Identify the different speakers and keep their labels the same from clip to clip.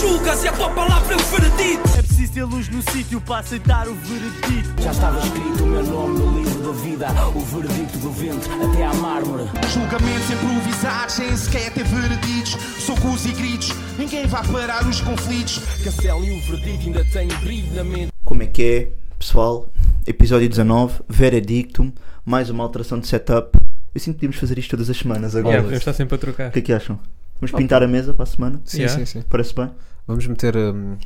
Speaker 1: julgas e a tua palavra é o veredito.
Speaker 2: É preciso ter luz no sítio para aceitar o veredito.
Speaker 3: Já estava escrito o meu nome no livro da vida, o veredito do vento até à mármore.
Speaker 4: Julgamentos improvisados, sem sequer ter vereditos. Socos e gritos, ninguém vai parar os conflitos.
Speaker 5: Castelo e o veredito ainda têm brilho na mente.
Speaker 6: Como é que é, pessoal? Episódio 19, veredictum, mais uma alteração de setup. Eu sinto que podíamos fazer isto todas as semanas agora.
Speaker 7: Yeah, podemos estar sempre a trocar.
Speaker 6: O que é que acham? Vamos pintar a mesa para a semana?
Speaker 7: Sim,
Speaker 6: Yeah.
Speaker 7: sim,
Speaker 8: sim.
Speaker 6: Parece bem?
Speaker 8: Vamos meter. hum,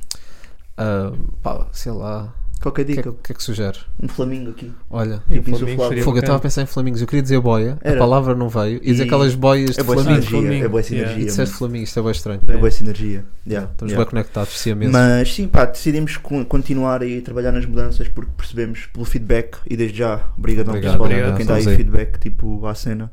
Speaker 8: ah, pá, sei lá.
Speaker 6: Qualquer
Speaker 8: O que, é,
Speaker 6: dica,
Speaker 8: o que é que sugere?
Speaker 6: um flamingo aqui.
Speaker 8: Olha.
Speaker 7: E o
Speaker 6: Tipo
Speaker 7: Flamengo
Speaker 6: insuflável.
Speaker 8: Fogo, eu
Speaker 7: seria bacana.
Speaker 8: estava a pensar em flamingos. Eu queria dizer boia,
Speaker 6: Era.
Speaker 8: a palavra não veio. E dizer
Speaker 6: E-
Speaker 8: aquelas boias de
Speaker 6: É boa
Speaker 8: flamingo.
Speaker 6: sinergia,
Speaker 7: flamingo.
Speaker 6: é boa
Speaker 7: Yeah.
Speaker 6: sinergia.
Speaker 8: E disseste
Speaker 6: mano.
Speaker 8: flamingo, isto é bem estranho.
Speaker 6: É boa sinergia. Yeah,
Speaker 8: Estamos
Speaker 6: yeah.
Speaker 8: bem conectados, é ciameses.
Speaker 6: Mas sim, pá, decidimos con- continuar aí a trabalhar nas mudanças porque percebemos pelo feedback e desde já, obrigadão
Speaker 8: Obrigado,
Speaker 6: pessoal,
Speaker 7: obrigado,
Speaker 6: a quem dá aí
Speaker 8: estamos aí.
Speaker 6: feedback tipo à cena.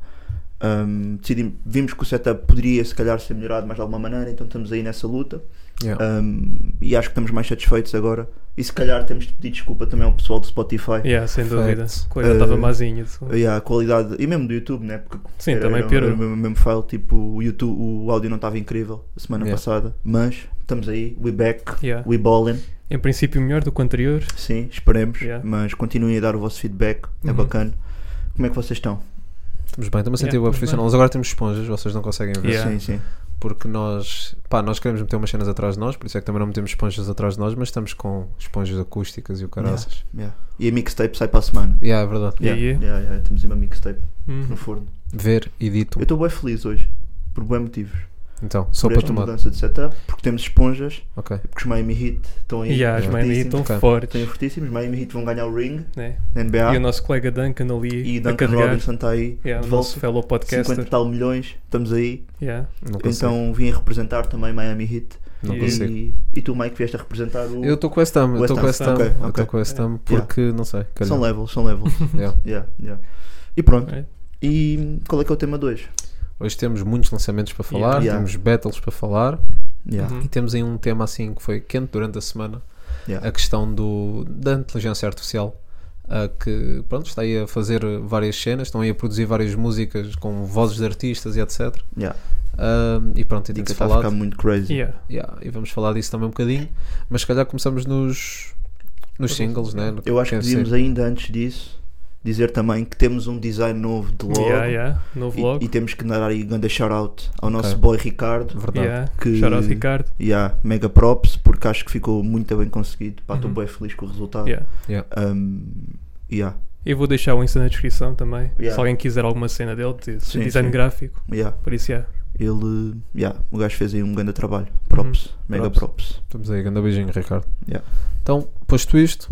Speaker 6: Um, decidimos, vimos que o setup poderia se calhar ser melhorado mais de alguma maneira, então estamos aí nessa luta
Speaker 8: Yeah.
Speaker 6: Um, e acho que estamos mais satisfeitos agora. E se calhar temos de pedir desculpa também ao pessoal do Spotify
Speaker 7: Yeah, sem dúvida.
Speaker 8: Perfeito.
Speaker 7: Coisa
Speaker 6: Eh,
Speaker 7: estava mazinha. de som.
Speaker 6: e a qualidade e mesmo do YouTube, né? Porque
Speaker 7: Sim, também piorou.
Speaker 6: era o mesmo- mesmo file, tipo, o, YouTube, o áudio não estava incrível a semana
Speaker 8: Yeah.
Speaker 6: passada, mas estamos aí, we back,
Speaker 7: Yeah.
Speaker 6: we ballin'.
Speaker 7: Em princípio, melhor do que o anterior.
Speaker 6: Sim, esperemos.
Speaker 7: Yeah.
Speaker 6: Mas continuem a dar o vosso feedback, é
Speaker 7: Uhum.
Speaker 6: bacana. Como é que vocês estão?
Speaker 8: Estamos bem, estamos a sentir
Speaker 7: Yeah,
Speaker 8: yeah,
Speaker 7: estamos
Speaker 8: profissional.
Speaker 7: bem.
Speaker 8: Mas agora temos esponjas, vocês não conseguem ver.
Speaker 7: Yeah.
Speaker 6: Sim, sim.
Speaker 8: Porque nós, pá, nós queremos meter umas cenas atrás de nós, por isso é que também não metemos esponjas atrás de nós, mas estamos com esponjas acústicas e o caraças.
Speaker 6: Yeah. E a mixtape sai para a semana.
Speaker 8: Yeah. é verdade.
Speaker 7: Yeah, yeah.
Speaker 6: Yeah, yeah, Temos aí uma mixtape
Speaker 7: Uhum.
Speaker 6: no forno.
Speaker 8: Ver e dito.
Speaker 6: Eu estou bem feliz hoje, por bem motivos.
Speaker 8: Então, só
Speaker 6: por
Speaker 8: para
Speaker 6: esta
Speaker 8: tomar.
Speaker 6: mudança de setup, porque temos esponjas, é
Speaker 8: Ok.
Speaker 6: porque os Miami Heat estão aí.
Speaker 7: E as
Speaker 6: fortíssimos.
Speaker 7: Miami estão
Speaker 8: Ok.
Speaker 6: Estão aí
Speaker 7: fortes.
Speaker 6: fortíssimos. Os Miami Heat vão ganhar o ring
Speaker 7: Né?
Speaker 6: na
Speaker 7: E o
Speaker 6: NBA.
Speaker 7: nosso colega Duncan ali
Speaker 6: E
Speaker 7: a
Speaker 6: Duncan
Speaker 7: carregar.
Speaker 6: Robinson está aí
Speaker 7: Yeah,
Speaker 6: de
Speaker 7: o nosso
Speaker 6: volta.
Speaker 7: fellow
Speaker 6: 50 e
Speaker 7: podcaster.
Speaker 6: tal milhões, estamos aí.
Speaker 7: Yeah.
Speaker 8: Não consigo.
Speaker 6: Então vim representar também Miami Heat.
Speaker 8: não
Speaker 7: e-
Speaker 8: consigo.
Speaker 6: E, e tu, Mike, vieste a representar o.
Speaker 8: Eu estou com West Ham, eu
Speaker 6: West
Speaker 8: estou com
Speaker 6: Ham,
Speaker 8: West Ham,
Speaker 6: ok,
Speaker 8: eu
Speaker 6: ok.
Speaker 8: estou com West Ham
Speaker 6: Yeah.
Speaker 8: porque não sei. calhar.
Speaker 6: São levels, são levels.
Speaker 8: Yeah.
Speaker 6: Yeah, yeah. E pronto.
Speaker 7: É.
Speaker 6: E qual é que é o tema 2?
Speaker 8: Hoje temos muitos lançamentos para falar,
Speaker 6: Yeah.
Speaker 8: temos battles para falar
Speaker 6: Yeah. Então,
Speaker 7: Uhum.
Speaker 8: e temos aí um tema assim que foi quente durante a semana,
Speaker 6: Yeah.
Speaker 8: a questão do, da inteligência artificial. ah, que pronto, está aí a fazer várias cenas, estão aí a produzir várias músicas com vozes de artistas e etc.
Speaker 6: Yeah.
Speaker 8: Ah, e pronto, e tem
Speaker 6: Dica
Speaker 8: se
Speaker 6: está tá a ficar
Speaker 8: falado.
Speaker 6: muito crazy.
Speaker 7: Yeah.
Speaker 8: Yeah, e vamos falar disso também um bocadinho, mas se calhar começamos nos, nos singles, né? No
Speaker 6: Eu acho que
Speaker 8: quer
Speaker 6: devíamos
Speaker 8: ser.
Speaker 6: ainda antes disso dizer também que temos um design novo de logo.
Speaker 7: Yeah, yeah. Novo
Speaker 6: E, tá
Speaker 7: logo.
Speaker 6: e temos que dar aí grande shout-out ao nosso
Speaker 8: Ok.
Speaker 6: boy Ricardo.
Speaker 8: Verdade.
Speaker 7: Yeah.
Speaker 6: que- tá
Speaker 7: Shout out Ricardo.
Speaker 6: Yeah, mega props, porque acho que ficou muito bem conseguido. Pá, estou
Speaker 7: Uhum.
Speaker 6: bem feliz com o resultado.
Speaker 7: Yeah.
Speaker 6: Um, yeah,
Speaker 7: Eu vou deixar o Insta na descrição também.
Speaker 6: Yeah.
Speaker 7: Se alguém quiser alguma cena dele, de, de
Speaker 6: Sim,
Speaker 7: design
Speaker 6: sim.
Speaker 7: gráfico.
Speaker 6: yeah.
Speaker 7: Por isso, yeah.
Speaker 6: Ele, yeah, o gajo fez aí um grande trabalho. Props,
Speaker 7: Uhum.
Speaker 6: mega props.
Speaker 8: Estamos aí, grande beijinho, Ricardo.
Speaker 6: Yeah.
Speaker 8: Então, posto isto,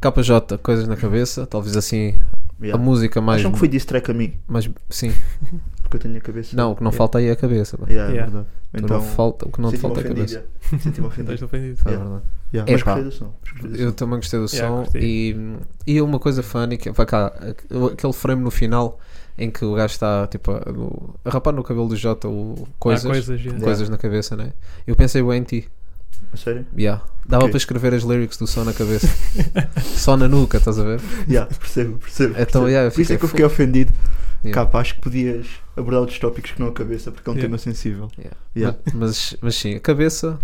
Speaker 8: KJ, coisas na cabeça, talvez assim a
Speaker 6: Yeah.
Speaker 8: música mais.
Speaker 6: Acham que foi diss track a mim?
Speaker 8: mais- sim,
Speaker 6: Porque eu tenho a cabeça.
Speaker 8: não, o que não
Speaker 7: Yeah.
Speaker 8: falta aí é a cabeça. pá.
Speaker 6: Yeah, é
Speaker 7: Yeah.
Speaker 6: verdade.
Speaker 8: O que não falta, o que não te
Speaker 6: Senti-me
Speaker 8: falta é a
Speaker 6: ofendido,
Speaker 8: cabeça.
Speaker 6: yeah. Senti-me ofendido.
Speaker 7: Estás ofendido.
Speaker 8: É
Speaker 6: Yeah.
Speaker 8: verdade.
Speaker 6: Yeah,
Speaker 8: É
Speaker 6: mas
Speaker 8: pá.
Speaker 6: gostei do som. mas gostei do
Speaker 8: Eu
Speaker 6: som.
Speaker 8: também gostei do
Speaker 7: Yeah,
Speaker 8: som
Speaker 7: curti.
Speaker 8: e, e uma coisa funny que vai cá, aquele frame no final em que o gajo está tipo a, o- a rapar no cabelo do Jota o coisas,
Speaker 7: Há coisas, yeah.
Speaker 8: coisas na cabeça, né? Eu pensei bem em ti.
Speaker 6: A sério?
Speaker 8: Yeah. Dava
Speaker 6: Ok.
Speaker 8: para escrever as lyrics do som na cabeça, só na nuca, estás a ver?
Speaker 6: Yeah, percebo, percebo.
Speaker 8: Então,
Speaker 6: percebo.
Speaker 8: yeah, eu
Speaker 6: Por isso é
Speaker 8: fiquei
Speaker 6: que eu fiquei ofendido.
Speaker 8: Yeah.
Speaker 6: Capa, acho que podias abordar outros tópicos que não a cabeça, porque é um
Speaker 7: Yeah.
Speaker 6: tema sensível.
Speaker 8: Yeah.
Speaker 6: Yeah.
Speaker 8: Ma- Mas, mas sim, a cabeça,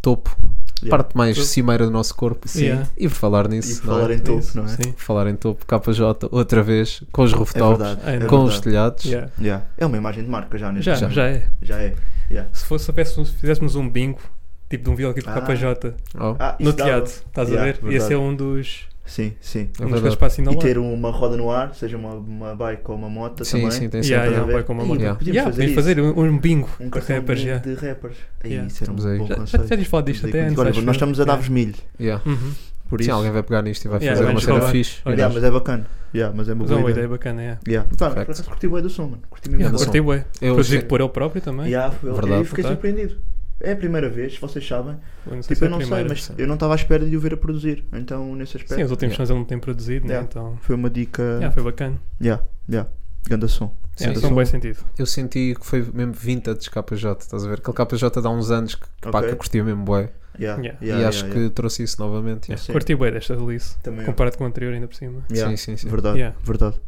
Speaker 8: topo,
Speaker 6: Yeah.
Speaker 8: parte mais
Speaker 7: Topo.
Speaker 8: cimeira do nosso corpo.
Speaker 7: Sim. Yeah.
Speaker 8: E por falar
Speaker 6: E
Speaker 8: nisso,
Speaker 6: por
Speaker 8: não
Speaker 6: falar
Speaker 8: é?
Speaker 6: em topo,
Speaker 7: Isso,
Speaker 6: não é?
Speaker 7: Sim.
Speaker 8: Por falar em topo, KJ, outra vez, com os
Speaker 6: É
Speaker 8: rooftops,
Speaker 6: verdade.
Speaker 7: É
Speaker 6: é
Speaker 8: com os
Speaker 6: verdade.
Speaker 8: telhados.
Speaker 7: Yeah.
Speaker 6: Yeah. É uma imagem de marca já, neste
Speaker 7: Já, já,
Speaker 6: momento.
Speaker 7: é.
Speaker 6: Já é. Yeah.
Speaker 7: Se fosse, se fizéssemos- se fizéssemos um bingo, tipo de um videoclipe
Speaker 6: Ah.
Speaker 7: KJ,
Speaker 8: Oh,
Speaker 6: Ah,
Speaker 7: no
Speaker 6: isso dava.
Speaker 7: teatro, estás a
Speaker 6: Yeah,
Speaker 7: ver? Ia
Speaker 6: verdade.
Speaker 7: ser um dos.
Speaker 6: Sim, sim.
Speaker 8: é
Speaker 7: Uma das coisas
Speaker 8: verdade.
Speaker 7: para
Speaker 6: E
Speaker 7: assinalar.
Speaker 6: ter uma roda no ar, seja uma, uma bike ou uma moto
Speaker 8: Sim,
Speaker 6: também.
Speaker 8: sim, tem sempre.
Speaker 7: Yeah,
Speaker 6: Estás a
Speaker 7: yeah,
Speaker 6: ver?
Speaker 7: vai com uma
Speaker 6: Ih,
Speaker 7: moto.
Speaker 8: Yeah.
Speaker 6: Podíamos
Speaker 7: Yeah,
Speaker 6: fazer
Speaker 7: podíamos
Speaker 6: isso.
Speaker 7: fazer um, um bingo
Speaker 6: Um
Speaker 7: de
Speaker 6: cartão
Speaker 7: rappers.
Speaker 6: de,
Speaker 7: yeah.
Speaker 6: de rappers. Aí,
Speaker 7: Yeah.
Speaker 6: Isso era um
Speaker 8: Estamos aí.
Speaker 6: bom
Speaker 7: Já, já,
Speaker 6: conceito.
Speaker 7: já tínhamos falado disto
Speaker 6: Estamos
Speaker 7: até
Speaker 6: aí com-
Speaker 7: antes.
Speaker 6: Olha,
Speaker 7: acho é.
Speaker 6: nós
Speaker 7: eu.
Speaker 6: estamos a dar-vos milho.
Speaker 8: Yeah.
Speaker 7: Uhum.
Speaker 6: Por
Speaker 8: Sim,
Speaker 6: isso.
Speaker 8: alguém vai pegar nisto e vai
Speaker 7: Yeah,
Speaker 8: fazer uma
Speaker 7: vamos
Speaker 8: cena
Speaker 7: gravar.
Speaker 8: fixe.
Speaker 7: Olha,
Speaker 6: Yeah, mas é bacana. Yeah, mas é uma
Speaker 7: Mas é
Speaker 6: boa
Speaker 7: uma
Speaker 6: ideia.
Speaker 7: ideia bacana, é.
Speaker 6: Yeah. Tá, mas
Speaker 8: Perfect.
Speaker 6: por acaso curti bué do som, mano. Curti mesmo.
Speaker 7: Yeah,
Speaker 6: bué do
Speaker 8: Anderson.
Speaker 7: Curti, bué.
Speaker 8: Eu
Speaker 7: Produzido
Speaker 8: sei-
Speaker 7: por ele próprio também.
Speaker 6: Yeah, foi-
Speaker 8: Verdade.
Speaker 6: eu fiquei
Speaker 7: Tá.
Speaker 6: surpreendido. É a primeira vez, vocês sabem.
Speaker 7: Eu não sei se
Speaker 6: Tipo,
Speaker 7: é
Speaker 6: eu
Speaker 7: a
Speaker 6: não sei,
Speaker 7: primeira.
Speaker 6: mas
Speaker 8: sim.
Speaker 6: eu não estava à espera de o ver a produzir. Então, nesse
Speaker 7: Sim,
Speaker 6: aspecto,
Speaker 7: os últimos
Speaker 8: Yeah.
Speaker 7: sons ele não tem produzido, né?
Speaker 6: Yeah.
Speaker 7: Então.
Speaker 6: foi uma dica.
Speaker 7: Yeah, foi bacana.
Speaker 6: Yeah, yeah. Ganda som.
Speaker 8: Sim,
Speaker 7: Yeah,
Speaker 8: eu
Speaker 7: Faz um
Speaker 8: sou-
Speaker 7: bom sentido.
Speaker 8: Eu senti que foi mesmo vintage KJ, estás a ver? Aquele KJ dá uns anos que, que, pá,
Speaker 6: Ok.
Speaker 8: que eu curtia mesmo bué.
Speaker 6: Yeah,
Speaker 7: Yeah.
Speaker 6: yeah,
Speaker 8: e
Speaker 6: yeah,
Speaker 8: acho
Speaker 6: yeah.
Speaker 8: que trouxe isso novamente. yeah.
Speaker 6: Sim.
Speaker 7: Curti bem desta release.
Speaker 6: Também eu.
Speaker 7: Comparado com o anterior, ainda por cima.
Speaker 6: Yeah,
Speaker 8: Sim, sim, sim.
Speaker 6: Verdade,
Speaker 7: Yeah.
Speaker 6: verdade.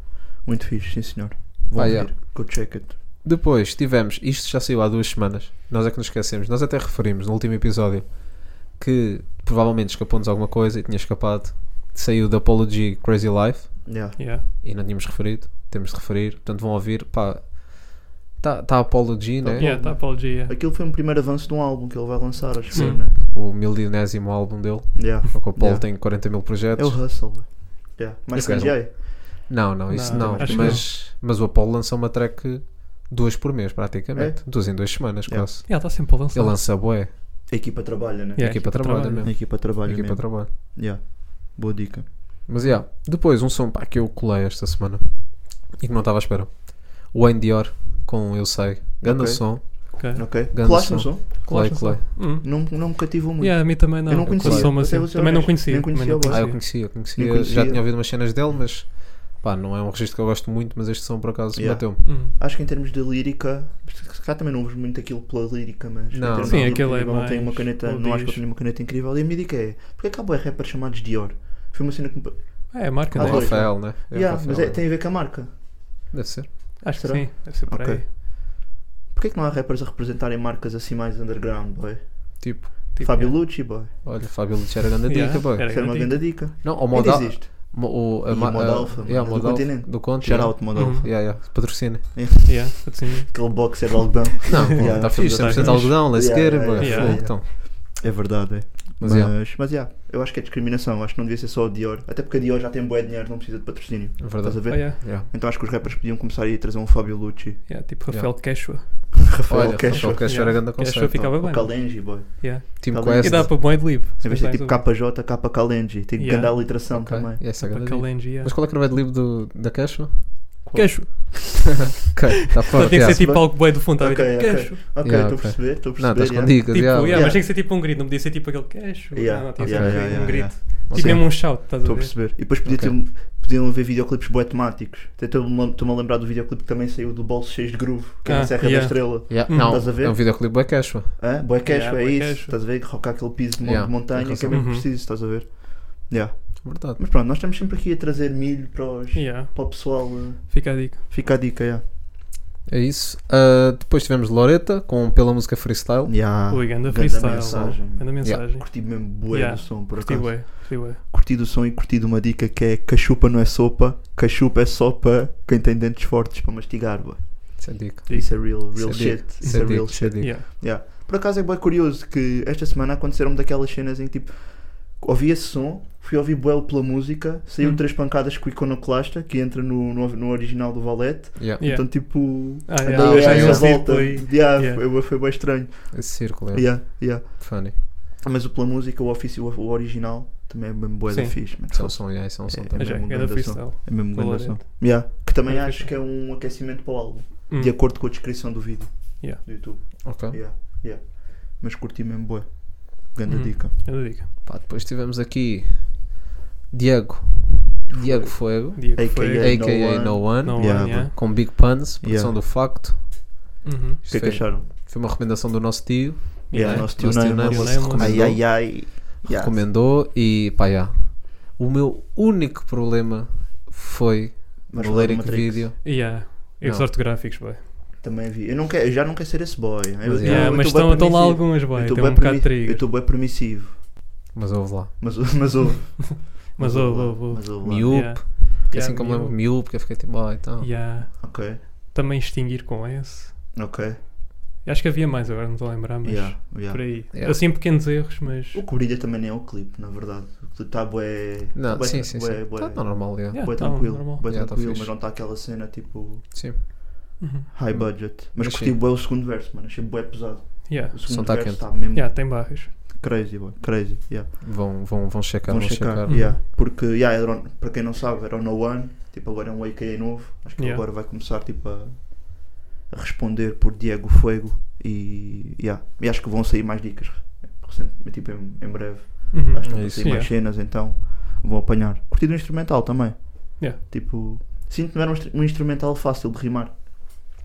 Speaker 6: Muito fixe, sim senhor. Vou
Speaker 8: Ah,
Speaker 6: ouvir.
Speaker 8: yeah.
Speaker 6: Go check it.
Speaker 8: Depois tivemos, isto já saiu há duas semanas, nós é que nos esquecemos, nós até referimos no último episódio que provavelmente escapou-nos alguma coisa e tinha escapado. Saiu da Apology Crazy Life
Speaker 6: Yeah.
Speaker 7: Yeah.
Speaker 8: e não tínhamos referido, temos de referir, portanto vão ouvir, pá, está tá a Apology, né?
Speaker 7: Yeah, tá apology, yeah.
Speaker 6: Aquilo foi um primeiro avanço de um álbum que ele vai lançar, acho que
Speaker 7: Sim.
Speaker 6: foi, né?
Speaker 8: o milionésimo álbum dele,
Speaker 6: Yeah.
Speaker 8: porque o Paulo
Speaker 6: Yeah.
Speaker 8: tem 40 mil
Speaker 6: É o
Speaker 8: projetos.
Speaker 6: Hustle, velho. Yeah. Mais
Speaker 8: Esse gajo.
Speaker 6: que Jay.
Speaker 8: Não, não, isso
Speaker 7: Não,
Speaker 8: não,
Speaker 7: acho que
Speaker 8: mas, mas o Apollo lança uma track duas por mês, praticamente, duas em duas semanas,
Speaker 6: É? Yeah.
Speaker 8: quase.
Speaker 7: Yeah, tá sempre a lançar.
Speaker 8: Ele lança bué,
Speaker 6: A equipa trabalha, né?
Speaker 7: Yeah,
Speaker 8: a equipa trabalha,
Speaker 6: A
Speaker 8: é mesmo,
Speaker 6: equipa
Speaker 8: a
Speaker 6: trabalha
Speaker 8: equipa
Speaker 6: mesmo.
Speaker 8: trabalha.
Speaker 6: Yeah. Boa dica.
Speaker 8: Mas yeah, depois um som pá, que eu colei esta semana e que não estava à espera. Wayne Dior com Eu Sei. Ganda
Speaker 6: Ok.
Speaker 8: som.
Speaker 7: Ok.
Speaker 6: Ok.
Speaker 8: Grande
Speaker 6: Colaste no
Speaker 8: som.
Speaker 6: som?
Speaker 8: Colei,
Speaker 7: Colaste
Speaker 8: colei.
Speaker 7: Hum.
Speaker 6: Não, não me cativou muito.
Speaker 7: Yeah, a mim também não.
Speaker 6: Eu não conhecia,
Speaker 7: Sou uma
Speaker 6: eu sei
Speaker 7: assim.
Speaker 6: o seu
Speaker 7: Também não
Speaker 6: gajo,
Speaker 7: conhecia.
Speaker 6: nem
Speaker 7: também
Speaker 6: conhecia
Speaker 7: não
Speaker 6: o gajo.
Speaker 8: Ah, eu
Speaker 7: conhecia.
Speaker 8: conhecia, eu conhecia,
Speaker 6: Nem conhecia.
Speaker 8: Já tinha ouvido umas cenas dele, mas pá, não é um registro que eu gosto muito, mas este som por acaso
Speaker 6: Yeah.
Speaker 8: bateu-me.
Speaker 7: Hum.
Speaker 6: Acho que em termos de lírica, se calhar também não uso muito aquilo pela lírica, mas em
Speaker 8: Não.
Speaker 6: termos
Speaker 8: Sim,
Speaker 6: de
Speaker 7: aquele
Speaker 6: lírica,
Speaker 7: é
Speaker 6: não tenho uma
Speaker 7: mais
Speaker 6: caneta,
Speaker 8: um
Speaker 6: não acho que eu tenho uma caneta incrível. E a minha dica é, porque é que há bué rappers chamados Dior? Foi uma cena que me...
Speaker 7: É, a marca,
Speaker 6: Ah,
Speaker 8: É
Speaker 7: não
Speaker 8: o
Speaker 7: é?
Speaker 6: dois,
Speaker 8: Rafael, né? É o
Speaker 6: Yeah,
Speaker 8: Rafael,
Speaker 6: mas é-
Speaker 8: né?
Speaker 6: tem a ver com a marca.
Speaker 8: Deve ser.
Speaker 7: Acho que
Speaker 6: Será?
Speaker 7: sim. Deve ser por
Speaker 6: Ok.
Speaker 7: aí.
Speaker 6: Porquê que não há rappers a representarem marcas assim mais underground, boy?
Speaker 8: Tipo,
Speaker 7: Tipo,
Speaker 6: Fábio
Speaker 7: yeah.
Speaker 6: Lucci, boy.
Speaker 8: olha, Fábio Leite era grande
Speaker 7: Yeah,
Speaker 8: dica, boy.
Speaker 7: era
Speaker 6: Isso era uma
Speaker 7: grande
Speaker 6: grande dica.
Speaker 8: Não, o
Speaker 6: Ainda
Speaker 8: Modal.
Speaker 6: existe.
Speaker 8: mo- O, a,
Speaker 6: E o
Speaker 8: ma-
Speaker 6: Modalfa,
Speaker 8: a,
Speaker 6: mano,
Speaker 8: yeah, o
Speaker 6: do
Speaker 8: Modalfa,
Speaker 6: continente.
Speaker 8: Do Conte.
Speaker 6: Shout out, Modal.
Speaker 7: Uhum.
Speaker 8: Yeah, yeah. Patrocina.
Speaker 7: Yeah, assim,
Speaker 6: Aquele boxer de algodão.
Speaker 8: Não,
Speaker 6: Yeah,
Speaker 8: está fixe,
Speaker 7: tá
Speaker 8: 100%
Speaker 7: fixe.
Speaker 8: algodão, let's
Speaker 6: Yeah,
Speaker 8: get it,
Speaker 6: yeah,
Speaker 8: boy.
Speaker 7: yeah,
Speaker 8: Fogo,
Speaker 6: yeah.
Speaker 8: então.
Speaker 6: É verdade, é.
Speaker 8: Mas,
Speaker 6: Mas,
Speaker 8: yeah.
Speaker 6: mas yeah, eu acho que é discriminação. Acho que não devia ser só o Dior. Até porque a Dior já tem bué dinheiro, não precisa de patrocínio.
Speaker 8: É
Speaker 6: Estás a
Speaker 8: verdade.
Speaker 7: Oh,
Speaker 6: ver?
Speaker 7: yeah.
Speaker 8: Yeah.
Speaker 6: Então acho que os rappers podiam começar a ir trazer um Fábio Lucci,
Speaker 7: Yeah, tipo Rafael Quechua.
Speaker 6: Rafael
Speaker 8: Olha,
Speaker 6: Quechua,
Speaker 8: Rafael Quechua era grande
Speaker 7: Quechua
Speaker 8: conceito.
Speaker 7: ficava
Speaker 6: o
Speaker 7: bem.
Speaker 6: Kalenji, boy.
Speaker 7: Yeah.
Speaker 8: Team
Speaker 6: Tá bem.
Speaker 8: Quest.
Speaker 7: E dá para bom Adlib.
Speaker 6: Em vez de ser tipo KJ, K Kalenji. Tem que
Speaker 7: Yeah.
Speaker 6: ganhar a literação
Speaker 8: Ok,
Speaker 6: também.
Speaker 8: essa é a
Speaker 7: Para
Speaker 8: grande dica.
Speaker 7: Kalenji, yeah.
Speaker 8: Mas qual é que não é de livro do, da Quechua?
Speaker 7: Queixo.
Speaker 8: Ok, está fora.
Speaker 7: Portanto, tem que ser
Speaker 8: yeah.
Speaker 7: tipo algo bem do fundo, tá a ver?
Speaker 6: Ok,
Speaker 7: Tipo,
Speaker 6: ok.
Speaker 7: Queixo.
Speaker 6: Ok, estou
Speaker 8: Yeah,
Speaker 6: a
Speaker 8: ok.
Speaker 6: perceber, estou a
Speaker 8: Não,
Speaker 6: perceber.
Speaker 8: estás com
Speaker 6: yeah.
Speaker 8: dicas.
Speaker 7: Tipo, yeah,
Speaker 8: yeah.
Speaker 6: yeah.
Speaker 7: mas tem que ser tipo um grito, não podia ser tipo aquele queixo.
Speaker 6: Yeah,
Speaker 7: não, tinha que
Speaker 6: yeah,
Speaker 7: ser um
Speaker 6: yeah, yeah,
Speaker 7: grito.
Speaker 6: yeah.
Speaker 7: Tipo
Speaker 8: Ok.
Speaker 7: mesmo um shout, estás a
Speaker 6: Estou a
Speaker 7: ver?
Speaker 6: perceber. E depois podia
Speaker 8: Ok.
Speaker 6: ter, um, podiam haver videoclipes bué temáticos. Até Estou-me a- estou-me a lembrar do videoclipe que também saiu do bolso cheio de groove, que é
Speaker 7: Ah,
Speaker 6: na Serra
Speaker 7: yeah.
Speaker 6: da Estrela.
Speaker 8: Yeah,
Speaker 7: Hum.
Speaker 8: Não,
Speaker 6: Estás a ver?
Speaker 8: é um videoclipe da Quechua.
Speaker 6: Hã? Boy cash,
Speaker 7: Yeah,
Speaker 6: é
Speaker 7: bué
Speaker 6: isso.
Speaker 7: cash.
Speaker 6: Estás a ver? Rocar aquele piso de mon-
Speaker 8: Yeah,
Speaker 6: de
Speaker 8: tem
Speaker 6: montanha, que é
Speaker 8: razão.
Speaker 6: mesmo
Speaker 7: Uhum.
Speaker 6: preciso, estás a ver? Yeah.
Speaker 8: Verdade.
Speaker 6: Mas pronto, nós estamos sempre aqui a trazer milho para, os,
Speaker 7: Yeah,
Speaker 6: para o pessoal. eh,
Speaker 7: Fica a dica.
Speaker 6: fica a dica, yeah.
Speaker 8: É isso. Ah, depois tivemos Loreta com Pela Música Freestyle.
Speaker 6: Yeah.
Speaker 7: Ui, ganda
Speaker 6: ganda
Speaker 7: freestyle.
Speaker 6: mensagem.
Speaker 7: Ganda mensagem.
Speaker 6: Curti mesmo bué
Speaker 7: Yeah.
Speaker 6: do som, por
Speaker 7: Curti
Speaker 6: acaso.
Speaker 7: bué, curti bué.
Speaker 6: Curti do som e curti de uma dica que é cachupa não é sopa, cachupa é só para quem tem dentes fortes para mastigar, bué.
Speaker 8: Isso é dica.
Speaker 6: Isso é real,
Speaker 8: Isso
Speaker 6: real
Speaker 8: é
Speaker 6: shit.
Speaker 8: dica,
Speaker 6: Isso é
Speaker 8: dica,
Speaker 6: real
Speaker 8: isso é
Speaker 6: shit.
Speaker 8: dica.
Speaker 7: Yeah.
Speaker 6: Por acaso é bem curioso que esta semana aconteceram daquelas cenas em que tipo ouvi esse som, fui ouvir Buel pela música, saiu
Speaker 7: Hum.
Speaker 6: três pancadas com o Iconoclasta, que entra no, no, no original do Valete.
Speaker 8: Yeah,
Speaker 7: Yeah.
Speaker 6: Então tipo.
Speaker 7: Ah,
Speaker 6: andei
Speaker 7: yeah,
Speaker 6: a
Speaker 8: yeah,
Speaker 6: dar
Speaker 8: yeah.
Speaker 6: essa volta.
Speaker 7: Foi-
Speaker 6: Yeah,
Speaker 7: yeah.
Speaker 6: Foi, foi bem estranho.
Speaker 8: Esse círculo é
Speaker 6: Yeah, yeah.
Speaker 8: funny.
Speaker 6: Mas o pela música, o ofício, o original, também é mesmo bué da
Speaker 7: Sim.
Speaker 6: fixe, mano.
Speaker 8: Isso é um som, yeah, isso é um som
Speaker 6: É,
Speaker 8: também.
Speaker 7: Já,
Speaker 6: mesmo
Speaker 7: Ganda
Speaker 6: grande
Speaker 7: freestyle.
Speaker 6: É mesmo grande
Speaker 7: Valorant.
Speaker 6: som. Yeah. Que também
Speaker 7: Ganda
Speaker 6: acho
Speaker 7: fixe.
Speaker 6: que é um aquecimento para o álbum,
Speaker 7: Hum.
Speaker 6: de acordo com a descrição do vídeo
Speaker 7: Yeah.
Speaker 6: do YouTube.
Speaker 8: Ok.
Speaker 6: Yeah, yeah. Mas curti mesmo bué. Grande
Speaker 7: Uhum.
Speaker 6: dica.
Speaker 7: Ganda dica.
Speaker 8: Pá, depois tivemos aqui Diego. Diego Fuego.
Speaker 7: Diego
Speaker 6: AKA.
Speaker 7: foi.
Speaker 6: Yeah,
Speaker 8: AKA No
Speaker 6: No
Speaker 8: One.
Speaker 7: Não,
Speaker 6: Yeah,
Speaker 7: yeah.
Speaker 8: Com Big Puns, produção
Speaker 6: Yeah.
Speaker 8: do Facto.
Speaker 7: Uhum.
Speaker 6: O
Speaker 8: Isto
Speaker 6: que é que
Speaker 8: foi,
Speaker 6: acharam?
Speaker 8: foi uma recomendação do nosso tio.
Speaker 6: Yeah,
Speaker 7: Yeah.
Speaker 6: é nosso tio
Speaker 8: Nosso tio
Speaker 6: Neyman.
Speaker 8: Neyman
Speaker 7: se recomendou.
Speaker 6: Ai, ai, ai. Yeah.
Speaker 8: recomendou e pá, já. O meu único problema foi
Speaker 6: Mas
Speaker 8: no
Speaker 6: falar do
Speaker 8: lyric
Speaker 6: Matrix.
Speaker 8: vídeo.
Speaker 7: Yeah. Erros
Speaker 8: Não.
Speaker 7: ortográficos, boy.
Speaker 6: Também vi. Eu, não quero, eu já não quero ser esse boy. Eu-
Speaker 8: Mas,
Speaker 6: eu-
Speaker 8: yeah,
Speaker 7: Yeah,
Speaker 6: eu
Speaker 7: mas
Speaker 6: tô bué
Speaker 7: estão estão lá
Speaker 6: permissivo.
Speaker 7: algumas, boy.
Speaker 6: Eu tô
Speaker 7: Tem
Speaker 6: bué
Speaker 7: um bocado de
Speaker 6: permi- Eu
Speaker 7: trigo.
Speaker 6: estou bem permissivo.
Speaker 8: Mas houve lá.
Speaker 6: Mas, mas houve.
Speaker 7: Mas ouve,
Speaker 6: houve lá,
Speaker 7: ouve, ouve.
Speaker 6: Mas houve lá.
Speaker 8: Miúdo,
Speaker 7: Yeah.
Speaker 8: que é
Speaker 7: Yeah,
Speaker 8: assim como lembro
Speaker 7: miúdo.
Speaker 8: miúdo, porque eu fiquei tipo, ah, então.
Speaker 7: Yeah.
Speaker 6: Ok.
Speaker 7: Também extinguir com esse.
Speaker 6: Ok.
Speaker 7: Acho que havia mais agora, não estou a lembrar, mas
Speaker 6: Yeah,
Speaker 7: por
Speaker 6: yeah.
Speaker 7: aí.
Speaker 8: Yeah.
Speaker 7: Assim, pequenos erros, mas.
Speaker 6: O que brilha também nem é o clipe, na verdade. O clipe está bué.
Speaker 8: Não,
Speaker 6: bué,
Speaker 8: sim, sim,
Speaker 6: bué,
Speaker 8: sim.
Speaker 6: bué-
Speaker 8: Tá, tá normal, yeah.
Speaker 7: Yeah,
Speaker 6: bué
Speaker 7: tá
Speaker 6: tranquilo.
Speaker 7: normal.
Speaker 6: bué
Speaker 8: Yeah, tá
Speaker 6: tranquilo,
Speaker 8: fixe.
Speaker 6: mas não está aquela cena tipo
Speaker 8: Sim.
Speaker 7: Uhum.
Speaker 6: high budget.
Speaker 8: Hum. Mas
Speaker 6: Mas curti
Speaker 8: sim.
Speaker 6: bué o segundo verso, mano. Achei bué pesado.
Speaker 7: Yeah.
Speaker 6: O
Speaker 8: som
Speaker 6: segundo
Speaker 8: tá
Speaker 6: verso
Speaker 8: quente.
Speaker 6: está mesmo
Speaker 7: Yeah, tem barras.
Speaker 6: crazy, boy. Crazy, yeah.
Speaker 8: Vão, vão, vão checar,
Speaker 6: Vão
Speaker 8: vão,
Speaker 6: checar,
Speaker 8: checar.
Speaker 6: yeah. porque yeah, era o- para quem não sabe era o No One, tipo agora é um AKA novo, acho que ele
Speaker 7: Yeah.
Speaker 6: agora vai começar tipo a, a responder por Diego Fuego e, yeah. e acho que vão sair mais dicas recentemente, tipo, em, em breve,
Speaker 7: Uhum.
Speaker 6: acho que
Speaker 8: É
Speaker 6: vão
Speaker 8: isso,
Speaker 6: sair
Speaker 7: yeah.
Speaker 6: mais cenas então vão apanhar. Curtido o instrumental também,
Speaker 7: Yeah.
Speaker 6: tipo, sinto que não era um, instru- um instrumental fácil de rimar.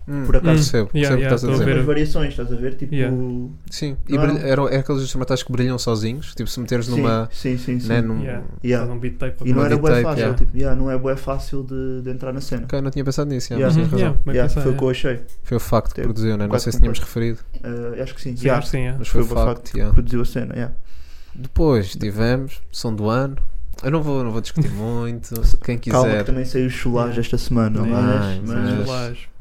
Speaker 8: Hum,
Speaker 6: Por acaso.
Speaker 8: percebo,
Speaker 7: Hum, yeah,
Speaker 8: percebo o que
Speaker 7: yeah,
Speaker 8: estás a
Speaker 7: estou a
Speaker 8: dizer.
Speaker 7: ver.
Speaker 6: As variações, estás a ver? Tipo.
Speaker 7: Yeah.
Speaker 8: Sim, e
Speaker 6: Não,
Speaker 8: brilha-
Speaker 6: não.
Speaker 8: eram- é aqueles instrumentais que brilham sozinhos, tipo se meteres
Speaker 6: Sim,
Speaker 8: numa.
Speaker 6: sim, sim, sim.
Speaker 8: Né, num,
Speaker 7: Yeah.
Speaker 6: Yeah.
Speaker 7: Faz um beat tape
Speaker 6: E não
Speaker 8: numa
Speaker 6: era
Speaker 8: deep
Speaker 6: bué
Speaker 8: tape,
Speaker 6: fácil,
Speaker 8: yeah.
Speaker 6: tipo, yeah, não é bué fácil de, de entrar na cena.
Speaker 8: Ok, não tinha pensado nisso. Yeah,
Speaker 6: é, Yeah.
Speaker 8: mas tens
Speaker 7: Uhum,
Speaker 8: razão.
Speaker 7: yeah, bem
Speaker 6: Yeah,
Speaker 7: pensado,
Speaker 6: foi o
Speaker 7: yeah.
Speaker 6: que É. eu achei.
Speaker 8: Foi o facto que
Speaker 6: Teve
Speaker 8: produziu, né? não
Speaker 6: quase
Speaker 8: sei se tínhamos referido,
Speaker 6: Eh, acho que sim.
Speaker 7: Sim,
Speaker 6: yeah,
Speaker 7: acho que sim, yeah.
Speaker 8: mas foi,
Speaker 6: foi
Speaker 8: o
Speaker 6: o
Speaker 8: facto.
Speaker 6: facto.
Speaker 8: yeah.
Speaker 6: Produziu a cena. yeah.
Speaker 8: Depois tivemos som do ano. Eu não vou, não vou discutir muito. Quem
Speaker 6: Calma, que
Speaker 8: quiser,
Speaker 6: também saiu o chulage esta semana.
Speaker 8: Também.
Speaker 6: Mas,
Speaker 8: Mas-
Speaker 6: mas,
Speaker 7: Mas,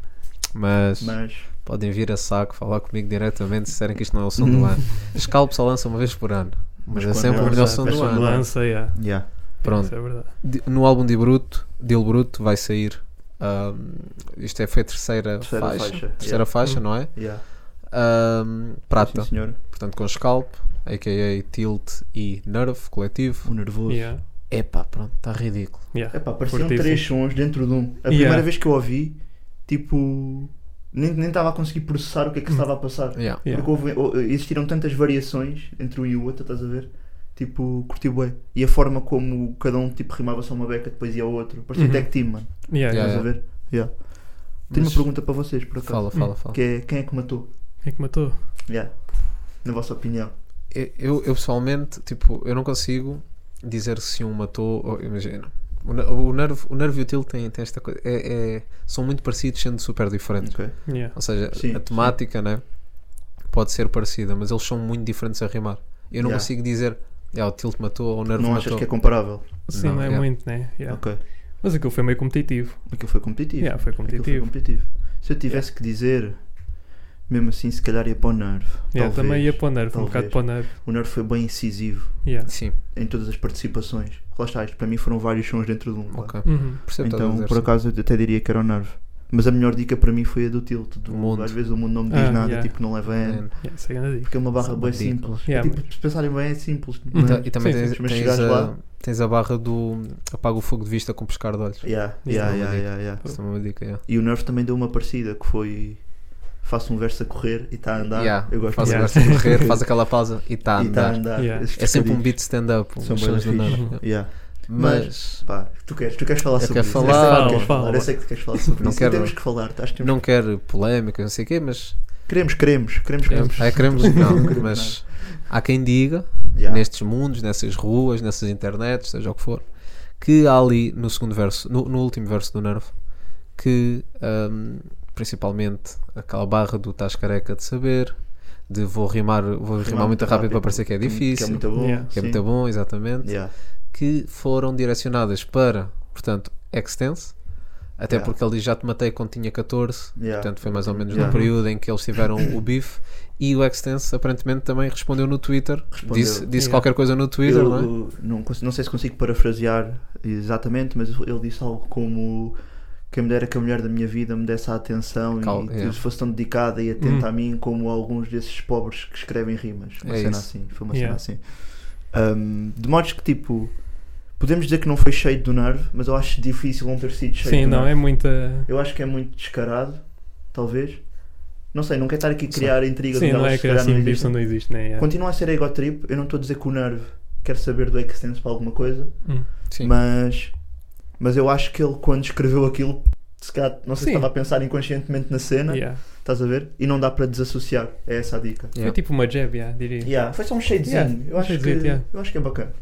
Speaker 8: mas
Speaker 6: mas.
Speaker 8: podem vir a saco falar comigo diretamente se disserem que isto não é o som do ano. Scalp só lança uma vez por ano, mas,
Speaker 6: Mas
Speaker 8: é
Speaker 6: quando
Speaker 8: sempre
Speaker 6: é
Speaker 8: o melhor
Speaker 6: lançado,
Speaker 8: som
Speaker 6: é
Speaker 8: do
Speaker 6: som
Speaker 8: ano.
Speaker 6: do ano.
Speaker 7: lança, yeah.
Speaker 6: Yeah.
Speaker 8: Pronto.
Speaker 7: Isso é verdade.
Speaker 8: Di- no álbum de Bruto, Dil Bruto, vai sair. ahm, isto é, foi a terceira,
Speaker 6: Terceira
Speaker 8: faixa.
Speaker 6: faixa,
Speaker 8: Terceira
Speaker 6: yeah.
Speaker 8: faixa,
Speaker 7: Hum.
Speaker 8: não é?
Speaker 6: Yeah.
Speaker 8: Ahm, prata,
Speaker 6: Sim, senhor.
Speaker 8: portanto, com Scalp, a.k.a. Tilt e Nerve, coletivo.
Speaker 6: O nervoso.
Speaker 7: Yeah.
Speaker 8: Epá, pronto, está ridículo.
Speaker 7: Yeah.
Speaker 6: Epá, pareciam
Speaker 7: Fortíssimo.
Speaker 6: três sons dentro de um.
Speaker 7: Yeah.
Speaker 6: A primeira vez que eu ouvi, tipo, nem nem estava a conseguir processar o que é que se estava a passar.
Speaker 8: Yeah.
Speaker 7: Yeah.
Speaker 6: Porque houve- ou- existiram tantas variações entre um e o outro, estás a ver? Tipo, curti bué. E a forma como cada um tipo, rimava só uma beca, depois ia ao outro. Parecia
Speaker 7: Uhum.
Speaker 6: tech team, mano.
Speaker 8: Yeah.
Speaker 7: Yeah, yeah.
Speaker 6: Estás a ver? Yeah. Tenho
Speaker 8: É. Mas-
Speaker 6: uma pergunta para vocês, por acaso.
Speaker 8: Fala, fala, fala.
Speaker 6: Que é, quem é que matou?
Speaker 7: Quem é que matou?
Speaker 6: Yeah. Na vossa opinião.
Speaker 8: Eu, eu- eu pessoalmente, tipo, eu não consigo dizer se um matou ou. Imagina. O, ne- o nervo, o nervo e o tilt têm, têm esta coisa. é- é- são muito parecidos, sendo super diferentes.
Speaker 6: Ok.
Speaker 7: Yeah.
Speaker 8: Ou seja,
Speaker 6: Sim,
Speaker 8: a
Speaker 6: sim.
Speaker 8: temática né, pode ser parecida, mas eles são muito diferentes a rimar. Eu não
Speaker 6: Yeah.
Speaker 8: consigo dizer, é o Tilt matou ou o Nervo
Speaker 6: Não achas
Speaker 8: matou.
Speaker 6: que é comparável?
Speaker 7: Sim,
Speaker 8: Não,
Speaker 7: não, é
Speaker 8: yeah.
Speaker 7: muito, né? Yeah.
Speaker 6: Ok.
Speaker 7: Mas aquilo foi meio competitivo.
Speaker 6: Aquilo foi competitivo.
Speaker 7: Yeah, foi
Speaker 6: Aquilo
Speaker 7: competitivo.
Speaker 6: competitivo. Se eu tivesse que dizer, mesmo assim, se calhar ia para o Nerve.
Speaker 7: Yeah,
Speaker 6: Talvez.
Speaker 7: também ia para o nervo, um
Speaker 6: Talvez.
Speaker 7: bocado para o nervo.
Speaker 6: O Nerve foi bem incisivo
Speaker 7: Yeah.
Speaker 8: Sim,
Speaker 6: em todas as participações. Lá está, isto para mim foram vários sons dentro de um. vá.
Speaker 8: ok. é Percebo o
Speaker 7: Uhum.
Speaker 8: que estás a
Speaker 6: Então,
Speaker 8: dizer,
Speaker 6: por
Speaker 8: sim.
Speaker 6: acaso, eu até diria que era o Nerve. Mas a melhor dica para mim foi a do Tilt. Do,
Speaker 8: O mundo.
Speaker 6: Às vezes o mundo não me diz
Speaker 7: Ah,
Speaker 6: nada,
Speaker 7: yeah.
Speaker 6: tipo, não leva
Speaker 8: And-
Speaker 6: N.
Speaker 7: Yeah, isso é grande dica.
Speaker 6: Porque é uma barra
Speaker 8: São Então,
Speaker 6: bem
Speaker 8: ridículos.
Speaker 6: simples.
Speaker 7: Yeah,
Speaker 6: É tipo, se pensarem bem, é simples.
Speaker 8: E,
Speaker 6: não
Speaker 8: ta-
Speaker 6: é?
Speaker 8: e também
Speaker 7: Sim,
Speaker 8: tens,
Speaker 6: sim, mas
Speaker 8: tens
Speaker 6: chegares
Speaker 8: a,
Speaker 6: lá-
Speaker 8: tens a barra do apaga o fogo de vista com pescar de olhos.
Speaker 6: Yeah,
Speaker 7: Isso
Speaker 6: yeah,
Speaker 8: é uma
Speaker 6: yeah,
Speaker 8: dica.
Speaker 6: yeah, yeah.
Speaker 8: Isso também é uma dica, yeah.
Speaker 6: E o Nerve também deu uma parecida que foi. Faço um verso a correr e está a andar.
Speaker 8: Yeah,
Speaker 6: Eu gosto
Speaker 8: faz o
Speaker 6: de
Speaker 7: Yeah.
Speaker 8: verso a correr, faz aquela pausa e tá, está a
Speaker 6: E tá, está a
Speaker 8: andar.
Speaker 6: andar.
Speaker 7: Yeah.
Speaker 6: Esses
Speaker 8: É sempre um
Speaker 6: trocadilhos.
Speaker 8: beat stand-up,
Speaker 6: São
Speaker 8: uns
Speaker 6: bué
Speaker 8: sons do
Speaker 6: fixe.
Speaker 8: Nervo.
Speaker 7: Uhum.
Speaker 6: Yeah.
Speaker 8: Mas
Speaker 6: Pá, tu queres, tu queres falar
Speaker 8: Eu
Speaker 6: sobre
Speaker 8: quero
Speaker 6: isso?
Speaker 8: falar,
Speaker 6: eu sei que
Speaker 7: fala,
Speaker 6: queres falar.
Speaker 7: fala.
Speaker 6: Eu sei que tu queres falar sobre
Speaker 8: Não
Speaker 6: isso.
Speaker 8: quero-
Speaker 6: Temos que falar. Acho que temos...
Speaker 8: não quero polémica, não sei o quê, mas
Speaker 6: Queremos, queremos, queremos, queremos.
Speaker 8: Ah, queremos não,
Speaker 6: Queremos
Speaker 8: mas há quem diga
Speaker 6: Yeah.
Speaker 8: nestes mundos, nessas ruas, nessas internets, seja o que for, que há ali no segundo verso, no, no último verso do Nervo, que hum, principalmente aquela barra do estás careca de saber, de vou rimar, vou rimar, é muito rápido, para parecer que é difícil,
Speaker 6: Que é muito bom.
Speaker 7: Yeah.
Speaker 8: que é
Speaker 6: sim.
Speaker 8: muito bom, exatamente,
Speaker 6: Yeah.
Speaker 8: que foram direcionadas para, portanto, Extense, até
Speaker 6: Yeah.
Speaker 8: porque ali já te matei quando tinha 14,
Speaker 6: Yeah.
Speaker 8: Portanto, foi mais ou menos no
Speaker 6: Yeah.
Speaker 8: período em que eles tiveram o bife. E o Extense aparentemente também respondeu no Twitter.
Speaker 6: Respondeu.
Speaker 8: Disse, disse
Speaker 7: Yeah.
Speaker 8: qualquer coisa no Twitter,
Speaker 6: Eu,
Speaker 8: não é?
Speaker 6: não, cons- não sei se consigo parafrasear exatamente, mas ele disse algo como quem me dera que a mulher da minha vida me desse a atenção
Speaker 8: Cal- é.
Speaker 6: e que
Speaker 8: yeah.
Speaker 6: fosse tão dedicada e atenta
Speaker 7: Hum.
Speaker 6: a mim como alguns desses pobres que escrevem rimas. Uma
Speaker 8: É
Speaker 6: cena
Speaker 8: isso.
Speaker 6: assim, foi uma
Speaker 7: Yeah.
Speaker 6: cena assim. Um, de modos que tipo, podemos dizer que não foi cheio do nervo, mas eu acho difícil não ter sido cheio
Speaker 7: Sim,
Speaker 6: do
Speaker 7: não,
Speaker 6: nervo.
Speaker 7: é muita.
Speaker 6: Eu acho que é muito descarado, talvez. Não sei, não quero estar aqui a criar intriga
Speaker 7: Sim,
Speaker 6: de
Speaker 7: não é
Speaker 6: se
Speaker 7: que
Speaker 6: calhar
Speaker 7: assim
Speaker 6: não
Speaker 7: bicho
Speaker 6: existem.
Speaker 7: não existe, né? Yeah.
Speaker 6: Continua a ser ego trip, eu não estou a dizer que o nerve quer saber do Extense para alguma coisa,
Speaker 7: Hum.
Speaker 8: Sim.
Speaker 6: mas, mas eu acho que ele quando escreveu aquilo, se calhar, não sei
Speaker 7: Sim.
Speaker 6: se estava a pensar inconscientemente na cena,
Speaker 7: Yeah.
Speaker 6: estás a ver? E não dá para desassociar, é essa a dica.
Speaker 8: Yeah.
Speaker 7: Foi tipo uma jab, yeah, diria.
Speaker 6: Yeah, foi só um shadezinho,
Speaker 7: Yeah,
Speaker 6: eu, acho que,
Speaker 7: shadezito, yeah.
Speaker 6: eu acho que é bacana.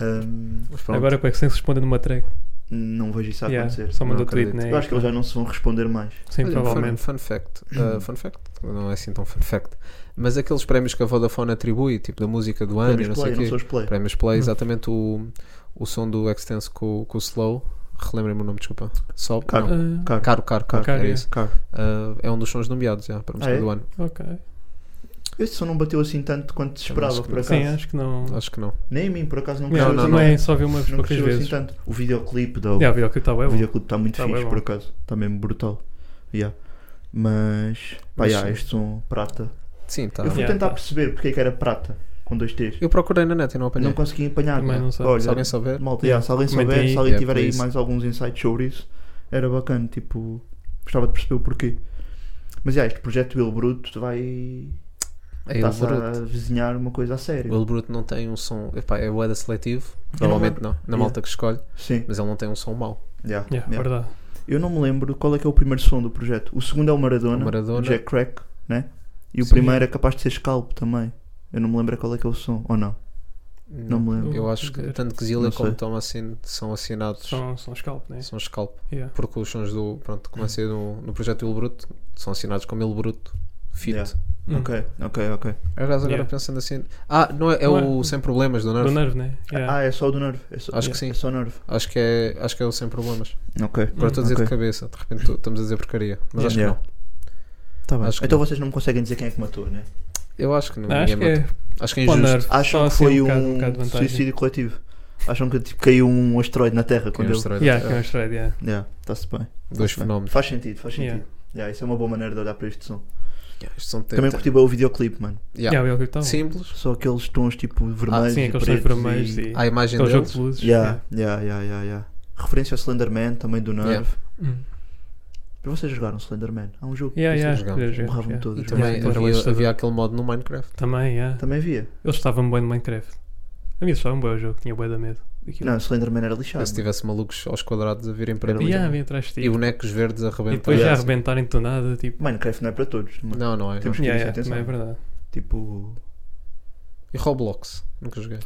Speaker 6: Ahm,
Speaker 8: Mas pronto.
Speaker 7: Agora com a Extense responde numa track.
Speaker 6: não vejo isso a
Speaker 7: Yeah.
Speaker 6: acontecer.
Speaker 7: Só
Speaker 8: Não
Speaker 7: mandou tweet,
Speaker 8: acredito.
Speaker 7: né?
Speaker 6: Tá Eu acho que eles já não se vão responder mais.
Speaker 7: Sim,
Speaker 8: Olha,
Speaker 7: provavelmente.
Speaker 8: Fun, fun fact. uh, fun fact? Não é assim tão fun fact. Mas aqueles prémios que a Vodafone atribui, tipo da música do ano, e
Speaker 6: Prémios
Speaker 8: não sei
Speaker 6: play, eu
Speaker 8: o quê.
Speaker 6: não sou Uhum. os play.
Speaker 8: Prémios Play, exatamente o, o som do Extense com, com o Slow. Relembrem-me o nome, desculpa. Sol.
Speaker 6: Caro.
Speaker 8: não.
Speaker 7: Ah,
Speaker 6: Caro.
Speaker 8: Caro, caro, caro.
Speaker 7: Caro,
Speaker 8: era
Speaker 7: é.
Speaker 8: isso.
Speaker 6: Caro.
Speaker 8: Uh, é um dos sons nomeados já, para a música
Speaker 6: Ah, é?
Speaker 8: do ano.
Speaker 7: ok.
Speaker 6: Esse som não bateu assim tanto quanto se esperava,
Speaker 8: acho que
Speaker 6: por
Speaker 8: não.
Speaker 6: acaso.
Speaker 7: Sim, acho que não.
Speaker 8: Acho que não.
Speaker 6: Nem a mim, por acaso, não
Speaker 7: Yeah,
Speaker 6: cresceu assim
Speaker 7: não,
Speaker 6: tanto.
Speaker 7: é só vi umas
Speaker 6: Não
Speaker 7: poucas
Speaker 6: cresceu
Speaker 7: vezes.
Speaker 6: assim tanto. O videoclipe da
Speaker 7: Yeah, o videoclipe está
Speaker 6: O
Speaker 7: bem bom.
Speaker 6: videoclipe está muito
Speaker 7: Tá
Speaker 6: fixe,
Speaker 7: bué bom.
Speaker 6: por acaso. Está mesmo brutal. Yeah. Mas, pá,
Speaker 8: Mas-
Speaker 6: yeah, este som prata.
Speaker 8: Sim, tá.
Speaker 6: Eu fui
Speaker 7: Yeah,
Speaker 6: tentar
Speaker 7: tá.
Speaker 6: perceber porque é que era prata com dois T's.
Speaker 8: Eu procurei na net e não apanhei.
Speaker 6: Não consegui apanhar.
Speaker 7: Também
Speaker 6: cara.
Speaker 7: não sei.
Speaker 6: Olha,
Speaker 8: Se alguém souber.
Speaker 6: malta, yeah, se alguém
Speaker 7: Comenta
Speaker 6: souber,
Speaker 7: aí.
Speaker 6: se alguém
Speaker 8: Yeah,
Speaker 6: tiver aí
Speaker 8: please.
Speaker 6: mais alguns insights sobre isso, era bacana. Tipo, gostava de perceber o porquê. Mas, yeah, este projeto Il Bruto vai.
Speaker 8: É
Speaker 6: Está-se
Speaker 8: Bruto.
Speaker 6: a desenhar uma coisa a sério.
Speaker 8: O El Bruto não tem um som. Epá, é
Speaker 6: é?
Speaker 8: boeda seletivo. Normalmente não. Na malta que escolhe.
Speaker 6: Sim,
Speaker 8: Mas ele não tem um som mau.
Speaker 6: yeah,
Speaker 7: Yeah,
Speaker 6: yeah.
Speaker 7: verdade.
Speaker 6: Eu não me lembro qual é que é o primeiro som do projeto. O segundo é o Maradona,
Speaker 8: O Maradona.
Speaker 6: Jack Crack, né? E o
Speaker 8: Sim.
Speaker 6: primeiro é capaz de ser Scalp também. Eu não me lembro qual é que é o som, ou não? Não me lembro.
Speaker 8: Eu acho que tanto que Zilla
Speaker 6: Não sei.
Speaker 8: como Thomasin são assinados, são,
Speaker 7: São, são scalp, né?
Speaker 8: Scalp.
Speaker 7: Yeah.
Speaker 8: Porque os sons do. Pronto, comecei no, no projeto Il Bruto, são assinados como Il Bruto. Fit.
Speaker 6: Yeah.
Speaker 7: Uhum.
Speaker 6: Ok, ok, ok.
Speaker 8: Aliás, agora
Speaker 7: Yeah.
Speaker 8: pensando assim. Ah, não é, é
Speaker 7: Não
Speaker 8: o
Speaker 7: é-
Speaker 8: Sem Problemas do Nerf.
Speaker 7: Do nervo, né? Yeah.
Speaker 6: Ah, é só o do Nerve. É só,
Speaker 8: Acho que sim.
Speaker 6: É só o Nerve.
Speaker 8: Acho, que é, acho que é o Sem Problemas.
Speaker 6: Ok.
Speaker 8: Agora estou a dizer
Speaker 6: ok.
Speaker 8: de cabeça, de repente tô- estamos a dizer porcaria. Mas acho
Speaker 6: Yeah.
Speaker 8: que não.
Speaker 6: Tá bem.
Speaker 8: Acho que
Speaker 6: então
Speaker 8: não.
Speaker 6: vocês não me conseguem dizer quem é que matou, né?
Speaker 8: Eu acho que não.
Speaker 7: Não, acho que
Speaker 8: ninguém
Speaker 7: é
Speaker 8: matou. acho que é
Speaker 7: para o
Speaker 8: injusto.
Speaker 7: nervo.
Speaker 6: Acham
Speaker 7: Só
Speaker 6: que
Speaker 7: assim
Speaker 6: foi um,
Speaker 7: bocado- bocado de vantagem.
Speaker 6: suicídio coletivo. Acham que tipo, caiu um asteroide na Terra
Speaker 8: Que é
Speaker 6: quando ele.
Speaker 8: Australia.
Speaker 7: Yeah, que é um
Speaker 8: Yeah.
Speaker 7: shred, yeah.
Speaker 6: Yeah, Está-se bem.
Speaker 8: Dois
Speaker 6: Tá-se bem.
Speaker 8: fenómenos.
Speaker 6: Faz sentido, faz sentido.
Speaker 7: Yeah.
Speaker 6: Yeah, isso é uma boa maneira de olhar para este som.
Speaker 8: Yeah, isto são
Speaker 6: Também
Speaker 8: teta.
Speaker 6: curti bem o videoclipe, mano.
Speaker 8: Yeah.
Speaker 7: Yeah, o Elcrypto.
Speaker 8: Simples.
Speaker 6: Só aqueles tons tipo vermelhos.
Speaker 7: Ah, Sim, é
Speaker 6: e
Speaker 7: aqueles dois
Speaker 6: pretos
Speaker 7: vermelhos
Speaker 6: e-
Speaker 7: e
Speaker 8: A imagem
Speaker 7: aquele jogo
Speaker 8: deles.
Speaker 7: de luzes.
Speaker 6: Yeah, yeah, yeah, yeah, yeah. Referência a Slenderman, também do Nerve.
Speaker 8: Yeah.
Speaker 7: né? yeah. Hum.
Speaker 6: Para vocês jogaram Slenderman? Há um jogo.
Speaker 7: Yeah,
Speaker 8: Isso
Speaker 7: yeah,
Speaker 8: nós jogámos.
Speaker 7: podia jogar,
Speaker 6: Borravam
Speaker 7: yeah.
Speaker 6: todos.
Speaker 8: E
Speaker 6: né?
Speaker 8: também
Speaker 7: Yeah.
Speaker 8: havia,
Speaker 7: Yeah.
Speaker 8: havia aquele modo no Minecraft.
Speaker 7: Também, yeah.
Speaker 6: Também havia.
Speaker 7: Eles estavam bem no Minecraft. A mim estavam bem o jogo, tinha bué da medo. daquilo.
Speaker 6: Não, Slenderman era lixado.
Speaker 8: Se tivesse malucos aos quadrados a virem para
Speaker 6: Era
Speaker 8: mim.
Speaker 6: muito
Speaker 7: Yeah, vem atrás de ti.
Speaker 8: E bonecos verdes a
Speaker 7: E
Speaker 8: arrebentar.
Speaker 7: depois já
Speaker 6: Yeah.
Speaker 7: arrebentarem do nada, tipo.
Speaker 6: Minecraft não é para todos. mano.
Speaker 8: Não, não é.
Speaker 6: Temos-
Speaker 8: não.
Speaker 7: Yeah,
Speaker 6: isso,
Speaker 7: yeah,
Speaker 6: atenção.
Speaker 7: também é verdade.
Speaker 6: Tipo.
Speaker 8: E Roblox. Nunca joguei.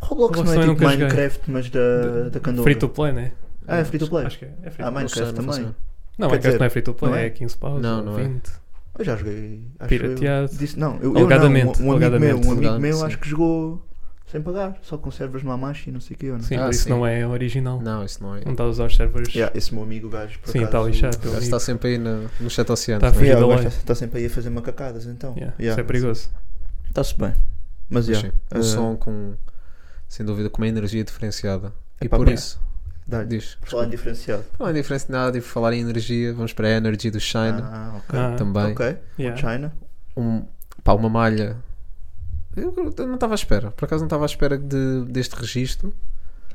Speaker 6: Roblox,
Speaker 7: Roblox
Speaker 6: não é
Speaker 7: também
Speaker 6: tipo
Speaker 7: nunca joguei.
Speaker 6: Minecraft, mas da, da Candor.
Speaker 7: Free to play, né?
Speaker 6: Ah, é free to play.
Speaker 7: Acho que é. é free
Speaker 6: Ah,
Speaker 7: to play.
Speaker 8: Não sei,
Speaker 6: Minecraft
Speaker 8: não
Speaker 6: também.
Speaker 8: funciona.
Speaker 7: Não,
Speaker 6: quer
Speaker 7: Minecraft
Speaker 6: dizer,
Speaker 7: não é free to play,
Speaker 6: não é?
Speaker 7: é 15 paus.
Speaker 8: Não, não é.
Speaker 7: 20.
Speaker 6: Eu já joguei. acho eu.
Speaker 7: Pirateado.
Speaker 6: Disse- não, eu, eu
Speaker 7: Alegadamente,
Speaker 6: não, um, um amigo meu,
Speaker 7: alegadamente.
Speaker 6: um amigo meu
Speaker 8: Sim.
Speaker 6: acho que jogou sem pagar, só com servers mamacha e não sei o que. Não.
Speaker 7: Sim,
Speaker 8: Ah,
Speaker 7: mas isso
Speaker 8: sim.
Speaker 7: não é original.
Speaker 8: Não, isso não é.
Speaker 7: Não está a usar os servers.
Speaker 6: assim. Yeah, esse meu amigo, o gajo, por
Speaker 7: Sim,
Speaker 6: acaso.
Speaker 7: está lixado.
Speaker 8: O
Speaker 7: teu
Speaker 8: gajo
Speaker 7: amigo.
Speaker 8: está sempre aí no, no chat oceano. é?
Speaker 7: Tá
Speaker 6: Yeah, o
Speaker 7: Vida
Speaker 6: gajo
Speaker 7: longe.
Speaker 6: está, está sempre aí a fazer macacadas, então.
Speaker 7: Yeah, Isso
Speaker 6: Yeah.
Speaker 7: é perigoso.
Speaker 6: Está-se bem. Mas, eh,
Speaker 8: Mas
Speaker 6: já,
Speaker 8: sim, um som com, sem dúvida, com uma energia diferenciada. E
Speaker 6: Epá,
Speaker 8: por
Speaker 6: É pá.
Speaker 8: isso,
Speaker 6: dá-lhe.
Speaker 8: diz.
Speaker 6: Por falar em diferenciado.
Speaker 8: Não é diferença nada, e por falar em energia, vamos para a Energy do China.
Speaker 6: Ah, ok.
Speaker 7: Ah,
Speaker 8: também.
Speaker 6: Ok,
Speaker 7: yeah.
Speaker 6: China.
Speaker 8: Um, pá, uma malha. Eu, eu não estava à espera, por acaso não estava à espera de, deste registro,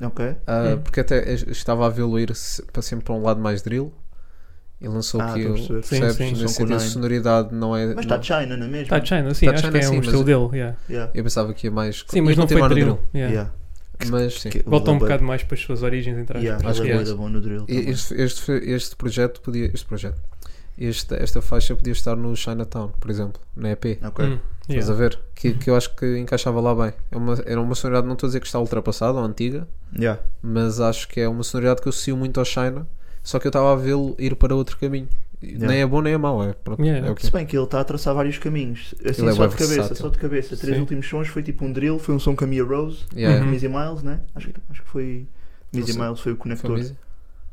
Speaker 6: Ok.
Speaker 8: ah,
Speaker 7: Hum.
Speaker 8: porque até eu estava a vê-lo ir se- para sempre para um lado mais drill. E lançou
Speaker 6: Ah,
Speaker 8: aqui
Speaker 6: estou a
Speaker 8: o-
Speaker 6: perceber.
Speaker 7: Sim,
Speaker 8: percebes?
Speaker 7: sim.
Speaker 8: Nesse
Speaker 6: Som com
Speaker 8: sentido, a
Speaker 6: nine.
Speaker 8: sonoridade não é.
Speaker 6: Mas está
Speaker 8: não-
Speaker 6: China, não é mesmo?
Speaker 7: Tá China, sim,
Speaker 8: Tá
Speaker 7: acho
Speaker 8: China,
Speaker 7: que é
Speaker 8: sim,
Speaker 7: um
Speaker 8: mas-
Speaker 7: estilo dele. yeah.
Speaker 6: Yeah.
Speaker 8: eu pensava que ia mais.
Speaker 7: Sim, mas
Speaker 8: ia
Speaker 7: não foi
Speaker 8: continuar no
Speaker 7: drill. yeah.
Speaker 6: Yeah.
Speaker 8: Mas sim.
Speaker 6: Que-
Speaker 7: Volta um
Speaker 6: ele é bué-
Speaker 7: bocado mais para as suas origens, entre aspas.
Speaker 6: Yeah,
Speaker 8: Acho
Speaker 6: ele
Speaker 8: que
Speaker 6: é
Speaker 8: é.
Speaker 6: bué da bom no drill.
Speaker 8: E
Speaker 6: também.
Speaker 8: Este, este, foi- este projeto podia. Este projeto. Este, esta faixa podia estar no Chinatown, por exemplo, na EP.
Speaker 6: Ok.
Speaker 7: Hum,
Speaker 8: Estás a
Speaker 7: yeah.
Speaker 8: ver? Que, que eu acho que encaixava lá bem. É uma, era uma sonoridade, não estou a dizer que está ultrapassada ou antiga,
Speaker 6: Yeah.
Speaker 8: mas acho que é uma sonoridade que eu associo muito ao China, só que eu estava a vê-lo ir para outro caminho. E
Speaker 6: Yeah.
Speaker 8: Nem é bom nem é mau, é. Pronto,
Speaker 7: Yeah.
Speaker 8: é o que
Speaker 6: Se bem que ele está a traçar vários caminhos. Assim,
Speaker 8: Ele é
Speaker 6: só
Speaker 8: bué
Speaker 6: de cabeça,
Speaker 8: versátil.
Speaker 6: só de cabeça. Três
Speaker 7: Sim.
Speaker 6: últimos sons foi tipo um drill, foi um som com a Mia Rose,
Speaker 8: é. Yeah,
Speaker 7: Uhum.
Speaker 6: Mizzy Miles, né? Acho que, acho que foi. Mizzy
Speaker 8: sei.
Speaker 6: Miles foi o
Speaker 8: é.
Speaker 6: conector.
Speaker 8: Camisa.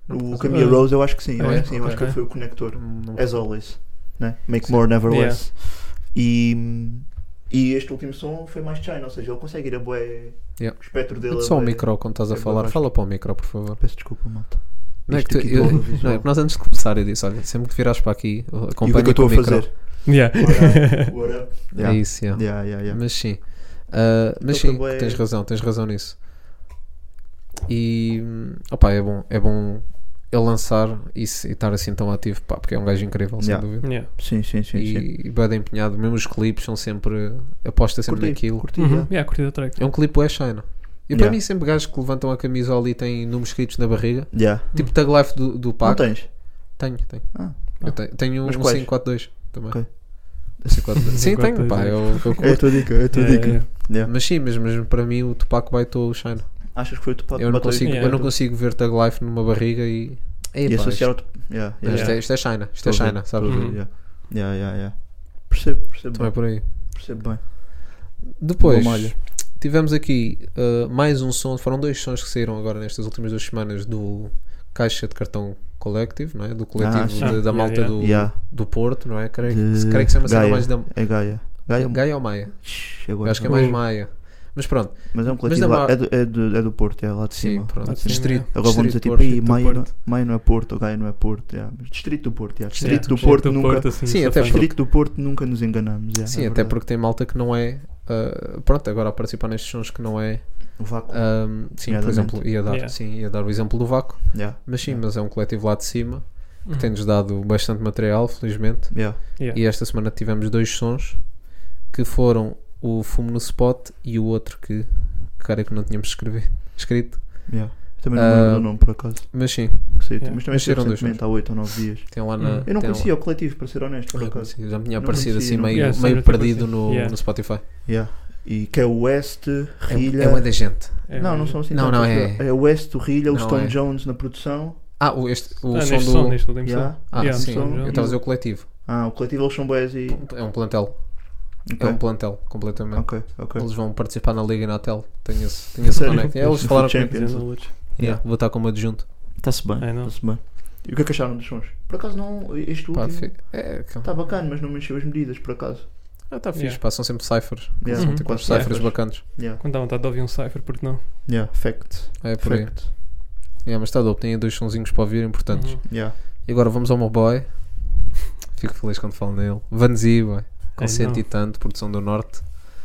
Speaker 6: O
Speaker 8: Não,
Speaker 6: com a Mia
Speaker 7: Ah.
Speaker 6: Rose, eu acho que sim, eu
Speaker 8: É?
Speaker 6: acho que sim, eu acho que
Speaker 7: Ok.
Speaker 6: ele foi o conector.
Speaker 8: não-
Speaker 6: As always, né? Make
Speaker 8: Sim.
Speaker 6: more, never
Speaker 7: Yeah.
Speaker 6: less. E, e este último som foi mais China, ou seja, ele consegue ir a bué.
Speaker 8: Yeah.
Speaker 6: O espectro dele.
Speaker 8: Mete
Speaker 6: é
Speaker 8: Só o
Speaker 6: bué-
Speaker 8: micro quando estás a
Speaker 6: é bué
Speaker 8: falar.
Speaker 6: baixo.
Speaker 8: Fala para o micro, por favor.
Speaker 6: Peço desculpa, malta.
Speaker 8: Não é, que
Speaker 6: Isto
Speaker 8: tu,
Speaker 6: aqui
Speaker 8: eu-
Speaker 6: do audiovisual.
Speaker 8: não, é que nós antes de começar eu disse, olha, sempre que virares para aqui,
Speaker 6: E o que é
Speaker 8: acompanha
Speaker 6: que eu estou a
Speaker 8: com o micro.
Speaker 6: fazer?
Speaker 7: Yeah.
Speaker 6: What up? What up?
Speaker 8: É isso, yeah.
Speaker 6: Yeah, yeah, yeah.
Speaker 8: Mas sim, Ah, mas
Speaker 6: Então
Speaker 8: sim,
Speaker 6: também-
Speaker 8: tens razão, tens razão nisso. E opa, é bom, é bom ele lançar isso e estar assim tão ativo, pá, porque é um gajo incrível, sem
Speaker 6: Yeah.
Speaker 8: dúvida.
Speaker 7: Yeah.
Speaker 6: Sim, sim, sim. sim.
Speaker 8: E, e bem empenhado, mesmo os clipes são sempre aposta sempre
Speaker 6: Curti,
Speaker 8: naquilo.
Speaker 6: curti,
Speaker 7: Uhum.
Speaker 6: yeah.
Speaker 7: Yeah, curti o track.
Speaker 8: É um clipe é China. E para
Speaker 6: Yeah.
Speaker 8: mim sempre gajos que levantam a camisola e têm números escritos na barriga,
Speaker 6: Yeah.
Speaker 8: tipo Tag Life do, do
Speaker 6: Hum. Não
Speaker 8: Pac.
Speaker 6: tens?
Speaker 8: Tenho, tenho.
Speaker 6: Ah.
Speaker 8: Eu tenho, tenho um
Speaker 6: Mas quais?
Speaker 8: 542 também.
Speaker 6: Ok.
Speaker 8: Um 542. Sim, tenho, pá, é o que eu
Speaker 6: É a
Speaker 8: curto.
Speaker 6: tua dica, é a tua
Speaker 7: Yeah,
Speaker 6: dica.
Speaker 7: yeah.
Speaker 6: Yeah.
Speaker 8: Mas sim, mas mesmo para mim o Tupac baitou o China.
Speaker 6: Achas que foi o Tupac que
Speaker 8: Eu não,
Speaker 6: bateu
Speaker 8: consigo,
Speaker 6: isso?
Speaker 7: Yeah.
Speaker 8: eu não consigo ver Tag Life numa barriga e. Ei,
Speaker 6: E
Speaker 8: pá, isto,
Speaker 6: associar ao Tupac. Yeah,
Speaker 8: mas
Speaker 6: yeah.
Speaker 8: isto é, isto é China, isto é
Speaker 6: Estou a
Speaker 8: China,
Speaker 6: ver,
Speaker 8: sabes?
Speaker 6: estou a ver,
Speaker 7: Uhum.
Speaker 6: yeah. Yeah, yeah, yeah. Percebo, percebo
Speaker 8: Também é
Speaker 6: bem,
Speaker 8: por aí.
Speaker 6: percebo bem.
Speaker 8: Depois,
Speaker 6: Boa malha.
Speaker 8: tivemos aqui uh, mais um som, foram dois sons que saíram agora nestas últimas duas semanas do Caixa de Cartão Collective, não é? Do coletivo
Speaker 6: Ah,
Speaker 8: de-
Speaker 6: sim.
Speaker 8: da
Speaker 7: Ah,
Speaker 8: malta
Speaker 7: yeah,
Speaker 8: Do,
Speaker 6: Yeah,
Speaker 8: do Porto, não é? Creio,
Speaker 6: De
Speaker 8: creio que se chama cena
Speaker 6: Gaia.
Speaker 8: mais da.
Speaker 6: é Gaia. Gaia, é um-
Speaker 8: Gaia ou Maia?
Speaker 6: Shhh, eu
Speaker 8: Eu acho que é
Speaker 6: não.
Speaker 8: mais Maia. Mas pronto.
Speaker 6: Mas é um coletivo
Speaker 8: da
Speaker 6: lá,
Speaker 8: Mar-
Speaker 6: é, do, é, do, é do Porto, é lá de
Speaker 8: Sim,
Speaker 6: cima.
Speaker 8: pronto.
Speaker 7: lá de cima,
Speaker 8: distrito,
Speaker 7: é.
Speaker 6: Agora vamos dizer
Speaker 8: distrito
Speaker 6: tipo,
Speaker 8: Porto.
Speaker 6: "Ih, Maia não,
Speaker 7: Porto."
Speaker 6: Maia não é Porto, ou Gaia não é Porto. yeah. Mas Distrito do Porto, yeah. Distrito
Speaker 7: Yeah.
Speaker 6: do Porto nunca.
Speaker 7: assim,
Speaker 8: Sim,
Speaker 7: só
Speaker 8: até
Speaker 7: faz-
Speaker 8: porque-
Speaker 6: Distrito do Porto nunca nos enganamos. yeah,
Speaker 8: Sim,
Speaker 6: é
Speaker 8: até
Speaker 6: verdade.
Speaker 8: porque tem malta que não é. ah, pronto, agora a participar nestes sons que não é.
Speaker 6: O vácuo.
Speaker 8: ah, sim, por
Speaker 6: Nomeadamente.
Speaker 8: exemplo, ia dar,
Speaker 7: Yeah.
Speaker 8: sim, ia dar o exemplo do Vácuo.
Speaker 6: yeah,
Speaker 8: Mas sim,
Speaker 6: Yeah.
Speaker 8: mas é um coletivo lá de cima que
Speaker 7: Uhum.
Speaker 8: tem-nos dado bastante material, felizmente.
Speaker 6: yeah.
Speaker 7: Yeah.
Speaker 8: E esta semana tivemos dois sons que foram o Fumo no Spot e o outro que. Cara, que não tínhamos escrever, escrito.
Speaker 6: Yeah. Também não me lembro
Speaker 8: Ah,
Speaker 6: do nome por acaso.
Speaker 8: Mas sim,
Speaker 6: que saiu,
Speaker 7: yeah.
Speaker 6: Mas também saiu
Speaker 8: Nasceram dois
Speaker 6: recentemente há 8 ou 9 dias.
Speaker 8: tem lá
Speaker 7: Uhum.
Speaker 8: na.
Speaker 6: Eu não
Speaker 8: tem lá-
Speaker 6: conhecia o coletivo, para ser honesto, por
Speaker 8: Eu
Speaker 6: acaso.
Speaker 8: conhecia, já me tinha
Speaker 6: Não
Speaker 8: aparecido
Speaker 6: conhecia,
Speaker 8: assim
Speaker 6: não-
Speaker 8: meio,
Speaker 7: Yeah, sim,
Speaker 8: meio
Speaker 7: não tinha
Speaker 8: perdido
Speaker 7: aparecido.
Speaker 8: no,
Speaker 7: Yeah.
Speaker 8: no Spotify.
Speaker 6: Yeah. E que é o West,
Speaker 8: É,
Speaker 6: Rilha.
Speaker 8: é uma da gente.
Speaker 7: É,
Speaker 6: Não, não são assim.
Speaker 8: Não,
Speaker 6: tantas
Speaker 8: não, é-
Speaker 6: pessoas. É o West, o Rilha, o
Speaker 8: Não,
Speaker 6: Stone
Speaker 8: é.
Speaker 6: Jones na produção.
Speaker 8: Ah, o, este, o
Speaker 7: Ah,
Speaker 8: som
Speaker 7: neste
Speaker 8: do.
Speaker 7: som, neste último
Speaker 6: Yeah.
Speaker 7: som.
Speaker 8: Ah,
Speaker 7: Yeah,
Speaker 8: sim.
Speaker 7: som,
Speaker 8: Eu
Speaker 7: já.
Speaker 8: estava a dizer o coletivo.
Speaker 6: Ah, o coletivo eles são boés e.
Speaker 8: É um plantel.
Speaker 6: Ok,
Speaker 8: É um plantel, completamente.
Speaker 6: ok, ok.
Speaker 8: Eles vão participar na Liga Natal. Tenho esse, tenho esse
Speaker 6: Sério?
Speaker 8: connect. É, Eles
Speaker 6: Futebol
Speaker 8: falaram.
Speaker 6: Champions.
Speaker 7: Dizendo a Lutz.
Speaker 8: Yeah, Vou estar como adjunto.
Speaker 6: Está-se bem,
Speaker 7: É, não.
Speaker 6: está-se bem. E o que é que acharam dos sons? Por acaso não, este
Speaker 8: Pá,
Speaker 6: último
Speaker 8: fi- é, calma.
Speaker 6: está bacana, mas não me encheu as medidas, por acaso.
Speaker 8: Ah, tá fixe,
Speaker 7: Yeah.
Speaker 8: pá, são sempre ciphers.
Speaker 6: Yeah,
Speaker 7: Uhum.
Speaker 6: tem quatro
Speaker 8: Ciphers
Speaker 6: cifras.
Speaker 8: bacanas.
Speaker 6: Yeah,
Speaker 7: Quando dá vontade de ouvir um cipher, porque não?
Speaker 6: yeah, fact.
Speaker 8: É por aí.
Speaker 6: Fact.
Speaker 8: Yeah, mas está dope, têm dois sonzinhos para ouvir importantes.
Speaker 7: Uhum.
Speaker 6: Yeah.
Speaker 8: E agora vamos ao meu boy. Fico feliz quando falo nele. Van Zee, boy. Com
Speaker 7: Ai,
Speaker 8: cento e
Speaker 7: não.
Speaker 8: tanto, produção do Norte.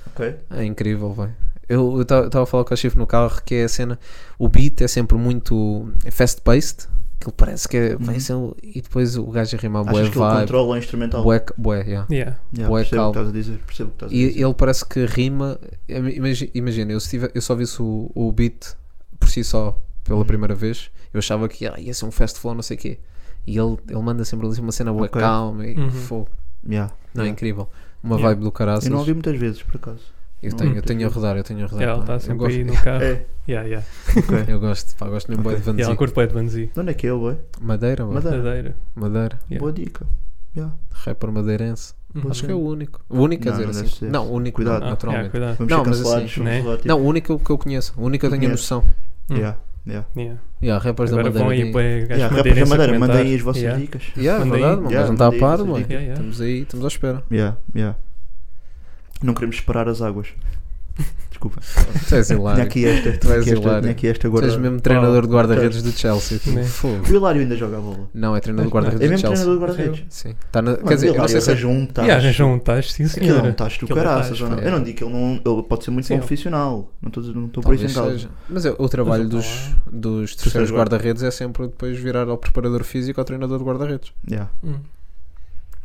Speaker 6: Ok.
Speaker 8: É incrível, boy. Eu estava a falar com a Chifre no carro que é a cena. O beat é sempre muito fast-paced. Que parece que é. vai ser um- e depois o gajo a rimar bué
Speaker 6: Uhum. Achas que ele
Speaker 8: vibe.
Speaker 6: controla o instrumental?
Speaker 8: Bué, bué, yeah.
Speaker 7: Yeah.
Speaker 6: Yeah,
Speaker 8: bué
Speaker 6: percebo o que
Speaker 8: calmo.
Speaker 6: estás a dizer, percebo o que estás a
Speaker 8: E
Speaker 6: dizer.
Speaker 8: ele parece que rima. é, imagi- Imagina, eu, se tive- eu só visse o, o beat por si só pela
Speaker 6: Uhum.
Speaker 8: primeira vez, eu achava que ah, ia ser um fast flow, não sei o quê. E ele, ele manda sempre ali uma cena bué
Speaker 6: Ok.
Speaker 8: calma e
Speaker 7: Uhum.
Speaker 8: fogo.
Speaker 6: Yeah,
Speaker 8: Não, é
Speaker 6: yeah.
Speaker 8: incrível. Uma
Speaker 7: Yeah.
Speaker 8: vibe do caraças.
Speaker 6: Eu não ouvi tipo. muitas vezes, por acaso.
Speaker 8: Eu
Speaker 6: não
Speaker 8: tenho,
Speaker 6: ouvi
Speaker 8: eu tenho a
Speaker 6: muitas
Speaker 8: rodar, eu tenho a rodar.
Speaker 7: Yeah, Ela
Speaker 8: pá.
Speaker 7: está
Speaker 8: eu
Speaker 7: sempre
Speaker 8: gosto,
Speaker 7: aí no carro.
Speaker 6: É,
Speaker 7: Yeah, yeah.
Speaker 6: ok.
Speaker 8: Eu gosto, pá, gosto mesmo bué de
Speaker 7: E ela
Speaker 8: Vanzi.
Speaker 7: curte bué de Banzi.
Speaker 6: De onde é que é, ué?
Speaker 8: Madeira, bué.
Speaker 6: Madeira.
Speaker 7: Madeira.
Speaker 8: Madeira.
Speaker 7: Yeah.
Speaker 6: Boa dica.
Speaker 8: Rapper madeirense.
Speaker 7: Uhum.
Speaker 8: Acho que é o único. O único, quer
Speaker 6: Não,
Speaker 8: dizer
Speaker 6: não
Speaker 8: assim.
Speaker 6: deve ser.
Speaker 8: Não, o único,
Speaker 6: Cuidado.
Speaker 7: Ah, yeah,
Speaker 8: naturalmente.
Speaker 7: cuidado.
Speaker 6: Vamos
Speaker 8: Não,
Speaker 6: ser
Speaker 8: mas assim,
Speaker 6: cancelados, vamos
Speaker 7: né? Hum.
Speaker 6: falar, tipo,
Speaker 8: Não, o único que eu conheço. O único que eu tenho
Speaker 6: Conheces.
Speaker 8: noção.
Speaker 6: Yeah, yeah.
Speaker 7: Yeah.
Speaker 8: Yeah, rappers
Speaker 7: Agora
Speaker 8: da Madeira.
Speaker 7: vão aí,
Speaker 8: têm-
Speaker 7: bué, gajos
Speaker 6: Yeah, rappers da
Speaker 7: madeirenses a
Speaker 6: Madeira,
Speaker 7: comentar.
Speaker 6: mandem aí as vossas
Speaker 7: Yeah.
Speaker 6: dicas.
Speaker 8: Yeah, é
Speaker 7: Manda aí.
Speaker 8: verdade, mano.
Speaker 6: Yeah,
Speaker 8: mas não está a
Speaker 6: manda aí,
Speaker 8: par,
Speaker 6: manda
Speaker 8: mano.
Speaker 6: aí.
Speaker 7: Yeah, yeah.
Speaker 8: Estamos aí, estamos à espera.
Speaker 6: Yeah, yeah. Não queremos separar as águas. Desculpa.
Speaker 8: Tu és
Speaker 6: Tinha
Speaker 8: hilário.
Speaker 6: aqui esta.
Speaker 8: Tu és
Speaker 6: tinha esta,
Speaker 8: hilário.
Speaker 6: tinha aqui esta
Speaker 8: Tu
Speaker 6: agora.
Speaker 8: és mesmo treinador de guarda-redes do Chelsea. tipo,
Speaker 7: Né?
Speaker 8: Oh, fogo.
Speaker 6: O Hilário ainda joga a bola.
Speaker 8: Não, é treinador de guarda-redes
Speaker 6: É
Speaker 8: do
Speaker 6: mesmo
Speaker 8: Chelsea.
Speaker 6: treinador de guarda-redes.
Speaker 8: Sim. Tá na,
Speaker 6: Mano,
Speaker 8: quer dizer,
Speaker 6: o
Speaker 8: eu não
Speaker 6: Hilário
Speaker 8: sei se é-
Speaker 6: arranjou um tacho.
Speaker 7: E arranjou um tacho, sim
Speaker 6: Aquilo é um
Speaker 7: senhora.
Speaker 6: tacho do
Speaker 7: Aquilo é um
Speaker 6: caraças.
Speaker 7: tacho,
Speaker 6: ou não?
Speaker 8: pá.
Speaker 6: Eu não digo que ele, não, ele pode ser muito
Speaker 7: Sim.
Speaker 6: bom profissional. Não estou não estou por
Speaker 8: talvez
Speaker 6: isso em causa.
Speaker 8: seja. Mas é- o trabalho
Speaker 7: Mas eu
Speaker 8: dos,
Speaker 7: tava
Speaker 8: dos
Speaker 6: Terceiros
Speaker 8: terceiros guarda-redes é sempre depois virar ao preparador físico ou ao treinador de guarda-redes.
Speaker 6: Yeah.
Speaker 7: Hum.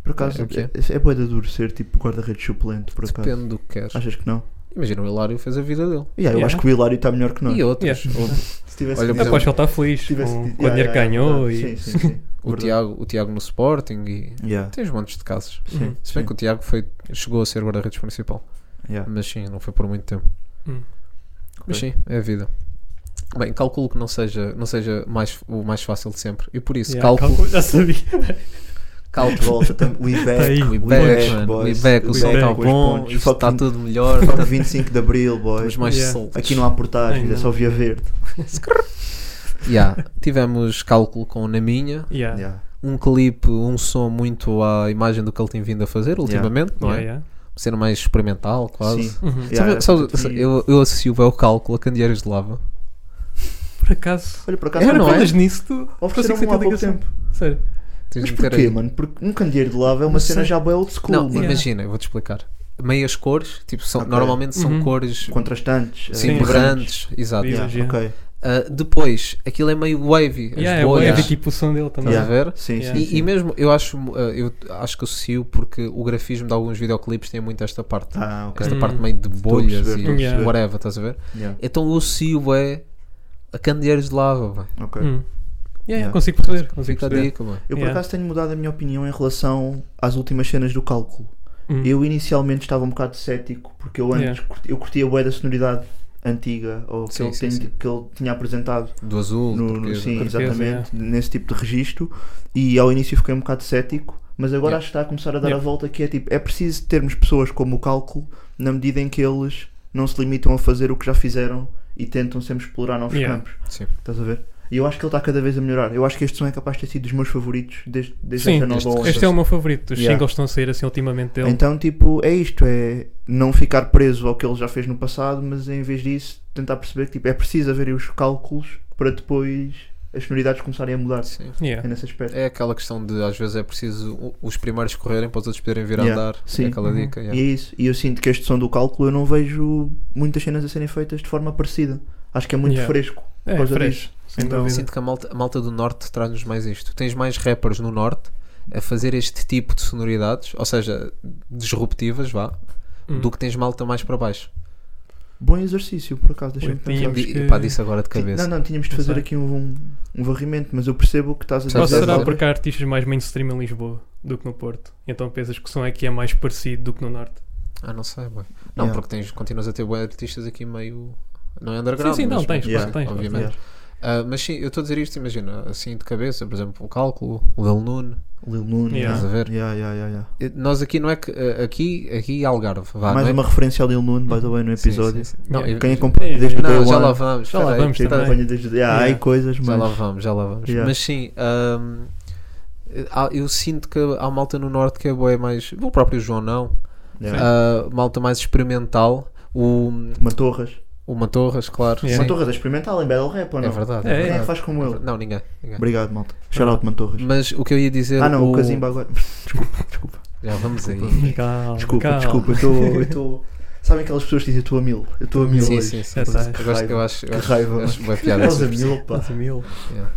Speaker 6: Por acaso,
Speaker 8: É o que é.
Speaker 6: é, é boa de duro ser tipo guarda-redes suplente, por acaso.
Speaker 8: Depende do que queres.
Speaker 6: Achas que não?
Speaker 8: Imagina, o Hilário fez a vida dele.
Speaker 6: Yeah, eu
Speaker 7: Yeah.
Speaker 6: acho que o Hilário está melhor que nós.
Speaker 8: E outros.
Speaker 7: Yeah.
Speaker 8: O,
Speaker 6: Se
Speaker 8: Olha,
Speaker 6: tivesse que
Speaker 8: por
Speaker 6: dizer-
Speaker 8: exemplo,
Speaker 7: Após ele está feliz
Speaker 6: se tivesse
Speaker 7: com,
Speaker 6: que-
Speaker 7: com o
Speaker 6: Yeah,
Speaker 7: dinheiro que
Speaker 6: yeah,
Speaker 7: ganhou
Speaker 6: yeah, tá.
Speaker 7: e.
Speaker 6: Sim, sim, sim.
Speaker 8: o,
Speaker 6: Verdade.
Speaker 8: Tiago, o Tiago no Sporting e.
Speaker 6: Yeah.
Speaker 8: Tens montes de casos.
Speaker 6: Sim,
Speaker 8: Se bem
Speaker 6: sim.
Speaker 8: que o Tiago foi, chegou a ser guarda-redes principal.
Speaker 6: Yeah.
Speaker 8: Mas sim, não foi por muito tempo.
Speaker 7: Hum.
Speaker 8: Mas
Speaker 6: Ok.
Speaker 8: sim, é a vida. Bem, calculo que não seja, não seja mais, o mais fácil de sempre. E por isso,
Speaker 7: Yeah,
Speaker 8: calculo.
Speaker 7: calculo- Já sabia.
Speaker 8: Calculo.
Speaker 6: Volta, tam- we
Speaker 7: Tá aí.
Speaker 6: back,
Speaker 8: We
Speaker 6: we
Speaker 8: back,
Speaker 6: back,
Speaker 8: mano. We
Speaker 6: boys.
Speaker 8: back, o
Speaker 7: We
Speaker 8: sol
Speaker 7: back,
Speaker 8: está
Speaker 6: os
Speaker 8: bom,
Speaker 6: pontos.
Speaker 8: isto está
Speaker 6: Fucking-
Speaker 8: tudo melhor.
Speaker 6: Fuck 25 de Abril, boy.
Speaker 8: Estamos mais
Speaker 7: Yeah.
Speaker 8: soltos.
Speaker 6: Aqui não há portagens,
Speaker 7: Ai,
Speaker 6: é só
Speaker 7: não.
Speaker 6: via verde.
Speaker 8: Yeah, Tivemos cálculo com na minha,
Speaker 7: Yeah. Yeah,
Speaker 6: Yeah.
Speaker 8: um clipe, um som muito à imagem do que ele tem vindo a fazer ultimamente, não é?
Speaker 7: yeah.
Speaker 8: Sendo mais experimental, quase.
Speaker 6: Sim.
Speaker 7: Uhum.
Speaker 6: Yeah, é
Speaker 8: Sabe-
Speaker 6: era
Speaker 8: sabe-
Speaker 6: muito
Speaker 8: sabe-
Speaker 6: antigo.
Speaker 8: eu, eu associo bem o cálculo a candeeiros de lava.
Speaker 7: Por acaso.
Speaker 6: Olha, por acaso,
Speaker 8: É,
Speaker 7: Agora
Speaker 8: não
Speaker 7: que
Speaker 8: é?
Speaker 7: falas nisso, tu consigo
Speaker 6: Ofereceram-me
Speaker 7: sentir
Speaker 6: há
Speaker 7: a
Speaker 6: pouco
Speaker 7: ligação.
Speaker 6: tempo.
Speaker 7: Sério.
Speaker 8: Tens
Speaker 6: Mas
Speaker 8: de meter
Speaker 6: porquê,
Speaker 8: aí.
Speaker 6: mano? Porque um candeeiro de lava é uma
Speaker 7: Não
Speaker 6: cena
Speaker 7: sei.
Speaker 6: já bem old school,
Speaker 8: Não,
Speaker 6: mano.
Speaker 7: yeah.
Speaker 8: imagina, eu vou-te explicar. Meias cores, tipo, são,
Speaker 6: Ok.
Speaker 8: normalmente são
Speaker 7: Uhum.
Speaker 8: cores
Speaker 6: Contrastantes, eh,
Speaker 8: sim,
Speaker 6: vibrantes.
Speaker 8: vibrantes, exato.
Speaker 7: Viva.
Speaker 6: Yeah,
Speaker 7: Yeah.
Speaker 6: ok.
Speaker 8: Ah, depois, aquilo é meio wavy, as
Speaker 7: Yeah, é o
Speaker 8: bolhas.
Speaker 7: wave tipo o som dele também.
Speaker 8: Estás a
Speaker 6: Yeah.
Speaker 8: ver?
Speaker 6: Sim,
Speaker 7: Yeah.
Speaker 6: sim,
Speaker 8: E,
Speaker 6: sim.
Speaker 8: e mesmo, eu acho, ah, eu acho que associo porque o grafismo de alguns videoclipes tem muito esta parte.
Speaker 6: Ah, ok.
Speaker 8: Esta
Speaker 7: Hum.
Speaker 8: parte meio de bolhas
Speaker 6: perceber,
Speaker 8: e
Speaker 7: estou a perceber.
Speaker 8: whatever, estás a ver?
Speaker 6: Yeah,
Speaker 8: Então eu associo é a candeeiros de lava, véi.
Speaker 6: ok.
Speaker 7: Hum. Yeah,
Speaker 6: Yeah.
Speaker 7: Consigo perceber. Consigo
Speaker 8: Fica a
Speaker 7: perceber.
Speaker 8: dica, véi.
Speaker 6: Eu, por
Speaker 7: Yeah.
Speaker 6: acaso, tenho mudado a minha opinião em relação às últimas cenas do cálculo.
Speaker 7: Hum.
Speaker 6: Eu inicialmente estava um bocado cético porque eu antes
Speaker 7: Yeah.
Speaker 6: curti- eu curtia bué da sonoridade antiga ou que,
Speaker 8: Sim,
Speaker 6: ele
Speaker 8: sim,
Speaker 6: tem-
Speaker 8: sim.
Speaker 6: que ele tinha apresentado
Speaker 8: Do azul,
Speaker 6: no,
Speaker 8: do
Speaker 6: no-
Speaker 8: turquesa.
Speaker 6: sim,
Speaker 7: turquesa,
Speaker 6: exatamente, nesse tipo de registro e ao início fiquei um bocado cético, mas agora
Speaker 8: Yeah.
Speaker 6: acho que está a começar a dar
Speaker 7: Yeah.
Speaker 6: a volta que é tipo, é preciso termos pessoas como o cálculo na medida em que eles não se limitam a fazer o que já fizeram e tentam sempre explorar novos
Speaker 7: Yeah.
Speaker 6: campos.
Speaker 8: Sim.
Speaker 6: Estás a ver? E eu acho que ele está cada vez a melhorar. Eu acho que este som é capaz de ter sido dos meus favoritos desde, desde
Speaker 7: Sim,
Speaker 6: esta nova
Speaker 8: este-
Speaker 6: onda.
Speaker 7: Este é o meu favorito. Os
Speaker 6: Yeah.
Speaker 7: singles estão a sair assim ultimamente dele.
Speaker 6: Então, tipo, é isto, é não ficar preso ao que ele já fez no passado, mas em vez disso tentar perceber que tipo, é preciso haver aí os cálculos para depois as sonoridades começarem a mudar.
Speaker 8: Sim.
Speaker 6: É
Speaker 7: Yeah.
Speaker 6: nesse aspecto.
Speaker 8: É aquela questão de às vezes é preciso o- os primeiros correrem para os outros poderem vir a
Speaker 6: Yeah,
Speaker 8: andar.
Speaker 6: sim.
Speaker 8: É aquela
Speaker 7: Uhum.
Speaker 8: dica. yeah.
Speaker 6: E é isso. E eu sinto que este som do cálculo eu não vejo muitas cenas a serem feitas de forma parecida. Acho que é muito
Speaker 7: Yeah.
Speaker 6: fresco.
Speaker 7: É,
Speaker 6: causa
Speaker 7: fresh. Sem
Speaker 6: Então,
Speaker 7: dúvida.
Speaker 8: Sinto que a malta, a malta do Norte traz-nos mais isto. Tens mais rappers no Norte a fazer este tipo de sonoridades, ou seja, disruptivas, vá,
Speaker 7: Hum.
Speaker 8: do que tens malta mais para baixo.
Speaker 6: Bom exercício, por acaso, deixa-me
Speaker 7: Oi,
Speaker 6: pensar.
Speaker 7: Sabes
Speaker 8: Di-
Speaker 7: que-
Speaker 8: Pá, disse agora de
Speaker 6: Ti-
Speaker 8: cabeça.
Speaker 6: Não, não, tínhamos de
Speaker 7: Não
Speaker 6: fazer
Speaker 7: sei.
Speaker 6: aqui um, um varrimento, mas eu percebo o que estás a dizer.
Speaker 7: Ou
Speaker 8: Sabes-
Speaker 7: será
Speaker 8: Sabes-
Speaker 7: porque há artistas mais mainstream em Lisboa do que no Porto? Então pensas que o som aqui é mais parecido do que no Norte?
Speaker 8: Ah, não sei, boy. Não,
Speaker 6: Yeah.
Speaker 8: porque tens, continuas a ter bué artistas aqui meio. Não é underground.
Speaker 7: Sim, sim, não,
Speaker 8: mas,
Speaker 7: tens,
Speaker 8: sim,
Speaker 6: claro,
Speaker 7: tens,
Speaker 8: obviamente.
Speaker 6: Yeah.
Speaker 8: Ah, mas sim, eu estou a dizer isto, imagina, assim de cabeça, por exemplo, o cálculo, o Del Nuno.
Speaker 6: Lil Nuno,
Speaker 7: Yeah.
Speaker 8: Estás a ver?
Speaker 6: yeah, yeah, yeah, yeah.
Speaker 8: Eh, Nós aqui não é que. eh, Aqui, aqui é Algarve. Vá,
Speaker 6: Mais
Speaker 8: não é?
Speaker 6: uma referência ao Lil Nuno, by the way, no
Speaker 8: Sim,
Speaker 6: episódio.
Speaker 8: sim, sim. Não,
Speaker 7: Yeah.
Speaker 8: eu-
Speaker 6: Quem acompanha desde o
Speaker 7: Não,
Speaker 6: Day One,
Speaker 8: já lá vamos.
Speaker 7: Já
Speaker 8: espera aí.
Speaker 7: lá
Speaker 8: tá
Speaker 7: vamos
Speaker 6: quem
Speaker 7: também.
Speaker 6: acompanha desde... yeah,
Speaker 7: Yeah.
Speaker 6: Há aí coisas,
Speaker 8: Já lá
Speaker 6: mas...
Speaker 8: vamos, já lá vamos.
Speaker 6: Yeah.
Speaker 8: Mas sim, hum, há- eu sinto que há malta no norte que é boa mais. O próprio João não.
Speaker 6: Yeah.
Speaker 8: Ah, malta mais experimental. O,
Speaker 6: Uma Torres.
Speaker 8: o Matorras, claro.
Speaker 7: Yeah.
Speaker 8: sim.
Speaker 6: Uma Torres é experimental em Battle Rap, ou não?
Speaker 8: É verdade.
Speaker 7: É, é.
Speaker 6: Quem é que
Speaker 8: verdade.
Speaker 6: faz como ele?
Speaker 8: Não, ninguém. ninguém.
Speaker 6: Obrigado, malta. Shout out, Mantorras.
Speaker 8: Mas o que eu ia dizer.
Speaker 6: Ah, não, o
Speaker 8: o-
Speaker 6: Casimba agora. Desculpa, desculpa.
Speaker 8: Já vamos aí.
Speaker 7: Calma,
Speaker 6: Desculpa,
Speaker 7: calma.
Speaker 6: desculpa. Eu estou. Eu tô... Sabem aquelas pessoas que dizem eu estou a mil? Eu estou a mil
Speaker 8: Sim,
Speaker 6: hoje.
Speaker 8: sim, sim.
Speaker 7: Já tá.
Speaker 8: Eu gosto- eu acho.
Speaker 6: Que
Speaker 8: Eu acho,
Speaker 6: raiva.
Speaker 8: eu
Speaker 6: mano.
Speaker 8: acho boa piada
Speaker 6: Eles
Speaker 8: essa
Speaker 6: a mil, pá.
Speaker 7: Quatro mil.
Speaker 8: Yeah.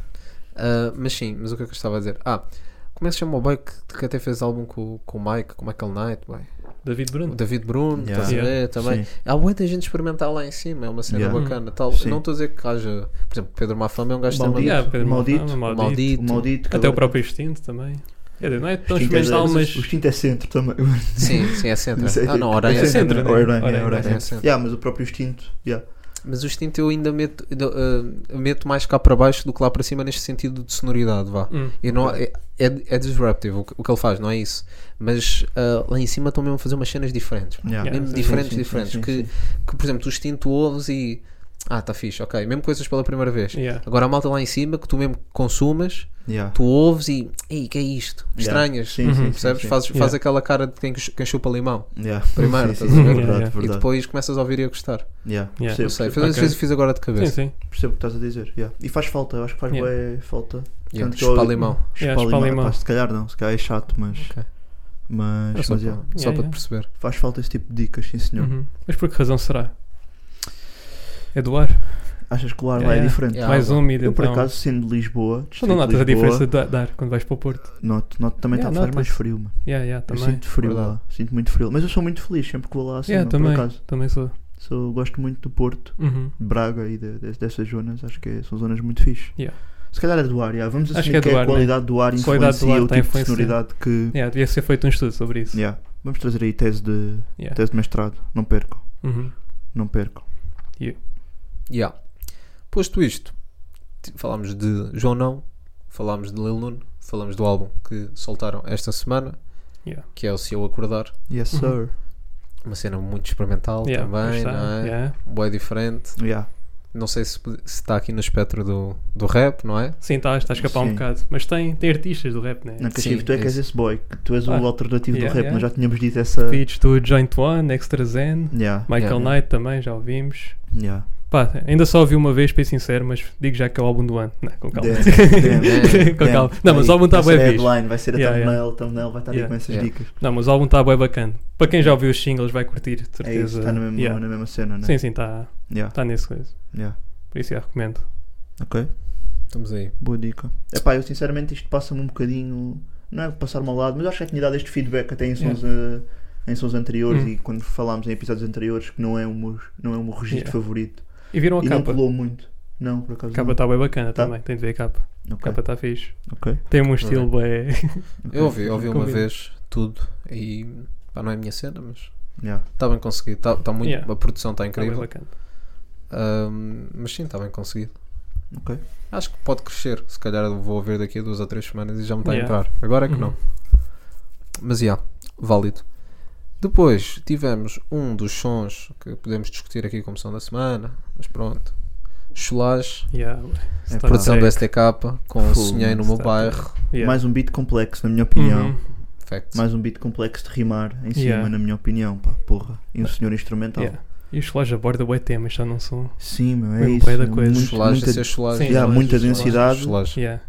Speaker 8: Ah, mas sim, mas o que é que eu estava a dizer? Ah, como é que se chama o boy que, que até fez álbum com, com o Mike, com o Michael Knight, boy?
Speaker 7: David
Speaker 8: O
Speaker 7: Bruno.
Speaker 8: David Bruno,
Speaker 6: Yeah.
Speaker 8: estás a ver,
Speaker 6: Sim.
Speaker 8: também. Há muita gente experimentar lá em cima, é uma cena
Speaker 6: Yeah. Hum.
Speaker 8: bacana. Tal.
Speaker 6: Sim.
Speaker 8: Não estou a dizer que haja. Por exemplo, Pedro Mafama é um gajo
Speaker 6: Maldito.
Speaker 8: também.
Speaker 7: Yeah, Pedro
Speaker 6: Maldito,
Speaker 7: Mafama,
Speaker 8: O
Speaker 7: Maldito.
Speaker 8: Maldito.
Speaker 6: O maldito. que
Speaker 7: Até o
Speaker 6: agora-
Speaker 7: próprio Extinto também. Quer dizer, não é tão
Speaker 6: Os Tintas-
Speaker 7: experimental, mas.
Speaker 6: Os Tinta é centro também.
Speaker 8: Sim, sim, é centro.
Speaker 6: Não sei.
Speaker 8: Ah, não, Oranha
Speaker 7: É
Speaker 8: é centro.
Speaker 7: centro, né?
Speaker 6: Ou Oranha,
Speaker 7: Oranha,
Speaker 6: é Oranha.
Speaker 8: é centro.
Speaker 6: Yeah, mas o próprio instinto. Yeah.
Speaker 8: Mas o instinto eu ainda meto, eh, meto mais cá para baixo do que lá para cima neste sentido de sonoridade, vá.
Speaker 7: Hum.
Speaker 8: E não, é, é, é disruptive o que, o que ele faz, não é isso. Mas ah, lá em cima estão mesmo a fazer umas cenas diferentes.
Speaker 6: Yeah.
Speaker 8: mesmo
Speaker 7: sim,
Speaker 8: diferentes,
Speaker 6: sim, sim,
Speaker 8: diferentes.
Speaker 6: sim,
Speaker 8: que,
Speaker 6: sim.
Speaker 8: que, por exemplo, tu instinto ouves e. Ah, está fixe, ok. Mesmo coisas pela primeira vez.
Speaker 7: Yeah.
Speaker 8: Agora a malta lá em cima que tu mesmo consumas,
Speaker 6: Yeah.
Speaker 8: tu ouves e. Ei, que é isto?
Speaker 6: Yeah.
Speaker 8: Estranhas.
Speaker 6: Sim, sim, sim,
Speaker 8: Percebes?
Speaker 6: sim.
Speaker 8: Faz, faz
Speaker 7: Yeah.
Speaker 8: aquela cara de quem, quem chupa limão.
Speaker 6: Yeah.
Speaker 8: Primeiro,
Speaker 6: Sim, sim,
Speaker 8: estás
Speaker 6: sim, É
Speaker 8: a
Speaker 7: ver?
Speaker 6: verdade,
Speaker 8: E
Speaker 6: verdade.
Speaker 8: depois começas a ouvir e a gostar.
Speaker 6: Yeah,
Speaker 7: Yeah.
Speaker 8: Não
Speaker 6: Percebo,
Speaker 8: sei,
Speaker 6: percebo,
Speaker 8: foi um
Speaker 7: Ok.
Speaker 8: exercício que fiz agora de
Speaker 7: Sim,
Speaker 8: cabeça.
Speaker 7: sim.
Speaker 6: percebo o que estás a dizer. Yeah. E faz falta, eu acho que faz
Speaker 7: Yeah.
Speaker 6: bué falta.
Speaker 8: Yeah.
Speaker 6: Tanto que eu-
Speaker 8: Chupa limão.
Speaker 7: Yeah,
Speaker 6: Chupar limão,
Speaker 7: limão.
Speaker 6: pá, se calhar não, se calhar é chato, mas.
Speaker 8: Ok. Era
Speaker 6: Mas,
Speaker 8: só
Speaker 6: mas
Speaker 8: para, só
Speaker 6: yeah,
Speaker 7: Yeah,
Speaker 8: para te
Speaker 7: yeah.
Speaker 8: perceber.
Speaker 6: faz falta esse tipo de dicas, sim senhor.
Speaker 7: Uhum. Mas por que razão será? É do ar?
Speaker 6: Achas que o ar
Speaker 7: Yeah,
Speaker 6: lá é
Speaker 7: yeah.
Speaker 6: diferente?
Speaker 8: Yeah.
Speaker 7: Mais
Speaker 8: água.
Speaker 7: um mídia.
Speaker 6: Eu, por
Speaker 7: então.
Speaker 6: acaso, sendo de Lisboa,
Speaker 7: Tu não
Speaker 6: distrito de
Speaker 7: notas a
Speaker 6: Lisboa,
Speaker 7: diferença de dar quando vais para o Porto.
Speaker 6: Noto, noto também
Speaker 7: Yeah,
Speaker 6: tá- faz mais
Speaker 7: nota-se.
Speaker 6: frio, mano.
Speaker 7: Yeah, yeah,
Speaker 6: Eu
Speaker 7: também.
Speaker 6: sinto frio
Speaker 8: Verdade.
Speaker 6: lá, sinto muito frio. Mas eu sou muito feliz sempre que vou lá assim,
Speaker 7: Yeah,
Speaker 6: mano, por
Speaker 7: também.
Speaker 6: acaso.
Speaker 7: Também sou.
Speaker 6: Sou, gosto muito do Porto,
Speaker 7: Uhum.
Speaker 6: de Braga e de- de- dessas zonas, acho que é- são zonas muito fixe.
Speaker 7: Yeah.
Speaker 6: Se calhar é do ar, yeah. vamos
Speaker 7: Acho que
Speaker 6: assumir que,
Speaker 7: é do
Speaker 6: a
Speaker 7: ar, né?
Speaker 6: qualidade do ar influencia
Speaker 7: Qualidade do ar
Speaker 6: o
Speaker 7: tá
Speaker 6: tipo de
Speaker 7: influenciando.
Speaker 6: sonoridade que...
Speaker 7: Yeah, devia ser feito um estudo sobre isso.
Speaker 6: Yeah. Vamos trazer aí tese de,
Speaker 7: Yeah.
Speaker 6: tese de mestrado, não percam,
Speaker 7: Uhum.
Speaker 6: não percam.
Speaker 8: Yeah. Posto isto, ti- falámos de João Não, falámos de Lil Nuno, falámos do álbum que soltaram esta semana,
Speaker 7: Yeah.
Speaker 8: que é o Seu Acordar,
Speaker 6: Yes
Speaker 7: Uhum.
Speaker 6: sir.
Speaker 8: uma cena muito experimental
Speaker 7: Yeah,
Speaker 8: também,
Speaker 7: está.
Speaker 8: não é?
Speaker 7: Yeah.
Speaker 8: Boa diferente.
Speaker 6: Yeah.
Speaker 8: Não sei se se está aqui no espectro do, do rap, não é?
Speaker 7: Sim, está está a escapar um
Speaker 6: Sim.
Speaker 7: bocado. Mas tem, tem artistas do rap, né?
Speaker 6: Não, Cachimbo,
Speaker 8: Sim,
Speaker 6: tu é que és
Speaker 8: isso.
Speaker 6: esse boy, que tu és o
Speaker 7: Ah.
Speaker 6: alternativo
Speaker 7: Yeah,
Speaker 6: do rap,
Speaker 7: yeah.
Speaker 6: nós já tínhamos dito essa...
Speaker 7: Feats do Joint One, Extra Zen,
Speaker 6: Yeah,
Speaker 7: Michael
Speaker 8: Yeah.
Speaker 7: Knight também, já ouvimos.
Speaker 6: yeah.
Speaker 7: Pá, ainda só ouvi uma vez, para ser sincero, mas digo já que é o álbum do ano. Não, com calma.
Speaker 6: Damn, damn,
Speaker 7: com
Speaker 6: damn.
Speaker 7: calma. Não, mas o
Speaker 6: Aí,
Speaker 7: álbum está
Speaker 6: vai
Speaker 7: bem
Speaker 6: ser a
Speaker 7: fixe.
Speaker 6: headline, vai ser a
Speaker 7: Yeah,
Speaker 6: thumbnail, thumbnail vai estar aí
Speaker 7: Yeah.
Speaker 6: com essas
Speaker 8: Yeah.
Speaker 6: dicas.
Speaker 7: Não, mas o álbum está bem bacana. Para quem já ouviu os singles vai curtir, de
Speaker 6: É isso,
Speaker 7: certeza.
Speaker 6: está na, mesma-
Speaker 7: Yeah.
Speaker 6: na mesma cena, né?
Speaker 7: Sim, sim, está
Speaker 6: Yeah,
Speaker 7: tá nesse coisa.
Speaker 6: yeah.
Speaker 7: Por isso eu recomendo.
Speaker 6: Ok,
Speaker 8: Estamos aí.
Speaker 6: boa dica. Epá, eu sinceramente isto passa-me um bocadinho. Não é passar-me ao lado, mas eu acho que já tinha dado este feedback até em sons, eh, em sons anteriores
Speaker 7: Hum.
Speaker 6: e quando falámos em episódios anteriores que não é o meu, não é o meu registro
Speaker 7: Yeah.
Speaker 6: favorito.
Speaker 7: E viram a
Speaker 6: e não
Speaker 7: capa?
Speaker 6: pulou muito. Não, por acaso.
Speaker 7: A capa está bem bacana
Speaker 6: Tá?
Speaker 7: também, tem de ver a capa. A
Speaker 6: não. Ok,
Speaker 7: capa está fixe.
Speaker 6: ok.
Speaker 7: Tem um estilo bem.
Speaker 6: É,
Speaker 8: Eu ouvi, ouvi uma
Speaker 7: Combina.
Speaker 8: vez tudo e pá, não é a minha cena, mas
Speaker 6: Yeah.
Speaker 8: está Tá bem conseguido. Está, está muito,
Speaker 7: Yeah.
Speaker 8: A produção está
Speaker 7: Está bem
Speaker 8: incrível.
Speaker 7: bacana.
Speaker 8: Ahm, mas sim, está bem conseguido.
Speaker 6: Ok.
Speaker 8: Acho que pode crescer. Se calhar vou ouvir daqui a duas ou três semanas e já me está
Speaker 7: Yeah. Uhum.
Speaker 8: a entrar. Agora é que não. Mas já, válido. Depois tivemos um dos sons que podemos discutir aqui como som da semana, mas pronto. Cholage,
Speaker 7: Yeah, ué.
Speaker 6: É
Speaker 7: Está
Speaker 8: produção
Speaker 7: bem.
Speaker 8: do STK com
Speaker 6: Fogo,
Speaker 8: Sonhei no meu
Speaker 7: Tá está
Speaker 8: bairro.
Speaker 7: Yeah.
Speaker 6: Mais um beat complexo, na minha
Speaker 7: Uhum.
Speaker 6: opinião.
Speaker 8: Facts.
Speaker 6: Mais um beat complexo de rimar em cima,
Speaker 7: Yeah.
Speaker 6: na minha opinião, pá, porra. E um senhor instrumental.
Speaker 7: Yeah. E os Slash aborda bem temas, já não são.
Speaker 6: Sim, meu, é
Speaker 7: Mesmo
Speaker 6: isso.
Speaker 7: bué da
Speaker 6: meu,
Speaker 7: coisa.
Speaker 6: muito-
Speaker 8: Cholage,
Speaker 6: muita-
Speaker 8: esse é Cholage.
Speaker 7: Sim,
Speaker 6: yeah,
Speaker 7: Cholage,
Speaker 6: muita
Speaker 7: Cholage.
Speaker 6: densidade.
Speaker 8: Cholage.
Speaker 7: Yeah.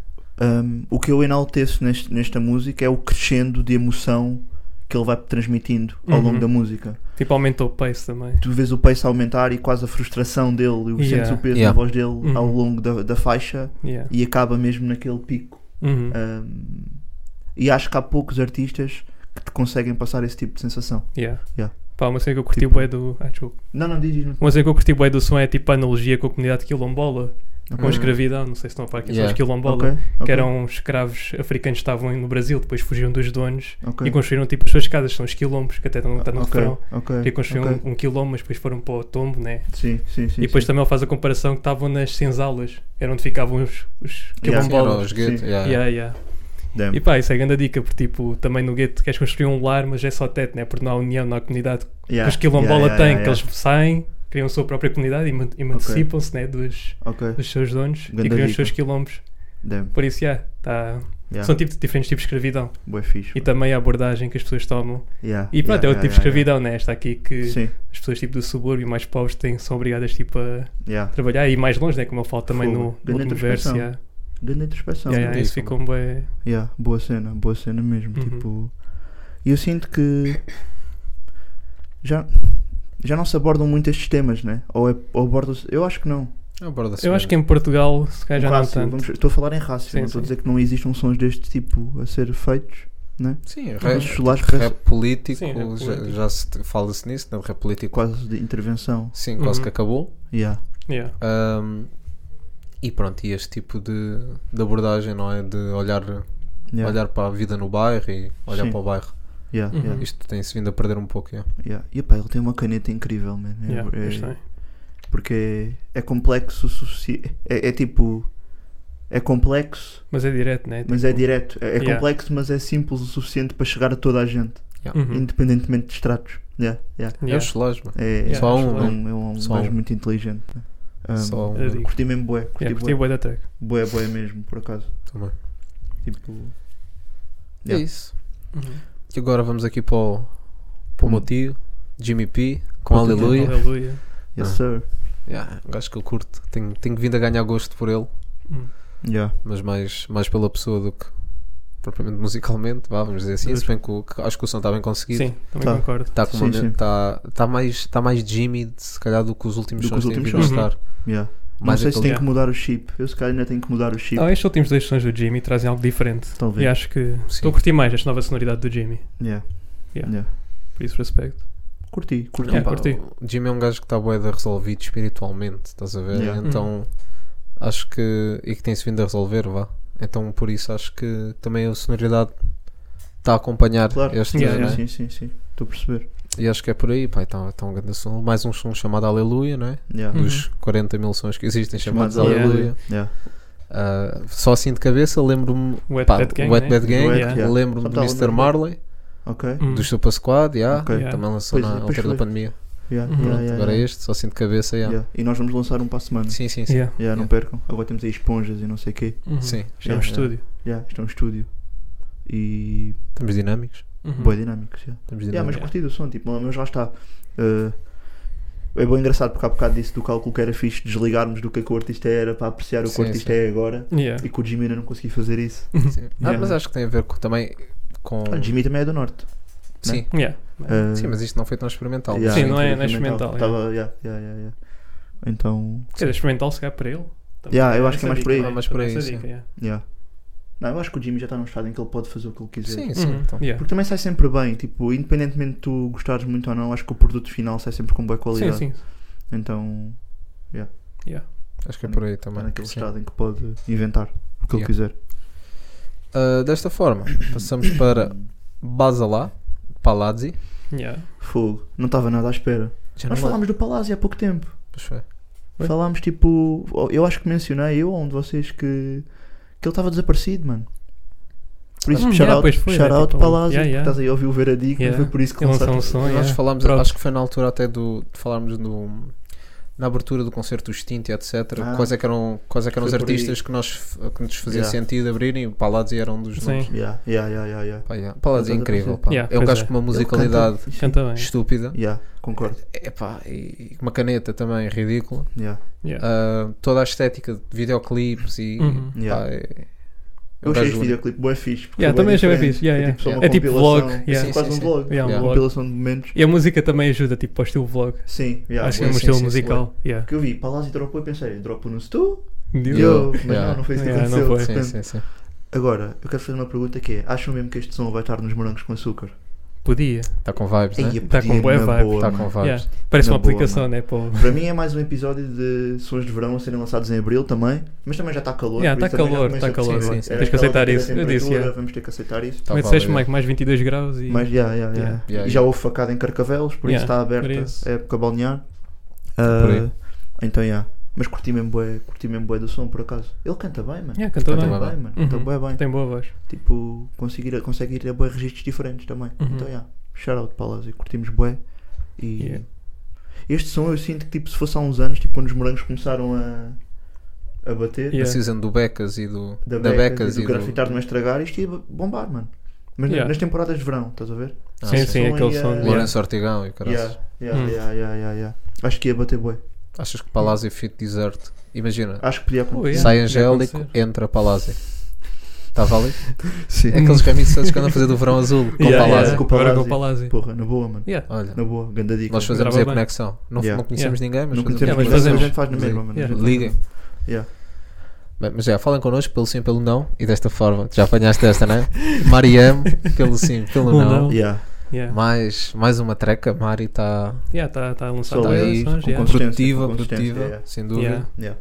Speaker 6: Um, o que eu enalteço neste- nesta música é o crescendo de emoção que ele vai transmitindo ao
Speaker 7: Uhum.
Speaker 6: longo da música.
Speaker 7: Tipo, aumentou o pace também.
Speaker 6: Tu vês o pace aumentar e quase a frustração dele, e o-
Speaker 7: Yeah.
Speaker 6: sentes o peso
Speaker 8: Yeah.
Speaker 6: na voz dele
Speaker 7: Uhum.
Speaker 6: ao longo da, da faixa
Speaker 7: Yeah.
Speaker 6: e acaba mesmo naquele pico.
Speaker 7: Uhum.
Speaker 6: Um, e acho que há poucos artistas que te conseguem passar esse tipo de sensação.
Speaker 7: Yeah.
Speaker 6: Yeah.
Speaker 7: Pá, uma cena que eu curti
Speaker 6: Tipo-
Speaker 7: bué do. Ah, desculpa.
Speaker 6: Não, não, diz, diz. não.
Speaker 7: Uma cena que eu curti bué do som é tipo a analogia com a comunidade quilombola, com a escravidão. Não sei se estão a par aqui, são
Speaker 8: Yeah.
Speaker 7: os quilombola.
Speaker 6: Hum. Ok, ok,
Speaker 7: Que um eram escravos africanos que estavam no Brasil, depois fugiram dos donos
Speaker 6: ok.
Speaker 7: e construíram tipo as suas casas, são os quilombos, que até estão está no
Speaker 6: Ok,
Speaker 7: refrão.
Speaker 6: ok,
Speaker 7: Que construíram
Speaker 6: ok.
Speaker 7: um, um quilombo, mas depois foram para o tombo, né?
Speaker 6: Sim, sim, sim.
Speaker 7: e depois
Speaker 6: sim.
Speaker 7: também ele faz a comparação que estavam nas senzalas, era onde ficavam os, os
Speaker 6: Yeah.
Speaker 8: Era
Speaker 7: quilombolas.
Speaker 8: os gueto,
Speaker 6: Sim.
Speaker 8: yeah.
Speaker 7: Yeah, yeah.
Speaker 6: Damn.
Speaker 7: E pá, isso é a grande dica, porque tipo, também no gueto queres construir um lar, mas é só teto, né? Porque não há união, não há comunidade.
Speaker 6: Yeah,
Speaker 7: que os quilombola
Speaker 6: yeah, yeah,
Speaker 7: têm,
Speaker 6: yeah,
Speaker 7: que eles saem, criam a sua própria comunidade, eman- emancipam-se né? dos,
Speaker 6: Ok,
Speaker 7: dos seus donos
Speaker 6: Ganda
Speaker 7: e criam os
Speaker 6: dica.
Speaker 7: seus quilombos.
Speaker 6: damn.
Speaker 7: Por isso, yeah, tá-
Speaker 6: Yeah.
Speaker 7: são tipo, diferentes tipos de escravidão.
Speaker 6: Bué fixe.
Speaker 7: E
Speaker 6: mano.
Speaker 7: também a abordagem que as pessoas tomam.
Speaker 6: Yeah,
Speaker 7: E pronto,
Speaker 6: yeah,
Speaker 7: é outro
Speaker 6: yeah,
Speaker 7: tipo de
Speaker 6: yeah,
Speaker 7: escravidão, né? Esta aqui que
Speaker 6: yeah. Sim,
Speaker 7: as pessoas tipo do subúrbio mais pobres têm, são obrigadas tipo a
Speaker 6: yeah.
Speaker 7: trabalhar e mais longe, né? Como eu falo também
Speaker 6: Fogo.
Speaker 7: no, no
Speaker 6: Grande
Speaker 7: último verso.
Speaker 6: introspeção.
Speaker 7: Yeah.
Speaker 6: Grande introspeção.
Speaker 7: Yeah,
Speaker 6: mano.
Speaker 7: yeah, isso um
Speaker 8: Isso,
Speaker 7: ficou bem.
Speaker 6: Yeah, boa cena, boa cena mesmo.
Speaker 7: Uhum.
Speaker 6: Tipo, e eu sinto que já, já não se abordam muito estes temas, né? Ou, é, ou abordam-se. Eu acho que não.
Speaker 8: Aborda-se
Speaker 7: Eu
Speaker 8: bem.
Speaker 7: acho que é em Portugal se calhar É, já não
Speaker 6: Rácio,
Speaker 7: tanto.
Speaker 6: vamos- estou a falar em rácio,
Speaker 7: Sim,
Speaker 6: não estou
Speaker 7: sim.
Speaker 6: a dizer que não existam sons deste tipo a ser feitos.
Speaker 8: Sim,
Speaker 7: Uhum.
Speaker 6: Mas
Speaker 8: rap, tipo
Speaker 6: os solares
Speaker 8: rap
Speaker 6: parece
Speaker 8: político,
Speaker 7: Sim, rap
Speaker 8: já,
Speaker 7: político.
Speaker 8: já se fala-se nisso, não? Rap político,
Speaker 6: quase de intervenção.
Speaker 8: sim, quase
Speaker 7: Uhum.
Speaker 8: que acabou.
Speaker 6: Yeah.
Speaker 7: Yeah.
Speaker 8: Ahm, e pronto, e este tipo de, de abordagem, não é? De olhar,
Speaker 6: Yeah.
Speaker 8: olhar para a vida no bairro e olhar
Speaker 6: Sim.
Speaker 8: para o bairro.
Speaker 6: Yeah,
Speaker 7: Uhum.
Speaker 6: yeah,
Speaker 8: Isto tem-se vindo a perder um pouco, é.
Speaker 6: yeah. E pá, ele tem uma caneta incrível, man. É-
Speaker 7: Yeah,
Speaker 6: é-
Speaker 7: isto é.
Speaker 6: porque é, é complexo o sufici- é, é tipo. É complexo,
Speaker 7: Mas é direto, né?
Speaker 6: mas
Speaker 7: tipo-
Speaker 6: é direto. É, é
Speaker 7: Yeah.
Speaker 6: complexo, mas é simples o suficiente para chegar a toda a gente,
Speaker 7: Uhum.
Speaker 6: Então, independentemente de estratos. Yeah, yeah.
Speaker 8: É
Speaker 7: Yeah.
Speaker 8: os solares, mano.
Speaker 6: É, é-
Speaker 8: Só um,
Speaker 6: é
Speaker 8: não?
Speaker 6: um, é um
Speaker 8: Só
Speaker 6: gajo
Speaker 8: um.
Speaker 6: muito inteligente. né? Um,
Speaker 8: Só um,
Speaker 7: eu digo.
Speaker 6: Curti mesmo bué, curti
Speaker 7: Yeah,
Speaker 6: bué.
Speaker 7: curti bué da track.
Speaker 6: Boé, boé mesmo, por acaso.
Speaker 8: também.
Speaker 6: Tipo.
Speaker 8: É
Speaker 6: Yeah.
Speaker 8: isso.
Speaker 7: Uhum.
Speaker 8: E agora vamos aqui para o, para o meu tio, Jimmy P, com
Speaker 6: Conta-te.
Speaker 8: Aleluia.
Speaker 7: Aleluia.
Speaker 6: Yes,
Speaker 8: Ah.
Speaker 6: sir.
Speaker 8: Yeah, um gajo que eu curto. Tenho, tenho vindo a ganhar gosto por ele,
Speaker 7: Hum.
Speaker 6: Yeah.
Speaker 8: mas mais, mais pela pessoa do que propriamente musicalmente, vá, vamos dizer assim. Se bem que, o- que acho que o som está bem conseguido.
Speaker 7: Sim, também
Speaker 6: Tá.
Speaker 7: concordo.
Speaker 8: Está com
Speaker 6: Sim,
Speaker 8: uma,
Speaker 6: sim.
Speaker 8: Tá, tá mais, tá mais Jimmy, se calhar, do que os últimos
Speaker 6: Do que
Speaker 8: shows
Speaker 6: os
Speaker 8: têm
Speaker 6: últimos
Speaker 8: vindo a
Speaker 7: shows.
Speaker 8: estar.
Speaker 6: Yeah. Não
Speaker 8: Mais
Speaker 6: sei se tem
Speaker 7: aquele-
Speaker 6: que mudar o chip. Eu se calhar ainda tenho que mudar o chip.
Speaker 7: Não, estes últimos dois sons do Jimmy trazem algo diferente.
Speaker 6: Talvez.
Speaker 7: E acho que
Speaker 8: Sim.
Speaker 7: estou a curtir mais esta nova sonoridade do Jimmy.
Speaker 6: Yeah.
Speaker 7: Yeah.
Speaker 6: Yeah.
Speaker 7: Por isso, respeito.
Speaker 6: Curti, curti.
Speaker 7: Yeah,
Speaker 8: Pá,
Speaker 7: curti.
Speaker 8: o Jimmy é um gajo que está boeda resolvido espiritualmente, estás a ver?
Speaker 6: Yeah. Uhum.
Speaker 8: Então acho que. e que tem-se vindo a resolver, vá. Então por isso acho que também a sonoridade está a acompanhar
Speaker 6: Claro.
Speaker 8: este.
Speaker 7: Yeah,
Speaker 8: né?
Speaker 7: yeah.
Speaker 6: Sim, sim, sim. Estou a perceber.
Speaker 8: E acho que é por aí, pá, então, então um grande som. Mais um som chamado Aleluia, não é?
Speaker 6: Yeah.
Speaker 7: Uhum.
Speaker 8: Dos 40 mil sons que existem chamados
Speaker 6: Chamados
Speaker 8: Aleluia.
Speaker 7: Aleluia.
Speaker 6: Yeah.
Speaker 8: Ah, só assim de cabeça lembro-me.
Speaker 7: Wet
Speaker 8: pá,
Speaker 7: Bad Gang,
Speaker 8: Wet
Speaker 7: né?
Speaker 8: Bad Gang,
Speaker 6: Wet,
Speaker 7: Yeah.
Speaker 6: yeah.
Speaker 8: lembro-me
Speaker 6: Só
Speaker 8: do
Speaker 6: tava
Speaker 8: Mr.
Speaker 6: lembrando.
Speaker 8: Marley,
Speaker 6: Ok.
Speaker 7: Hum.
Speaker 8: do Super Squad, yeah,
Speaker 6: Ok.
Speaker 7: Yeah.
Speaker 8: também lançou
Speaker 6: Pois é,
Speaker 8: na
Speaker 6: pois
Speaker 8: altura da
Speaker 6: foi.
Speaker 8: pandemia.
Speaker 6: Yeah,
Speaker 7: Uhum.
Speaker 6: yeah,
Speaker 8: Pronto,
Speaker 6: yeah,
Speaker 8: agora
Speaker 6: yeah.
Speaker 8: este, só assim de cabeça, yeah.
Speaker 6: Yeah. E nós vamos lançar um para a semana.
Speaker 8: Sim, sim, sim.
Speaker 7: Yeah.
Speaker 6: Yeah, não percam. Agora temos aí esponjas e não sei o quê.
Speaker 7: Uhum.
Speaker 8: Sim.
Speaker 7: Isto é um
Speaker 6: Yeah,
Speaker 7: estúdio.
Speaker 6: Yeah, isto é um estúdio. E.
Speaker 8: Estamos dinâmicos.
Speaker 7: Uhum.
Speaker 6: Boa dinâmicos. Yeah.
Speaker 8: Estamos
Speaker 6: Yeah, mas
Speaker 8: dinâmicos.
Speaker 6: curti do som, tipo, mas lá está. Uh, é bem engraçado porque há bocado disse do cálculo que era fixe desligarmos do que, é que o artista era para apreciar o que o
Speaker 8: Sim,
Speaker 6: artista
Speaker 8: sim.
Speaker 6: é agora
Speaker 7: Yeah.
Speaker 6: e que o Jimmy ainda não conseguia fazer isso.
Speaker 8: Sim. Ah,
Speaker 6: Yeah.
Speaker 8: mas acho que tem a ver com, também com.
Speaker 6: O Jimmy também é do Norte.
Speaker 8: Sim.
Speaker 7: Yeah.
Speaker 6: Uh,
Speaker 8: Hum. Sim, mas é isto não foi tão experimental.
Speaker 6: yeah,
Speaker 7: Sim, não é-
Speaker 6: foi
Speaker 7: não é experimental,
Speaker 6: Tava- yeah, yeah, yeah, yeah. Então,
Speaker 7: Quer dizer, experimental se calhar para ele. Também
Speaker 6: Yeah, eu
Speaker 7: dá
Speaker 6: acho que é
Speaker 7: essa
Speaker 6: mais por aí.
Speaker 7: dica, né?
Speaker 8: É mais por
Speaker 7: também
Speaker 8: aí,
Speaker 7: dá essa
Speaker 8: sim.
Speaker 7: dica, yeah.
Speaker 6: yeah. Não, eu acho que o Jimmy já está num estado em que ele pode fazer o que ele quiser.
Speaker 8: Sim, sim.
Speaker 7: Uhum.
Speaker 8: então.
Speaker 7: Yeah.
Speaker 6: Porque também sai sempre bem, tipo, independentemente de tu gostares muito ou não, acho que o produto final sai sempre com boa
Speaker 7: Sim,
Speaker 6: qualidade.
Speaker 7: sim.
Speaker 6: Então,
Speaker 8: Acho que é por aí
Speaker 6: está
Speaker 8: também.
Speaker 6: naquele
Speaker 8: Sim.
Speaker 6: estado em que pode inventar o
Speaker 8: Yeah.
Speaker 6: que ele quiser.
Speaker 8: Ah, desta forma, passamos para Basalá, Palazzi.
Speaker 7: Yeah.
Speaker 6: Fogo, não estava nada à espera.
Speaker 8: Já
Speaker 7: um
Speaker 6: Nós
Speaker 8: não
Speaker 6: falámos do Palácio há pouco tempo.
Speaker 8: Pois foi.
Speaker 7: Foi?
Speaker 6: Falámos tipo. Eu acho que mencionei eu ou um de vocês que. que ele estava desaparecido, mano. Por isso,
Speaker 7: Hum,
Speaker 6: shout
Speaker 7: yeah,
Speaker 6: out,
Speaker 7: pois foi,
Speaker 6: shout
Speaker 7: né,
Speaker 6: out
Speaker 7: tipo,
Speaker 6: Palácio,
Speaker 7: yeah, yeah.
Speaker 6: porque estás aí a ouvir o Veradigo,
Speaker 7: Yeah.
Speaker 6: mas foi por isso que
Speaker 7: Ele lançou um
Speaker 6: lançaste.
Speaker 7: som.
Speaker 8: Nós
Speaker 7: yeah.
Speaker 8: falámos,
Speaker 7: Pronto.
Speaker 8: acho que foi na altura até do. de falarmos do. Na abertura do concerto do Extinto, e etc.
Speaker 6: Ah.
Speaker 8: quais é que eram, quais é que eram os
Speaker 6: Foi por aí.
Speaker 8: artistas que, nós, f- que nos fazia
Speaker 6: Yeah.
Speaker 8: sentido abrirem? E o Palazzi era um dos
Speaker 7: Sim.
Speaker 8: nomes.
Speaker 6: Yeah, yeah, yeah, yeah, yeah.
Speaker 8: Pá, yeah. Palazzi é
Speaker 6: Estás a
Speaker 8: incrível.
Speaker 6: perceber?
Speaker 8: pá.
Speaker 7: Yeah,
Speaker 8: é um
Speaker 7: pois
Speaker 8: gajo
Speaker 7: é.
Speaker 8: com uma
Speaker 6: Ele
Speaker 8: musicalidade
Speaker 6: canta- é
Speaker 7: Canta bem.
Speaker 8: estúpida.
Speaker 6: Yeah, concordo.
Speaker 8: Epá, e uma caneta também ridícula.
Speaker 6: Yeah.
Speaker 7: Yeah.
Speaker 8: Ah, toda a estética de videoclipes e.
Speaker 7: Uhum.
Speaker 8: pá,
Speaker 6: Yeah.
Speaker 8: é- é
Speaker 6: Eu
Speaker 8: um
Speaker 6: achei
Speaker 8: gajo
Speaker 6: este
Speaker 8: único.
Speaker 6: videoclipe bué fixe. porque
Speaker 7: Yeah,
Speaker 6: foi
Speaker 7: também
Speaker 6: bué
Speaker 7: achei bem
Speaker 6: diferente.
Speaker 7: fixe. Yeah,
Speaker 6: É
Speaker 7: yeah.
Speaker 6: tipo só uma
Speaker 7: É tipo
Speaker 6: compilação.
Speaker 7: vlog.
Speaker 6: É
Speaker 7: yeah.
Speaker 8: Sim,
Speaker 6: quase
Speaker 8: sim,
Speaker 6: um
Speaker 8: sim.
Speaker 6: vlog.
Speaker 7: Yeah, um
Speaker 6: uma
Speaker 7: vlog.
Speaker 6: compilação de momentos.
Speaker 7: E a música também ajuda, tipo, para o estilo vlog.
Speaker 6: Sim, yeah,
Speaker 7: acho que é
Speaker 6: bué.
Speaker 7: um
Speaker 8: sim,
Speaker 7: estilo
Speaker 8: sim, sim,
Speaker 7: musical. Yeah.
Speaker 6: que eu vi Palácio dropou e pensei, dropo-nos tu?
Speaker 7: Deu.
Speaker 6: Eu, mas
Speaker 8: Yeah.
Speaker 6: não, não foi isso que
Speaker 7: Yeah, não
Speaker 6: aconteceu.
Speaker 7: foi.
Speaker 6: de
Speaker 8: Sim,
Speaker 6: repente.
Speaker 8: sim, sim.
Speaker 6: Agora, eu quero fazer uma pergunta que é: acham mesmo que este som vai estar nos morangos com açúcar?
Speaker 7: Podia.
Speaker 8: Está com vibes, né?
Speaker 6: Ei, eu
Speaker 7: Tá
Speaker 6: podia
Speaker 7: com bué
Speaker 6: na
Speaker 7: vibe.
Speaker 6: é boa,
Speaker 8: Está
Speaker 6: mano.
Speaker 8: com vibes. Tá
Speaker 7: Yeah. Parece
Speaker 6: Na
Speaker 7: uma
Speaker 6: boa,
Speaker 7: aplicação, né? Pô.
Speaker 6: Para mim é mais um episódio de sons de verão a serem lançados em abril também, mas também já está calor.
Speaker 7: Yeah,
Speaker 6: por
Speaker 7: tá
Speaker 6: isso também já
Speaker 7: calor,
Speaker 6: começa
Speaker 7: tá
Speaker 6: a perceber.
Speaker 8: calor. Sim, sim.
Speaker 6: Era
Speaker 7: Tens que
Speaker 6: aquela
Speaker 7: aceitar isso. Eu
Speaker 6: temperatura,
Speaker 7: disse, yeah.
Speaker 6: Vamos ter que aceitar isso.
Speaker 8: Tá
Speaker 7: Como é que
Speaker 8: válido.
Speaker 7: disseste, Mike? Mais 22 graus e.
Speaker 6: Mas yeah, yeah,
Speaker 7: Yeah.
Speaker 6: yeah.
Speaker 8: Yeah,
Speaker 6: E já houve facada em Carcavelos, por
Speaker 7: Yeah,
Speaker 6: isso está
Speaker 7: por
Speaker 6: aberta
Speaker 7: isso.
Speaker 6: a época balnear.
Speaker 8: por aí.
Speaker 6: Ah, então, yeah. Mas curti mesmo bué, curti mesmo bué do som, por acaso. Ele canta bem, mano.
Speaker 7: Yeah, cantou
Speaker 8: Canta
Speaker 7: bem.
Speaker 8: bem.
Speaker 6: mano. Canta
Speaker 7: Uhum.
Speaker 6: bué bem.
Speaker 7: Tem boa voz.
Speaker 6: Tipo, consegue ir, consegue ir a bué registros diferentes também.
Speaker 7: Uhum.
Speaker 6: Então, yeah. Shout out para Lázio. Curtimos bué. E
Speaker 7: Yeah.
Speaker 6: este som eu sinto que, tipo, se fosse há uns anos, tipo, quando os morangos começaram a, a bater,
Speaker 7: Yeah.
Speaker 8: Precisando do Becas e do.
Speaker 6: da,
Speaker 8: Da Becas e do.
Speaker 6: grafitar não estragar, isto ia bombar, mano. Mas
Speaker 7: Yeah.
Speaker 6: nas temporadas de verão, estás a ver?
Speaker 8: Ah,
Speaker 7: sim, sim,
Speaker 6: som
Speaker 7: aquele som. de-
Speaker 6: e, uh, Lourenço.
Speaker 8: Lourenço Ortigão e caralho.
Speaker 6: Yeah, yeah,
Speaker 7: Hum.
Speaker 6: yeah, yeah, yeah, yeah. Acho que ia bater bué.
Speaker 8: Achas que Palazzi é Fit Desert? Imagina.
Speaker 6: Acho que podia
Speaker 7: Oh,
Speaker 6: acontecer.
Speaker 7: yeah.
Speaker 8: Sai
Speaker 7: deve
Speaker 8: Angélico,
Speaker 7: acontecer.
Speaker 8: entra Palazzi. Estava ali?
Speaker 6: Sim.
Speaker 8: É aqueles camisetas que andam a fazer do verão azul com
Speaker 7: Yeah,
Speaker 8: Palazzi.
Speaker 7: yeah.
Speaker 6: Com
Speaker 7: Agora com
Speaker 6: Palazzi.
Speaker 7: o Palazzi.
Speaker 6: Porra, na boa, mano.
Speaker 7: é. Yeah.
Speaker 8: Olha,
Speaker 6: Na boa, ganda dica.
Speaker 8: nós fazemos
Speaker 7: Grava
Speaker 8: a
Speaker 7: bem.
Speaker 8: conexão. Não,
Speaker 6: Yeah.
Speaker 8: não conhecemos ninguém, mas
Speaker 6: não
Speaker 8: fazemos.
Speaker 6: conhecemos
Speaker 7: mas
Speaker 6: ninguém, mas
Speaker 7: fazemos.
Speaker 6: a gente faz na mesma, mano.
Speaker 7: Yeah.
Speaker 6: A gente
Speaker 8: Liguem.
Speaker 6: faz na mesma. Yeah. é?
Speaker 8: Bem, Mas já, falem connosco pelo sim, pelo não e desta forma. Já apanhaste esta, não é? Mariam, pelo sim, pelo
Speaker 6: Um
Speaker 7: Pelo
Speaker 8: não.
Speaker 7: não.
Speaker 6: Yeah.
Speaker 7: Yeah.
Speaker 8: Mais, mais uma treca. Mari está
Speaker 7: Yeah, tá, tá a lançar
Speaker 6: Só
Speaker 7: tá
Speaker 6: aí,
Speaker 7: aí, sons,
Speaker 6: com
Speaker 7: yeah.
Speaker 6: consistência,
Speaker 8: produtiva,
Speaker 6: com consistência,
Speaker 8: produtiva,
Speaker 6: yeah.
Speaker 8: sem dúvida.
Speaker 7: Yeah.
Speaker 6: Yeah.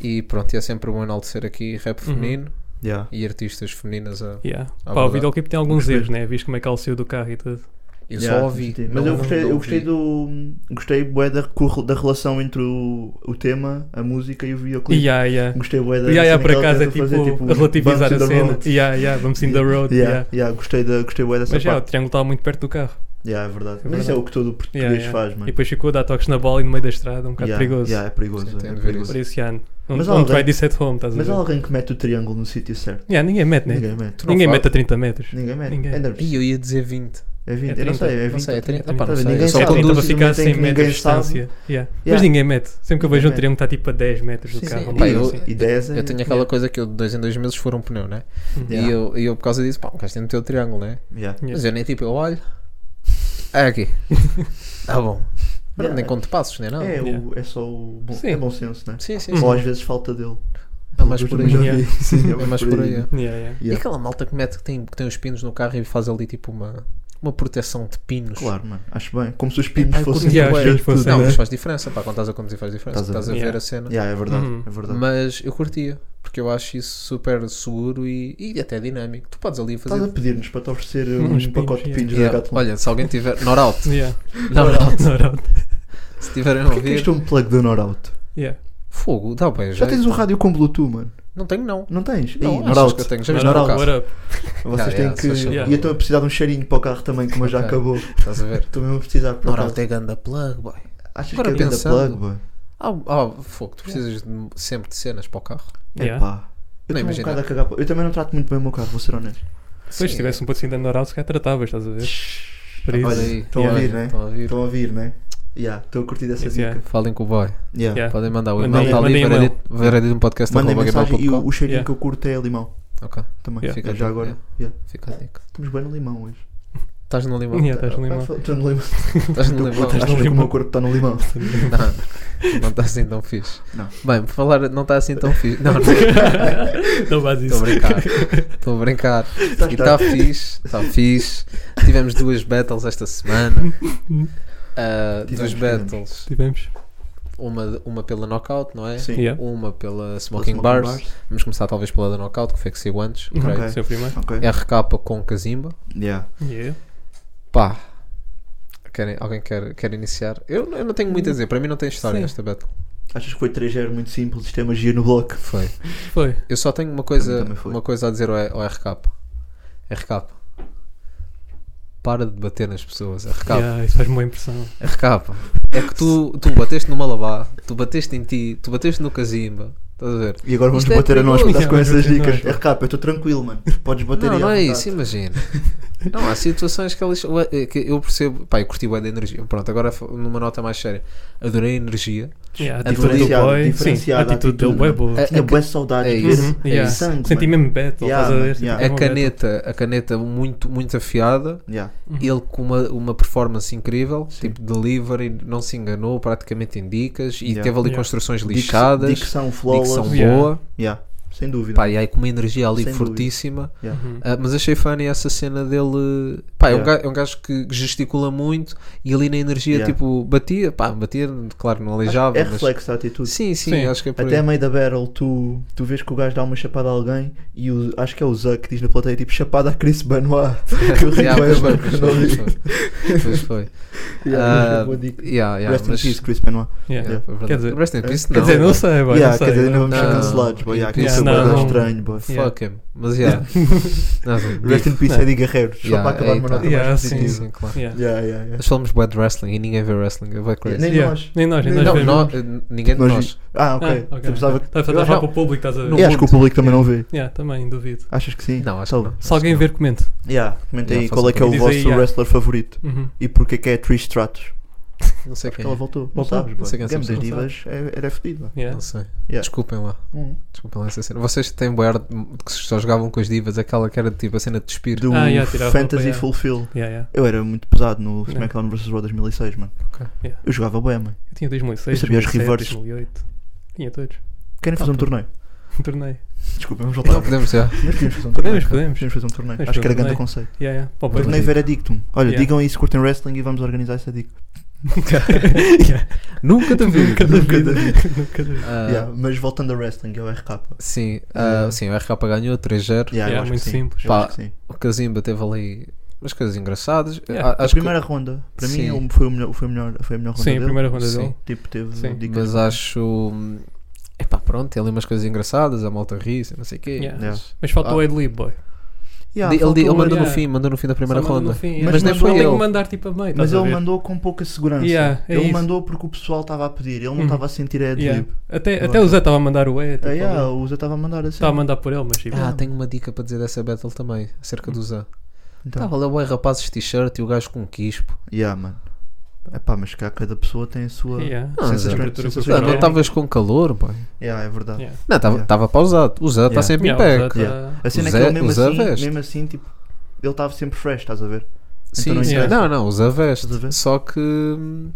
Speaker 8: E pronto, e é sempre bom enaltecer aqui rap
Speaker 7: Uhum.
Speaker 8: feminino
Speaker 6: Yeah.
Speaker 8: e artistas femininas. A...
Speaker 7: Yeah.
Speaker 8: Ah,
Speaker 7: Pá, o
Speaker 8: verdade.
Speaker 7: videoclipe tem alguns
Speaker 6: Gostei.
Speaker 7: erros, né? Viste como é que ela saiu do carro e tudo.
Speaker 8: Eu
Speaker 6: Yeah,
Speaker 8: só ouvi.
Speaker 6: gostei.
Speaker 8: não-
Speaker 6: Mas eu gostei,
Speaker 8: não
Speaker 6: eu gostei
Speaker 8: ouvi.
Speaker 6: do. Gostei bué da, corre- da relação entre o, o tema, a música e o videoclipe.
Speaker 7: Yeah, yeah.
Speaker 6: Gostei bué da.
Speaker 7: Yeah, yeah,
Speaker 6: cena
Speaker 7: por
Speaker 6: que ela
Speaker 7: acaso é
Speaker 6: tenta
Speaker 7: tipo,
Speaker 6: fazer,
Speaker 7: a relativizar
Speaker 6: Bumps in
Speaker 7: a
Speaker 6: the
Speaker 7: cena.
Speaker 6: Road.
Speaker 7: Yeah, yeah, vamos in the road.
Speaker 6: Yeah,
Speaker 7: yeah.
Speaker 6: yeah, gostei, da, gostei bué dessa
Speaker 7: Mas já, o
Speaker 6: parte.
Speaker 7: triângulo estava muito perto do carro.
Speaker 6: Yeah, é verdade.
Speaker 7: É
Speaker 6: Mas isso é
Speaker 7: verdade.
Speaker 6: o que todo português
Speaker 7: Yeah, yeah.
Speaker 6: faz,
Speaker 7: E
Speaker 6: mano.
Speaker 7: depois ficou a dar toques na bola e no meio da estrada, um bocado
Speaker 6: Yeah,
Speaker 7: perigoso.
Speaker 6: yeah, é
Speaker 8: Sim,
Speaker 6: perigoso.
Speaker 8: tem
Speaker 6: é
Speaker 8: de ver
Speaker 6: perigoso.
Speaker 7: Por isso, yeah, não,
Speaker 6: Mas
Speaker 7: não te vai
Speaker 6: alguém-
Speaker 7: disso at home, estás
Speaker 6: Mas
Speaker 7: a
Speaker 6: há
Speaker 7: ver?
Speaker 6: alguém que mete o triângulo no sítio certo.
Speaker 7: Yeah, ninguém mete, né? Ninguém,
Speaker 6: Ninguém mete.
Speaker 8: Tu não fazes.
Speaker 7: mete a 30 metros.
Speaker 6: Ninguém mete.
Speaker 7: Ninguém.
Speaker 6: Ainda-
Speaker 8: Ih, eu ia dizer 20.
Speaker 6: É 20.
Speaker 7: É
Speaker 6: eu não
Speaker 7: 30.
Speaker 6: sei, é 20.
Speaker 8: Não sei, é
Speaker 7: 30,
Speaker 8: 30. Epá, não
Speaker 6: Ninguém
Speaker 8: sei. Eu só
Speaker 6: sabe.
Speaker 7: Sim,
Speaker 8: conduzo.
Speaker 7: para ficar a
Speaker 6: Ninguém
Speaker 7: 100 metros de
Speaker 6: sabe.
Speaker 7: distância. Yeah. Mas
Speaker 6: Yeah.
Speaker 7: ninguém mete. Sempre que eu vejo um
Speaker 6: Ninguém
Speaker 7: triângulo está tipo a 10 metros do
Speaker 6: Sim,
Speaker 7: carro.
Speaker 6: sim.
Speaker 7: uma
Speaker 8: Pá,
Speaker 7: coisa
Speaker 8: eu-
Speaker 7: assim.
Speaker 6: E 10 é.
Speaker 8: Eu tenho aquela coisa que eu de dois em dois meses for um pneu, né?
Speaker 6: Yeah.
Speaker 8: E eu, e eu por causa disso, pá, o gajo tem de ter o triângulo, né?
Speaker 6: Yeah.
Speaker 7: Yeah.
Speaker 8: Mas eu nem tipo, eu olho. É aqui. tá bom.
Speaker 6: Yeah.
Speaker 8: Nem conto passos, nem nada.
Speaker 6: É,
Speaker 7: Yeah.
Speaker 6: o, é só o bom,
Speaker 7: Sim.
Speaker 6: é bom senso, né?
Speaker 8: Sim, sim, sim.
Speaker 6: Ou às vezes falta dele.
Speaker 8: É mais por aí.
Speaker 6: Eu
Speaker 7: Yeah.
Speaker 6: já vi. Sim,
Speaker 8: É mais por aí. é.
Speaker 7: Yeah, yeah.
Speaker 8: E
Speaker 6: Yeah.
Speaker 8: aquela malta que mete que tem, que tem os pinos no carro e faz ali tipo uma, uma proteção de pinos.
Speaker 6: Claro, mano. Acho bem. Como se os pinos
Speaker 8: Epá, eu
Speaker 6: fossem
Speaker 7: curti,
Speaker 6: proteger
Speaker 7: yeah, os
Speaker 6: de
Speaker 7: pinos
Speaker 6: tudo,
Speaker 8: Não,
Speaker 6: né?
Speaker 8: mas faz diferença, pá, quando estás a conduzir faz diferença.
Speaker 6: Estás a
Speaker 8: Estás a
Speaker 7: ver.
Speaker 8: ver
Speaker 7: Yeah.
Speaker 8: a cena.
Speaker 6: Yeah, é verdade,
Speaker 7: Uhum.
Speaker 6: é verdade.
Speaker 8: Hum. Mas eu curtia, porque eu acho isso super seguro e, e até dinâmico. Tu podes ali
Speaker 6: Estás a
Speaker 8: fazer.
Speaker 6: pedir-nos para te oferecer
Speaker 7: Hum,
Speaker 6: um
Speaker 7: uns pinos,
Speaker 6: pacote de
Speaker 7: yeah.
Speaker 6: pinos
Speaker 8: Yeah.
Speaker 6: da Gatlon.
Speaker 8: Olha, se alguém tiver. Not out.
Speaker 7: Yeah.
Speaker 8: Not out.
Speaker 7: Not out.
Speaker 8: Se tiverem a
Speaker 6: Porquê que
Speaker 8: ouvir.
Speaker 6: tens um plug da Norauto?
Speaker 7: Yeah.
Speaker 8: Fogo, dá bem,
Speaker 6: Já tens o rádio com Bluetooth, mano.
Speaker 8: Não tenho, não.
Speaker 6: Não tens?
Speaker 8: Não,
Speaker 6: Ih,
Speaker 8: achas que
Speaker 6: Norauto.
Speaker 8: eu tenho? Já
Speaker 7: Not
Speaker 8: viste
Speaker 6: Norauto.
Speaker 8: no carro?
Speaker 7: what up?
Speaker 8: Ah,
Speaker 6: Vocês têm
Speaker 8: yeah,
Speaker 6: que.
Speaker 8: social
Speaker 6: E eu
Speaker 8: media.
Speaker 6: estou a precisar de um cheirinho para o carro também, como eu já
Speaker 8: Ok.
Speaker 6: acabou.
Speaker 8: Estás a ver?
Speaker 6: Estou mesmo a precisar por acaso.
Speaker 8: Norauto é ganda plug, boy.
Speaker 6: Achas
Speaker 8: Agora
Speaker 6: que é da
Speaker 8: pensando-
Speaker 6: plug, boy?
Speaker 8: Ah, ah, fogo, tu precisas de- sempre de cenas para o carro.
Speaker 7: Yeah.
Speaker 6: Epá. Eu
Speaker 8: Não
Speaker 6: estou um
Speaker 8: imagina.
Speaker 6: bocado a cagar. para- Eu também não trato muito bem o meu carro, vou ser honesto.
Speaker 7: Pois, se tivesse um patrocínio da Noral, se calhar tratavas, estás a ver? Por
Speaker 6: Olha,
Speaker 7: isso.
Speaker 8: aí,
Speaker 6: estão a
Speaker 8: olha,
Speaker 6: ouvir, né?
Speaker 8: Estão a ouvir.
Speaker 6: Estão a ouvir, né? Yeah, Estou a curtir dessa
Speaker 7: Esse é.
Speaker 6: dica.
Speaker 8: Falem com o boy.
Speaker 6: Yeah.
Speaker 7: Yeah.
Speaker 8: Podem mandar o
Speaker 7: É.
Speaker 8: e-mail,
Speaker 7: Mandem-
Speaker 8: está ali,
Speaker 7: mandem e-mail.
Speaker 8: veredito- veredito um podcast
Speaker 6: Mandem mensagem e o, o
Speaker 8: Ok,
Speaker 6: cheirinho
Speaker 7: Yeah.
Speaker 6: que eu curto é limão. Também.
Speaker 7: Yeah.
Speaker 8: Fica
Speaker 6: Já
Speaker 8: a dica,
Speaker 6: agora.
Speaker 8: yeah.
Speaker 6: yeah.
Speaker 8: Fica a dica.
Speaker 6: Estamos bem no limão hoje.
Speaker 8: Estás no limão.
Speaker 7: Yeah, estás no
Speaker 6: Ah,
Speaker 7: limão.
Speaker 6: fal- Estou no limão.
Speaker 8: Estás no limão. Tá
Speaker 6: Acho
Speaker 7: no
Speaker 6: que o
Speaker 7: limão.
Speaker 6: meu corpo está no limão.
Speaker 8: Não, não está assim tão fixe.
Speaker 6: Não.
Speaker 8: Bem, por falar, não está assim tão fixe. Não, não. Estou
Speaker 7: Não faz
Speaker 8: a
Speaker 7: isso.
Speaker 8: brincar. Estou a brincar.
Speaker 6: Estás-
Speaker 8: E está fixe, está fixe. Tivemos duas battles esta semana. Ah, duas
Speaker 6: Tivemos, tivemos.
Speaker 8: battles.
Speaker 7: Tivemos.
Speaker 8: Uma, uma pela knockout, não é?
Speaker 6: Sim.
Speaker 7: Yeah.
Speaker 8: Uma pela
Speaker 6: Pela
Speaker 8: Smoking, Bars. Vamos começar talvez pela da knockout, que foi que saiu antes.
Speaker 7: Ok.
Speaker 8: creio.
Speaker 7: Seu é primeiro.
Speaker 6: Ok.
Speaker 8: RK com Kazimba.
Speaker 6: Yeah.
Speaker 7: Yeah.
Speaker 8: Pá. Querem, alguém quer, quer iniciar? Eu, eu não tenho muito a dizer, para mim não tem história
Speaker 7: Sim.
Speaker 8: esta battle.
Speaker 6: Achas que foi 3-0 muito simples, isto é magia no bloco?
Speaker 8: Foi.
Speaker 7: Foi.
Speaker 8: Eu só tenho uma coisa,
Speaker 6: também foi.
Speaker 8: uma coisa a dizer ao, ao RK. RK. Para de bater nas pessoas, RK.
Speaker 7: Yeah, isso faz-me boa impressão.
Speaker 8: RK. É que tu, tu bateste no Malabá, tu bateste em ti, tu bateste no Kazimba. Estás a ver?
Speaker 6: E agora vamos
Speaker 8: Isto é
Speaker 6: bater a nós,
Speaker 8: perigoso.
Speaker 6: por acaso,
Speaker 7: Yeah,
Speaker 6: com essas
Speaker 7: vamos bater a
Speaker 6: dicas. RK, eu estou tranquilo, mano. Podes bater
Speaker 8: Não,
Speaker 6: aí à
Speaker 8: não é
Speaker 6: vontade.
Speaker 8: isso, imagina. Não, há situações que eles. que eu percebo. Pá, eu curti bem da energia. Pronto, agora f- numa nota mais séria. Adorei a energia.
Speaker 7: Yeah, a
Speaker 8: É
Speaker 7: atitude do
Speaker 6: diferenciado,
Speaker 7: boy. Sim, a
Speaker 6: diferenciado,
Speaker 7: atitude
Speaker 6: atitude,
Speaker 7: dele é
Speaker 6: mano.
Speaker 7: boa.
Speaker 8: É-
Speaker 6: Tinha
Speaker 8: que-
Speaker 6: boas saudades.
Speaker 8: é
Speaker 6: É
Speaker 8: isso.
Speaker 6: isso.
Speaker 7: Uhum, yeah.
Speaker 6: sangue,
Speaker 7: Senti
Speaker 6: mano.
Speaker 7: mesmo battle, estás
Speaker 6: Yeah,
Speaker 7: a ver?
Speaker 6: mano, yeah.
Speaker 7: Senti
Speaker 8: A
Speaker 7: uma
Speaker 8: caneta, a caneta muito, muito afiada.
Speaker 6: Yeah.
Speaker 7: battle.
Speaker 8: Ele com uma, uma performance incrível,
Speaker 6: Sim.
Speaker 8: tipo delivery, não se enganou praticamente em dicas e
Speaker 6: Yeah.
Speaker 8: teve ali
Speaker 7: Yeah.
Speaker 8: construções
Speaker 6: Dicção-
Speaker 8: lixadas,
Speaker 6: Dicção
Speaker 8: dicção
Speaker 6: flawless.
Speaker 8: boa.
Speaker 7: Yeah.
Speaker 6: Yeah. sem dúvida.
Speaker 8: Pá, e aí com uma energia ali
Speaker 6: Sem dúvida.
Speaker 8: fortíssima.
Speaker 6: Yeah.
Speaker 7: Uhum.
Speaker 8: Ah, mas achei funny essa cena dele. Pá, é um
Speaker 6: Yeah.
Speaker 8: ga- é, um gajo, que gesticula muito e ali na energia,
Speaker 6: Yeah.
Speaker 8: tipo, batia. Pá, batia, claro, não aleijava.
Speaker 6: é
Speaker 8: mas-
Speaker 6: reflexo da atitude.
Speaker 8: Sim, sim,
Speaker 7: Sim.
Speaker 8: acho que é por
Speaker 6: Até a
Speaker 8: aí.
Speaker 6: meio da battle, tu, tu vês que o gajo dá uma chapada a alguém e o- acho que é o Zuck que diz na plateia tipo chapada a Chris Benoit. Que o Rick
Speaker 8: Yeah, pois foi,
Speaker 6: Weber,
Speaker 8: pois
Speaker 6: que eu não
Speaker 8: foi,
Speaker 6: vi.
Speaker 8: pois foi. Pois foi.
Speaker 6: Yeah,
Speaker 8: Ah,
Speaker 6: mas é boa dica.
Speaker 8: yeah, yeah,
Speaker 6: Rest in
Speaker 8: mas-
Speaker 6: peace, Chris Benoit.
Speaker 7: Yeah.
Speaker 8: yeah, é verdade.
Speaker 7: Quer dizer-
Speaker 8: Rest in peace,
Speaker 7: Quer
Speaker 8: não,
Speaker 7: dizer, não
Speaker 8: boy.
Speaker 7: sei, boy,
Speaker 6: yeah,
Speaker 7: não
Speaker 6: quer
Speaker 7: sei.
Speaker 6: dizer, não vamos ser
Speaker 8: Não.
Speaker 6: cancelados, boy. Yeah, que isso é
Speaker 7: Yeah,
Speaker 6: bué
Speaker 7: não.
Speaker 6: estranho, boy.
Speaker 7: Yeah.
Speaker 8: Fuck him. Mas yeah. Não,
Speaker 6: Rest in peace,
Speaker 7: Não.
Speaker 6: Eddie Guerreiro. Só
Speaker 8: Yeah,
Speaker 6: para acabar
Speaker 8: aí
Speaker 6: uma
Speaker 8: tá.
Speaker 6: nota
Speaker 7: Yeah,
Speaker 6: mais
Speaker 7: sim.
Speaker 8: Sim,
Speaker 6: positiva.
Speaker 8: sim, claro.
Speaker 7: Yeah.
Speaker 6: Yeah, yeah, yeah.
Speaker 8: Nós falamos bué de wrestling e ninguém vê wrestling. É bué crazy.
Speaker 6: Nem
Speaker 7: Yeah.
Speaker 6: nós.
Speaker 7: Nem nós, nem
Speaker 6: Nem-
Speaker 7: nós
Speaker 8: não,
Speaker 7: vemos.
Speaker 8: nó- ninguém de
Speaker 6: Nós-
Speaker 8: nós.
Speaker 6: Ah,
Speaker 7: Ah,
Speaker 6: ok.
Speaker 7: ok.
Speaker 6: Eu pensava que-
Speaker 7: Estás a
Speaker 6: Eu acho-
Speaker 7: falar para o público, estás a ver?
Speaker 6: Eu acho que o público também não vê.
Speaker 7: Yeah, também, duvido.
Speaker 6: Achas que sim?
Speaker 8: Não, acho que não.
Speaker 7: Se alguém ver, comente.
Speaker 6: Yeah, comenta
Speaker 8: Yeah,
Speaker 6: aí
Speaker 8: faça
Speaker 6: qual é que é o
Speaker 7: Diz
Speaker 6: vosso
Speaker 7: aí, yeah.
Speaker 6: wrestler favorito
Speaker 7: Uhum.
Speaker 6: e porque é que é Trish Stratus.
Speaker 8: Não sei quem.
Speaker 6: Ela
Speaker 8: é.
Speaker 6: voltou. Não
Speaker 7: Voltou?
Speaker 6: sabes,
Speaker 8: Não
Speaker 6: boy.
Speaker 8: sei quem é
Speaker 6: Game
Speaker 8: essa
Speaker 6: das
Speaker 7: pessoa.
Speaker 6: Divas é- era fedido.
Speaker 7: Yeah.
Speaker 8: Não sei.
Speaker 6: Yeah.
Speaker 8: Desculpem lá.
Speaker 6: Hum.
Speaker 8: Desculpem lá essa cena. Vocês têm boé arte que só jogavam com as divas, aquela que era tipo a cena de despir.
Speaker 6: Do
Speaker 7: Ah, yeah, tirar a roupa,
Speaker 6: Fantasy
Speaker 7: yeah.
Speaker 6: Fulfill.
Speaker 7: Yeah, yeah.
Speaker 6: Eu era muito pesado no
Speaker 7: Yeah.
Speaker 6: SmackDown vs Raw 2006, mano.
Speaker 8: Ok.
Speaker 7: Yeah.
Speaker 6: Eu jogava bem, mano.
Speaker 7: Eu tinha 2006,
Speaker 6: Eu sabia os
Speaker 7: 2007,
Speaker 6: reverses.
Speaker 7: 2008. Tinha todos.
Speaker 6: Querem fazer um torneio?
Speaker 7: Um torneio.
Speaker 6: Desculpa, vamos
Speaker 8: Não,
Speaker 6: voltar.
Speaker 8: podemos já.
Speaker 6: Mas podíamos fazer um
Speaker 7: Podemos,
Speaker 6: torneio.
Speaker 7: podemos.
Speaker 6: Podíamos fazer um torneio.
Speaker 7: Podemos
Speaker 6: Acho que era
Speaker 7: fazer um torneio.
Speaker 6: grande conceito.
Speaker 7: Yeah, yeah. Pá,
Speaker 6: Um
Speaker 7: pois.
Speaker 6: torneio veredictum. Olha,
Speaker 7: Yeah.
Speaker 6: digam aí se curtem wrestling e vamos organizar essa dica.
Speaker 7: Yeah.
Speaker 8: Nunca te vi.
Speaker 7: Nunca duvido. Nunca duvido.
Speaker 8: Ah,
Speaker 6: Yeah, Mas voltando a wrestling, é o RK.
Speaker 8: Sim, ah,
Speaker 6: Ah.
Speaker 8: sim, o RK ganhou 3-0.
Speaker 6: Yeah, eu
Speaker 7: Yeah,
Speaker 6: acho
Speaker 7: muito
Speaker 6: que sim.
Speaker 7: simples.
Speaker 6: Eu
Speaker 8: Pá,
Speaker 6: acho que sim.
Speaker 8: O Kazimba teve ali umas coisas engraçadas.
Speaker 7: Yeah.
Speaker 8: Ah,
Speaker 6: A
Speaker 8: acho que-
Speaker 6: primeira ronda, para mim,
Speaker 8: Sim.
Speaker 6: ele foi, o melhor, foi, o melhor, foi a melhor ronda
Speaker 7: Sim, a
Speaker 6: dele.
Speaker 7: primeira ronda
Speaker 8: Sim.
Speaker 7: dele.
Speaker 6: Tipo, teve
Speaker 7: Sim.
Speaker 6: dicas.
Speaker 8: mas acho. Epá, pronto, tem ali umas coisas engraçadas, a malta ri, não sei o quê.
Speaker 7: Yeah.
Speaker 6: Yeah.
Speaker 8: Mas-
Speaker 7: Mas falta
Speaker 8: Ah.
Speaker 7: o Adlib, boy.
Speaker 6: Yeah,
Speaker 8: Di- ele,
Speaker 6: faltou-
Speaker 8: di- ele mandou no
Speaker 7: Yeah.
Speaker 8: fim, mandou no fim da primeira
Speaker 7: Só manda
Speaker 8: ronda.
Speaker 7: no fim,
Speaker 6: Mas
Speaker 7: é.
Speaker 8: Mas nem
Speaker 6: mandou-
Speaker 8: foi
Speaker 7: Ele tem que
Speaker 8: ele.
Speaker 7: mandar tipo a meio.
Speaker 6: Mas
Speaker 7: estás a
Speaker 6: ele
Speaker 7: ver?
Speaker 6: mandou com pouca segurança.
Speaker 7: Yeah, é
Speaker 6: ele
Speaker 7: isso.
Speaker 6: mandou porque o pessoal estava a pedir, ele não
Speaker 7: Uhum.
Speaker 6: estava a sentir a
Speaker 7: Yeah.
Speaker 6: adlib.
Speaker 7: Até,
Speaker 6: Eu
Speaker 7: até o
Speaker 6: acho.
Speaker 7: Zé estava a mandar o E.
Speaker 6: Ah, yeah,
Speaker 7: Estava
Speaker 6: o Zé estava a mandar assim.
Speaker 7: a mandar por ele, mas tipo.
Speaker 8: Ah, tenho uma dica para dizer dessa battle também, acerca do Zan.
Speaker 6: Então,
Speaker 8: Estava lá o rapazes de t-shirt e o gajo com um quispo.
Speaker 6: yeah, mano. Epá, mas cá cada pessoa tem a sua.
Speaker 7: Yeah.
Speaker 8: Ah,
Speaker 6: sensações-
Speaker 8: Zé.
Speaker 7: Temperatura
Speaker 6: sensações-
Speaker 8: Ah,
Speaker 7: corporal.
Speaker 8: não estavas com calor, pai.
Speaker 6: Yeah, é verdade.
Speaker 7: Yeah.
Speaker 8: Não, estava
Speaker 6: Yeah.
Speaker 8: pausado. O Zé está
Speaker 6: Yeah.
Speaker 8: sempre
Speaker 7: Yeah, o
Speaker 8: em
Speaker 7: Zé
Speaker 8: pé.
Speaker 7: tá-
Speaker 6: Yeah. A cena
Speaker 8: O
Speaker 6: é que
Speaker 8: Zé-
Speaker 6: ele mesmo
Speaker 8: o Zé
Speaker 6: assim,
Speaker 8: veste.
Speaker 6: mesmo assim, tipo, ele estava sempre fresh, estás a ver?
Speaker 8: Sim,
Speaker 6: não
Speaker 8: sim.
Speaker 7: interessa.
Speaker 8: Não, não, o Zé veste.
Speaker 6: Estás a ver?
Speaker 8: Só que hum,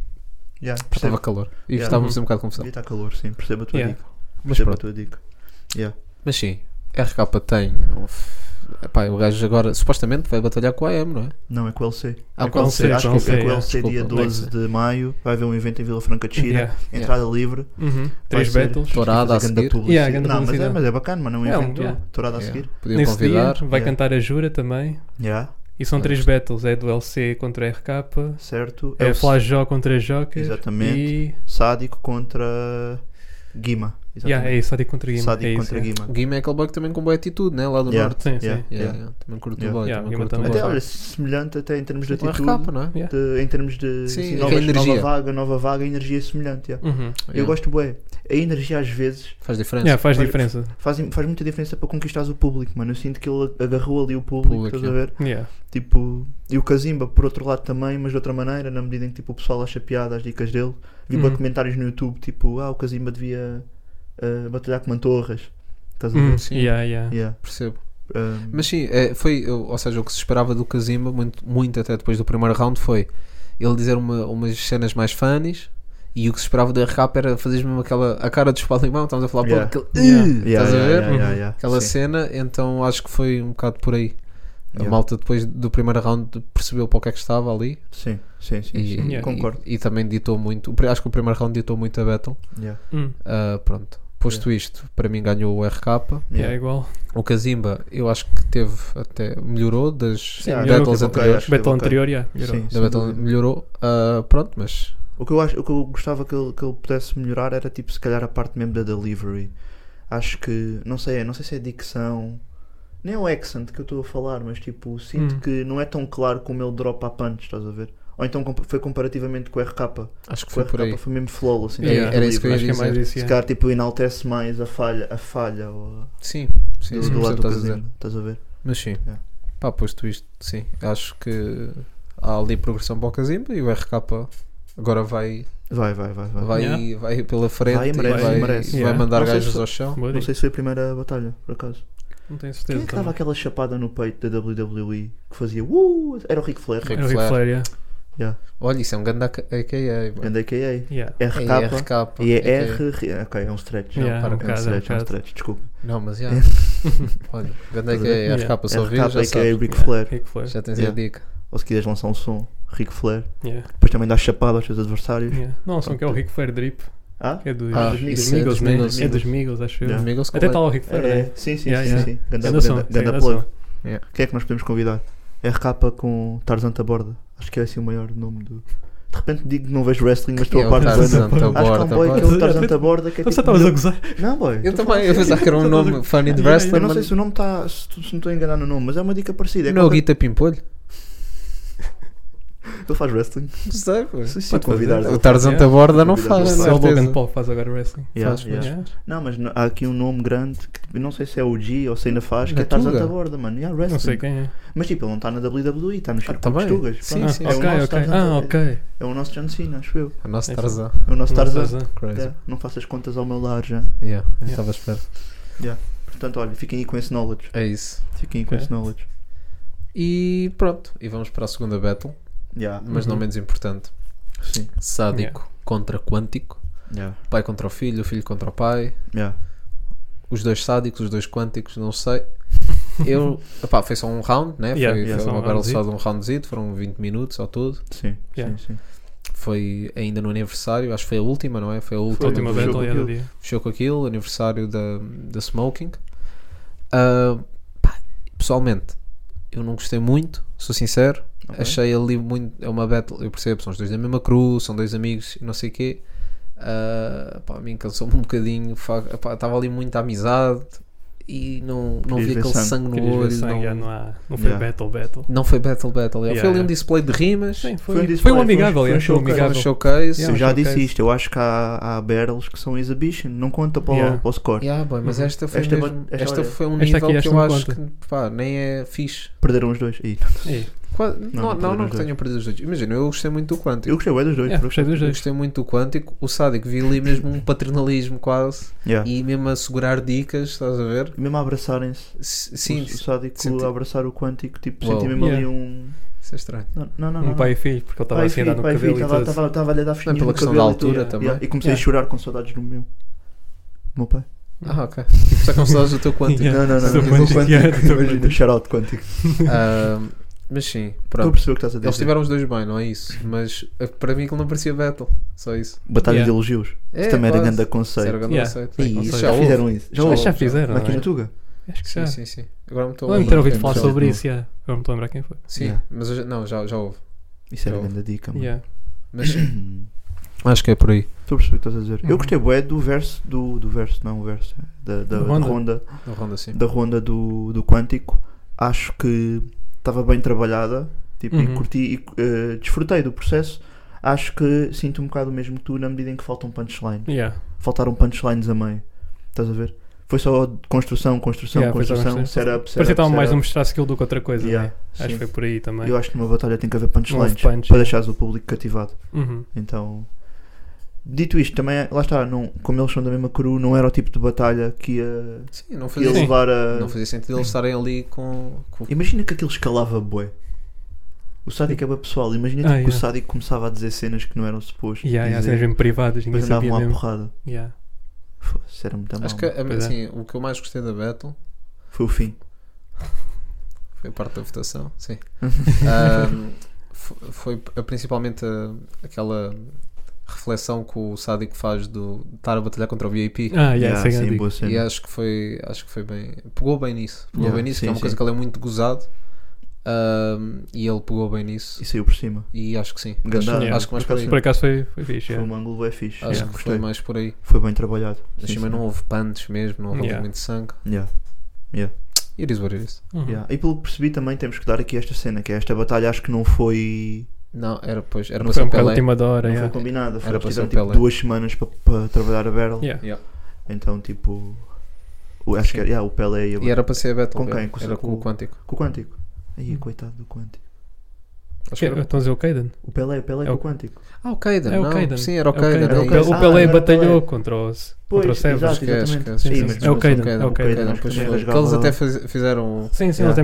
Speaker 6: Yeah,
Speaker 8: estava
Speaker 6: percebo.
Speaker 8: calor. E
Speaker 6: Yeah.
Speaker 8: estávamos um bocado de confusão.
Speaker 6: Devia estar calor, sim, percebo a tua
Speaker 7: Yeah.
Speaker 6: dica.
Speaker 8: Mas
Speaker 6: percebo a
Speaker 8: pronto.
Speaker 6: tua dica.
Speaker 8: Mas sim, RK tem. Epá, o gajo agora supostamente vai batalhar com a AM, não é?
Speaker 6: Não, é com o LC.
Speaker 8: Ah,
Speaker 7: É
Speaker 8: com a
Speaker 7: com
Speaker 8: LC.
Speaker 7: LC,
Speaker 6: acho
Speaker 7: com
Speaker 6: que é com o
Speaker 7: yeah.
Speaker 6: LC dia
Speaker 8: Desculpa,
Speaker 6: 12 de maio. Vai haver um evento em Vila Franca de Xira.
Speaker 7: Yeah.
Speaker 6: Entrada livre.
Speaker 7: Uhum. Três
Speaker 6: ser-
Speaker 7: battles.
Speaker 8: Dourada a
Speaker 6: Fazer grande
Speaker 8: seguir.
Speaker 7: Yeah,
Speaker 6: publicidade.
Speaker 7: grande
Speaker 6: não, mas é,
Speaker 7: publicidade.
Speaker 6: mas é bacana, mano. É um
Speaker 7: É um-
Speaker 6: evento.
Speaker 7: yeah.
Speaker 6: Dourada a
Speaker 8: Yeah.
Speaker 6: seguir.
Speaker 8: Podiam
Speaker 7: Nesse dia
Speaker 8: convidar.
Speaker 7: vai
Speaker 6: Yeah.
Speaker 7: cantar a Jura também.
Speaker 6: Yeah,
Speaker 7: E são
Speaker 8: Ah,
Speaker 7: três battles: é do LC contra a RK,
Speaker 6: certo.
Speaker 7: é
Speaker 6: o
Speaker 7: Flash Jó contra Joker.
Speaker 6: Exatamente.
Speaker 7: E.
Speaker 6: Sádico contra Guima.
Speaker 7: Yeah, é
Speaker 6: Exatamente.
Speaker 7: isso, Sádico contra Guima.
Speaker 6: Sádico
Speaker 7: é isso,
Speaker 6: contra
Speaker 7: é.
Speaker 6: Guima.
Speaker 8: O Guima é aquele boy que também com boa atitude, né? Lá do
Speaker 6: Yeah.
Speaker 8: norte.
Speaker 7: Sim, sim.
Speaker 6: Yeah,
Speaker 8: Yeah,
Speaker 6: yeah.
Speaker 8: yeah. Também curto
Speaker 6: Yeah.
Speaker 8: o boy.
Speaker 7: Yeah,
Speaker 8: também
Speaker 7: Guima
Speaker 8: curto o
Speaker 7: também.
Speaker 8: boy.
Speaker 6: Até, olha, semelhante até em termos de
Speaker 8: Tipo,
Speaker 6: atitude.
Speaker 8: RK, não é?
Speaker 7: Yeah.
Speaker 6: de- em termos de
Speaker 8: Sim,
Speaker 6: assim,
Speaker 8: é que
Speaker 6: novas,
Speaker 8: a energia.
Speaker 6: nova vaga, nova vaga, energia semelhante. yeah.
Speaker 7: Uhum.
Speaker 8: Yeah.
Speaker 6: Eu gosto, bué. A energia às vezes
Speaker 8: Faz diferença.
Speaker 7: Yeah, faz
Speaker 6: Olha,
Speaker 7: diferença.
Speaker 6: faz, faz muita diferença para conquistares o público, mano. Eu sinto que ele agarrou ali o público,
Speaker 8: Público,
Speaker 6: estás a
Speaker 8: yeah.
Speaker 6: ver?
Speaker 7: Yeah.
Speaker 6: Tipo, e o Kazimba, por outro lado, também, mas de outra maneira, na medida em que tipo, o pessoal acha piada às dicas dele. Vi bué
Speaker 7: Uhum.
Speaker 6: comentários no YouTube, tipo, ah, o Kazimba devia ah, batalhar com Mantorras. Estás a ver?
Speaker 7: Uhum.
Speaker 8: sim.
Speaker 7: Yeah, yeah.
Speaker 6: Yeah.
Speaker 8: Percebo.
Speaker 6: Um,
Speaker 8: Mas sim, é, foi, ou seja, o que se esperava do Kazimba, muito, muito até depois do primeiro round, foi ele dizer uma- umas cenas mais funnies. E o que se esperava do RK era fazer mesmo aquela a cara do Spalimão, estamos a falar
Speaker 6: Yeah.
Speaker 8: pô, aquele
Speaker 7: Yeah.
Speaker 8: "Ih",
Speaker 6: yeah,
Speaker 8: estás a
Speaker 6: yeah,
Speaker 8: ver? Uhum.
Speaker 6: yeah, yeah, yeah.
Speaker 8: aquela
Speaker 6: Sim.
Speaker 8: cena, então acho que foi um bocado por aí. A
Speaker 6: Yeah.
Speaker 8: malta depois do primeiro round percebeu para o que é que estava ali
Speaker 6: Sim, sim, sim.
Speaker 8: e,
Speaker 6: sim.
Speaker 7: Yeah.
Speaker 6: Concordo.
Speaker 8: e, e também ditou muito. o pri- Acho que o primeiro round ditou muito a Battle.
Speaker 6: Yeah.
Speaker 7: Hum.
Speaker 8: Ah, pronto, posto isto, para mim ganhou o RK.
Speaker 7: Yeah,
Speaker 6: Yeah.
Speaker 7: igual.
Speaker 8: O Kazimba, eu acho que teve até melhorou das
Speaker 6: melhorou,
Speaker 8: Battles
Speaker 6: tipo, ok,
Speaker 8: anteriores.
Speaker 6: acho que
Speaker 7: Battle
Speaker 6: ok.
Speaker 7: anterior, yeah. melhorou.
Speaker 6: Sim,
Speaker 8: é Da
Speaker 6: sem
Speaker 8: battle
Speaker 6: dúvida.
Speaker 8: melhorou, ah, pronto, mas
Speaker 6: O que eu, acho, o que eu gostava que ele, que ele pudesse melhorar era tipo se calhar a parte mesmo da delivery. Acho que não sei, não sei se é dicção, nem é o accent que eu estou a falar, mas tipo, sinto
Speaker 7: Hum.
Speaker 6: que não é tão claro como ele dropa a punch, estás a ver? Ou então compa- foi comparativamente com o RK.
Speaker 8: acho que
Speaker 6: Com o
Speaker 8: foi por aí.
Speaker 6: RK foi mesmo flow, assim,
Speaker 8: É,
Speaker 7: Yeah.
Speaker 6: da
Speaker 8: Era isso que eu ia
Speaker 6: delivery.
Speaker 7: Acho que é mais
Speaker 8: dizer.
Speaker 7: isso.
Speaker 6: Se
Speaker 7: Yeah.
Speaker 6: calhar tipo, enaltece mais a falha, a falha ou a-
Speaker 8: Sim, sim,
Speaker 6: do,
Speaker 8: sim,
Speaker 6: do
Speaker 8: percebo o
Speaker 6: lado
Speaker 8: que
Speaker 6: do
Speaker 8: estás a dizer.
Speaker 6: casinho, estás a ver?
Speaker 8: Mas sim,
Speaker 6: É.
Speaker 8: pá, posto isto, sim, acho que há ali progressão para o Kazimba e o RK agora vai,
Speaker 6: Vai, vai, vai, vai.
Speaker 8: vai,
Speaker 7: Yeah.
Speaker 8: vai pela frente
Speaker 6: Vai,
Speaker 8: e
Speaker 6: merece,
Speaker 8: vai,
Speaker 6: merece.
Speaker 8: vai
Speaker 7: Yeah.
Speaker 8: mandar
Speaker 6: Não sei
Speaker 8: gajos
Speaker 6: se-
Speaker 8: ao chão.
Speaker 7: Boa
Speaker 6: Não
Speaker 7: dica.
Speaker 6: sei se foi a primeira batalha, por acaso.
Speaker 7: Não tenho
Speaker 6: Quem é
Speaker 7: certeza.
Speaker 6: que dava
Speaker 7: também.
Speaker 6: aquela chapada no peito da WWE que fazia uh, Era o Ric Flair.
Speaker 8: Ric
Speaker 7: Era o Ric
Speaker 8: Flair.
Speaker 7: Flair, yeah.
Speaker 6: Yeah.
Speaker 8: Olha, isso é um ganda AKA. mano.
Speaker 6: Grande AKA.
Speaker 7: Yeah.
Speaker 8: É
Speaker 6: RK.
Speaker 8: RK.
Speaker 6: E é
Speaker 8: AKA.
Speaker 6: R. Ok, é um stretch.
Speaker 7: Yeah,
Speaker 6: é
Speaker 7: um
Speaker 6: um
Speaker 7: bocado,
Speaker 6: stretch,
Speaker 7: um
Speaker 6: é um
Speaker 7: bocado.
Speaker 6: stretch. Desculpa.
Speaker 8: Não, mas
Speaker 6: É.
Speaker 8: já. Olha, ganda AKA é
Speaker 7: Yeah.
Speaker 8: RK, só
Speaker 6: RK
Speaker 8: ouvir, já
Speaker 6: AKA
Speaker 8: sabes. é.
Speaker 6: Ric
Speaker 7: Yeah.
Speaker 6: Flair.
Speaker 7: Ric Flair.
Speaker 8: Já tens aí a
Speaker 6: é Yeah.
Speaker 8: dica.
Speaker 6: Ou se quiseres lançar um som, Ric Flair.
Speaker 7: Yeah.
Speaker 6: Depois também dá chapada aos teus adversários.
Speaker 7: Yeah. Não, só que é o Ric Flair Drip.
Speaker 6: Ah?
Speaker 7: que É dos,
Speaker 8: Ah,
Speaker 7: dos
Speaker 8: isso é
Speaker 7: Migos,
Speaker 8: dos
Speaker 7: né?
Speaker 8: Migos.
Speaker 7: É dos Migos, acho eu.
Speaker 6: Yeah.
Speaker 8: Amigos
Speaker 7: Até
Speaker 8: Colette.
Speaker 7: está lá o Ric Flair,
Speaker 6: É,
Speaker 7: né?
Speaker 6: sim, sim,
Speaker 7: Yeah,
Speaker 6: sim,
Speaker 7: yeah.
Speaker 6: sim. Ganda,
Speaker 7: Ainda são,
Speaker 6: ganda,
Speaker 7: sim,
Speaker 6: ganda
Speaker 7: ainda
Speaker 6: plug.
Speaker 7: são.
Speaker 6: Quem é que nós podemos convidar? RK com Tarzan Taborda. Acho que é assim o maior nome do. De repente digo que não vejo wrestling, mas estou
Speaker 8: é
Speaker 6: a
Speaker 8: o
Speaker 6: par do
Speaker 8: Tarzan
Speaker 6: ano. Acho que é um
Speaker 8: Taborda,
Speaker 6: boy que é
Speaker 7: boy.
Speaker 6: o Tarzan Taborda. Que é
Speaker 7: Então
Speaker 6: tipo
Speaker 7: você estavas a
Speaker 6: milho-
Speaker 7: gozar?
Speaker 6: Não, boy.
Speaker 8: Eu também, eu pensava que era um nome funny de
Speaker 7: Yeah, yeah.
Speaker 8: wrestler,
Speaker 6: Eu não sei
Speaker 8: mas
Speaker 6: se o nome está. Se, tu- se não estou a enganar no nome, mas é uma dica parecida. É
Speaker 8: não é o
Speaker 6: qualquer-
Speaker 8: Guita Pimpolho?
Speaker 6: Tu faz wrestling?
Speaker 8: Não sei, pô.
Speaker 6: Se, se
Speaker 7: Pode
Speaker 6: convidares.
Speaker 8: O
Speaker 6: ele-
Speaker 8: Tarzan da
Speaker 7: Yeah.
Speaker 8: borda não faz,
Speaker 6: Convidado. Mas
Speaker 7: Se
Speaker 8: certeza.
Speaker 7: o Logan Paul faz agora wrestling.
Speaker 6: Yeah,
Speaker 8: faz,
Speaker 6: yeah.
Speaker 7: Yeah.
Speaker 6: Não, mas n- há aqui um nome grande que tipo, não sei se é o G ou se ainda faz, que
Speaker 8: Na
Speaker 6: é Tarzan
Speaker 8: Tuga.
Speaker 6: Taborda, mano. Yeah, wrestling.
Speaker 7: Não sei quem é.
Speaker 6: Mas tipo, ele não está na WWE, está nos
Speaker 8: tá
Speaker 6: circuitos
Speaker 8: bem.
Speaker 6: tugas.
Speaker 8: Sim,
Speaker 6: pronto.
Speaker 7: ah,
Speaker 8: sim,
Speaker 6: é o
Speaker 7: ok,
Speaker 6: nosso
Speaker 7: ok.
Speaker 6: Tarzan
Speaker 7: Ah,
Speaker 6: Taborda.
Speaker 7: ok.
Speaker 6: É o nosso John Cena, acho eu.
Speaker 8: O nosso
Speaker 7: É
Speaker 8: Tarzan.
Speaker 6: É o nosso Tarzan.
Speaker 7: Tarzan.
Speaker 8: Crazy.
Speaker 6: É, Não faças contas ao meu lar já.
Speaker 8: Yeah, eu
Speaker 7: Yeah.
Speaker 8: estava a esperar.
Speaker 6: Portanto, olha, fiquem aí com esse knowledge.
Speaker 8: É isso.
Speaker 6: Fiquem aí com
Speaker 7: Ok.
Speaker 6: esse knowledge.
Speaker 8: E pronto, e vamos para a segunda battle,
Speaker 6: Yeah,
Speaker 8: mas não
Speaker 7: Uhum.
Speaker 8: menos importante.
Speaker 6: sim.
Speaker 8: Sádico contra quântico.
Speaker 6: Yeah,
Speaker 8: Pai contra o filho, o filho contra o pai.
Speaker 6: yeah.
Speaker 8: Os dois sádicos, os dois quânticos, não sei. Eu, epá, foi só um round, né?
Speaker 7: Yeah,
Speaker 8: foi
Speaker 7: yeah,
Speaker 8: foi
Speaker 7: só um
Speaker 8: uma battle só de
Speaker 7: roundzito.
Speaker 8: um roundzito, foram 20 minutos ao todo.
Speaker 6: Sim,
Speaker 7: Yeah.
Speaker 6: sim, sim.
Speaker 8: Foi ainda no aniversário, acho que foi a última, não é? Foi a
Speaker 7: Foi
Speaker 8: última,
Speaker 7: a última
Speaker 8: do
Speaker 6: battle,
Speaker 7: battle
Speaker 8: jogo.
Speaker 7: yeah, do dia.
Speaker 8: fechou com aquilo, aniversário da, da Smoking. Ah, pá, pessoalmente, eu não gostei muito, sou sincero.
Speaker 6: Ok.
Speaker 8: Achei ali muito. É uma battle, eu percebo, são os dois da mesma crew, são dois amigos e não sei o quê. Ah, pá, a mim cansou-me um bocadinho. fa- pá, Estava ali muita amizade e não, não
Speaker 6: Querias
Speaker 8: vi
Speaker 6: ver
Speaker 8: aquele sangue,
Speaker 6: sangue.
Speaker 8: no
Speaker 7: Querias ver
Speaker 8: olho.
Speaker 7: sangue,
Speaker 8: não,
Speaker 7: já não há. Não foi
Speaker 6: Yeah.
Speaker 7: battle, battle.
Speaker 8: não foi Battle Battle.
Speaker 7: Yeah,
Speaker 8: foi ali um
Speaker 7: yeah.
Speaker 8: display de rimas,
Speaker 7: Sim,
Speaker 6: Foi um
Speaker 7: foi,
Speaker 6: display,
Speaker 7: foi um
Speaker 6: foi um-
Speaker 7: amigável,
Speaker 6: foi um
Speaker 7: yeah, foi um
Speaker 8: foi um
Speaker 7: amigável.
Speaker 8: showcase.
Speaker 7: Yeah.
Speaker 6: Eu já
Speaker 7: showcase.
Speaker 6: disse isto, eu acho que há, há barrels que são exhibition, não conta para, o-
Speaker 7: Yeah.
Speaker 6: para o score.
Speaker 8: Yeah, boy, mas
Speaker 7: Uhum.
Speaker 8: esta foi,
Speaker 6: Esta
Speaker 8: mesmo-
Speaker 6: ba- esta
Speaker 8: esta
Speaker 6: olha,
Speaker 8: foi um
Speaker 7: esta
Speaker 8: nível
Speaker 7: aqui, esta
Speaker 8: que eu
Speaker 7: não
Speaker 8: acho
Speaker 7: conta.
Speaker 8: que pá, nem é fixe.
Speaker 6: Perderam os dois. Ih,
Speaker 7: Ei,
Speaker 8: Qua- não,
Speaker 6: não
Speaker 8: não, não
Speaker 6: perderam
Speaker 8: que
Speaker 6: os dois.
Speaker 8: tenham perdido os dois. Imagina, eu gostei muito do Quântico.
Speaker 6: eu gostei, é dos dois.
Speaker 7: yeah, gostei dos
Speaker 8: Eu
Speaker 7: dois.
Speaker 8: gostei muito do Quântico. O Sádico vi ali mesmo um paternalismo quase
Speaker 6: Yeah.
Speaker 8: e mesmo a segurar dicas, estás a ver?
Speaker 6: E mesmo a abraçarem-se,
Speaker 8: S-
Speaker 6: o,
Speaker 8: Sim,
Speaker 6: o sádico
Speaker 8: senti-
Speaker 6: a abraçar o quântico, tipo,
Speaker 8: Uau.
Speaker 6: senti mesmo ali
Speaker 7: Yeah.
Speaker 6: um.
Speaker 8: isso é estranho.
Speaker 6: Não, não, não. não.
Speaker 7: Um pai e filho, porque ele estava
Speaker 6: Pai e
Speaker 7: assim a dar
Speaker 6: filho,
Speaker 7: no
Speaker 6: pai e
Speaker 7: cabelo e
Speaker 6: filho, estava-
Speaker 7: tudo.
Speaker 6: estava- estava ali a dar
Speaker 8: Não, é
Speaker 6: fininho
Speaker 8: pela
Speaker 6: no
Speaker 8: questão da
Speaker 6: cabelo e
Speaker 8: altura
Speaker 6: tudo.
Speaker 8: também.
Speaker 6: Yeah, E comecei
Speaker 7: Yeah.
Speaker 6: a chorar com saudades do meu. Do meu pai.
Speaker 8: Ah, ok. Só com saudades do teu Quântico.
Speaker 7: Yeah.
Speaker 6: Não, não, não.
Speaker 7: Do
Speaker 6: não,
Speaker 7: quântico, yeah, do
Speaker 6: Imagina,
Speaker 7: quântico.
Speaker 6: shout-out quântico.
Speaker 8: Ah, mas sim,
Speaker 6: Estou a
Speaker 8: pronto.
Speaker 6: perceber o que estás a dizer.
Speaker 8: Eles tiveram os dois bem, não é isso? Mas eh, para mim aquilo não parecia Battle. Só isso.
Speaker 6: Batalha
Speaker 7: Yeah.
Speaker 6: de elogios.
Speaker 8: É,
Speaker 6: também era
Speaker 8: quase.
Speaker 6: grande
Speaker 8: Isso era
Speaker 6: conceito.
Speaker 8: grande
Speaker 7: Yeah.
Speaker 8: conceito.
Speaker 6: Ih,
Speaker 8: Isso
Speaker 6: isso
Speaker 8: já
Speaker 6: já
Speaker 8: houve.
Speaker 6: fizeram isso. Já
Speaker 7: Acho que já
Speaker 6: houve.
Speaker 7: fizeram.
Speaker 6: Aqui
Speaker 7: não
Speaker 6: na
Speaker 7: é?
Speaker 6: Tuga.
Speaker 7: Acho que já.
Speaker 8: Sim, sim, sim. Agora me estou a
Speaker 7: Lembro-me de ter
Speaker 8: lembrar
Speaker 7: ouvido
Speaker 8: quem
Speaker 7: falar
Speaker 8: foi.
Speaker 6: mas-
Speaker 7: sobre isso, yeah. agora não estou a lembrar quem foi.
Speaker 8: Sim,
Speaker 6: Yeah.
Speaker 8: mas eu já- não, já, já houve.
Speaker 6: Isso era
Speaker 8: Já houve.
Speaker 6: grande dica, mano.
Speaker 7: Yeah.
Speaker 8: Mas sim,
Speaker 6: Hum.
Speaker 8: acho que é por aí.
Speaker 6: Estou a perceber o que estás a dizer.
Speaker 7: Uhum.
Speaker 6: Eu gostei bué do verso, do, do verso, não o verso, da, da,
Speaker 7: Do
Speaker 6: da
Speaker 7: Honda.
Speaker 6: ronda,
Speaker 8: Na ronda sim.
Speaker 6: da ronda do, do Quântico. Acho que estava bem trabalhada, tipo,
Speaker 7: Uhum.
Speaker 6: e curti, e eh, desfrutei do processo. Acho que sinto um bocado o mesmo que tu na medida em que falta um punchline.
Speaker 7: Yeah.
Speaker 6: Faltaram punchlines a meio. Estás a ver? Foi só construção, construção,
Speaker 7: Yeah, foi só
Speaker 6: construção,
Speaker 7: construção.
Speaker 6: setup, setup.
Speaker 7: Parecia que estavam mais a
Speaker 6: setup.
Speaker 7: mostrar skill do que outra coisa,
Speaker 6: Yeah,
Speaker 7: né? acho
Speaker 6: sim.
Speaker 7: que foi por aí também.
Speaker 6: Eu acho que numa batalha tem que haver punchlines
Speaker 7: Não houve punch,
Speaker 6: para
Speaker 7: é.
Speaker 6: deixares o público cativado.
Speaker 7: Uhum.
Speaker 6: Então, dito isto, também, é, lá está, não, como eles são da mesma crew, não era o tipo de batalha que ia,
Speaker 8: Sim, não
Speaker 6: que ia
Speaker 8: fazia,
Speaker 7: Sim.
Speaker 8: sentido.
Speaker 6: levar a.
Speaker 8: não fazia sentido eles estarem ali com. com-
Speaker 6: Imagina que aquilo escalava bué. O sádico é bué pessoal, imagina tipo,
Speaker 7: Ah,
Speaker 6: que o
Speaker 7: yeah.
Speaker 6: sádico começava a dizer cenas que não eram supostas.
Speaker 7: Yeah, yeah, cenas
Speaker 6: dizer,
Speaker 7: mesmo privadas, ninguém
Speaker 6: depois
Speaker 7: sabia
Speaker 6: andavam à
Speaker 7: mesmo.
Speaker 6: porrada.
Speaker 7: Yeah.
Speaker 6: Foda-se, era muito mal.
Speaker 8: Acho que
Speaker 6: mano.
Speaker 8: a-
Speaker 7: Pois é.
Speaker 8: assim, o que eu mais gostei da Battle
Speaker 6: Foi o fim.
Speaker 8: foi a parte da votação, sim. Ahm, fo- foi a- principalmente a- aquela reflexão que o Sádico faz do estar a batalhar contra o VIP.
Speaker 7: Ah, yeah,
Speaker 6: Yeah,
Speaker 7: isso é grande.
Speaker 6: sim, boa
Speaker 8: E
Speaker 6: cena.
Speaker 8: acho que foi acho que foi bem. Pegou bem nisso. Pegou
Speaker 6: Yeah,
Speaker 8: bem nisso, que
Speaker 6: sim,
Speaker 8: é uma coisa
Speaker 6: sim.
Speaker 8: que ele é muito gozado. Ahm, e ele pegou bem nisso.
Speaker 6: E saiu por cima.
Speaker 8: E acho que sim.
Speaker 6: Ganda-
Speaker 8: Acho,
Speaker 7: Yeah.
Speaker 8: acho que mais por
Speaker 6: Por acaso
Speaker 8: aí.
Speaker 7: Por acaso foi, foi fixe.
Speaker 6: Foi
Speaker 7: yeah.
Speaker 6: um ângulo bem fixe.
Speaker 8: Acho
Speaker 6: Yeah,
Speaker 8: que foi
Speaker 6: gostei.
Speaker 8: mais por aí.
Speaker 6: Foi bem trabalhado.
Speaker 8: Mas
Speaker 6: Sim,
Speaker 8: também
Speaker 6: sim.
Speaker 8: não houve punch mesmo, não houve
Speaker 7: Yeah.
Speaker 8: muito sangue.
Speaker 6: Yeah.
Speaker 8: It is what it is.
Speaker 7: Uhum.
Speaker 6: Yeah. E pelo que percebi também temos que dar aqui esta cena, que é esta batalha acho que não foi,
Speaker 8: Não, era pois, era
Speaker 6: Não
Speaker 8: para
Speaker 7: Foi
Speaker 8: São
Speaker 7: um bocado
Speaker 8: Pelé.
Speaker 7: última da hora.
Speaker 6: não foi
Speaker 7: yeah.
Speaker 6: combinada, foi
Speaker 8: Era para
Speaker 6: tiveram
Speaker 8: ser
Speaker 6: tipo
Speaker 8: Pelé.
Speaker 6: duas semanas para para trabalhar a Battle.
Speaker 7: Yeah.
Speaker 6: Então tipo, o, acho que era, yeah, o Pelé ia
Speaker 8: E era Uhum. para ser a Battle.
Speaker 6: Com
Speaker 8: era-
Speaker 6: quem? Com o-
Speaker 8: era com o Quântico.
Speaker 6: com o Quântico. Aí, coitado do Quântico.
Speaker 8: Acho que
Speaker 7: Estão
Speaker 8: era-
Speaker 7: a dizer o Caden?
Speaker 6: O Pelé, o Pelé
Speaker 7: É
Speaker 6: com
Speaker 7: o-
Speaker 6: o Quântico.
Speaker 8: Ah, o Caden.
Speaker 7: É o
Speaker 8: não,
Speaker 7: Caden.
Speaker 8: Sim, era o
Speaker 7: É Caden.
Speaker 8: Caden.
Speaker 6: Era
Speaker 8: é
Speaker 6: o
Speaker 7: O
Speaker 8: isso.
Speaker 7: Pel-
Speaker 6: Caden.
Speaker 7: O Pelé
Speaker 6: Ah, era o
Speaker 7: batalhou
Speaker 6: Pelé.
Speaker 7: contra os
Speaker 6: Pois,
Speaker 7: contra o Sevres.
Speaker 6: exato,
Speaker 8: Esquece,
Speaker 6: exatamente.
Speaker 8: esquece,
Speaker 6: Sim,
Speaker 7: esquece.
Speaker 6: mas
Speaker 7: É o
Speaker 6: depois-
Speaker 7: Caden,
Speaker 8: Caden,
Speaker 7: é o Caden.
Speaker 8: Caden,
Speaker 6: Caden,
Speaker 8: depois
Speaker 6: Caden
Speaker 8: foi-
Speaker 6: rasgava-
Speaker 8: que Eles até fiz- fizeram
Speaker 7: Sim, sim,
Speaker 6: Yeah.
Speaker 7: eles até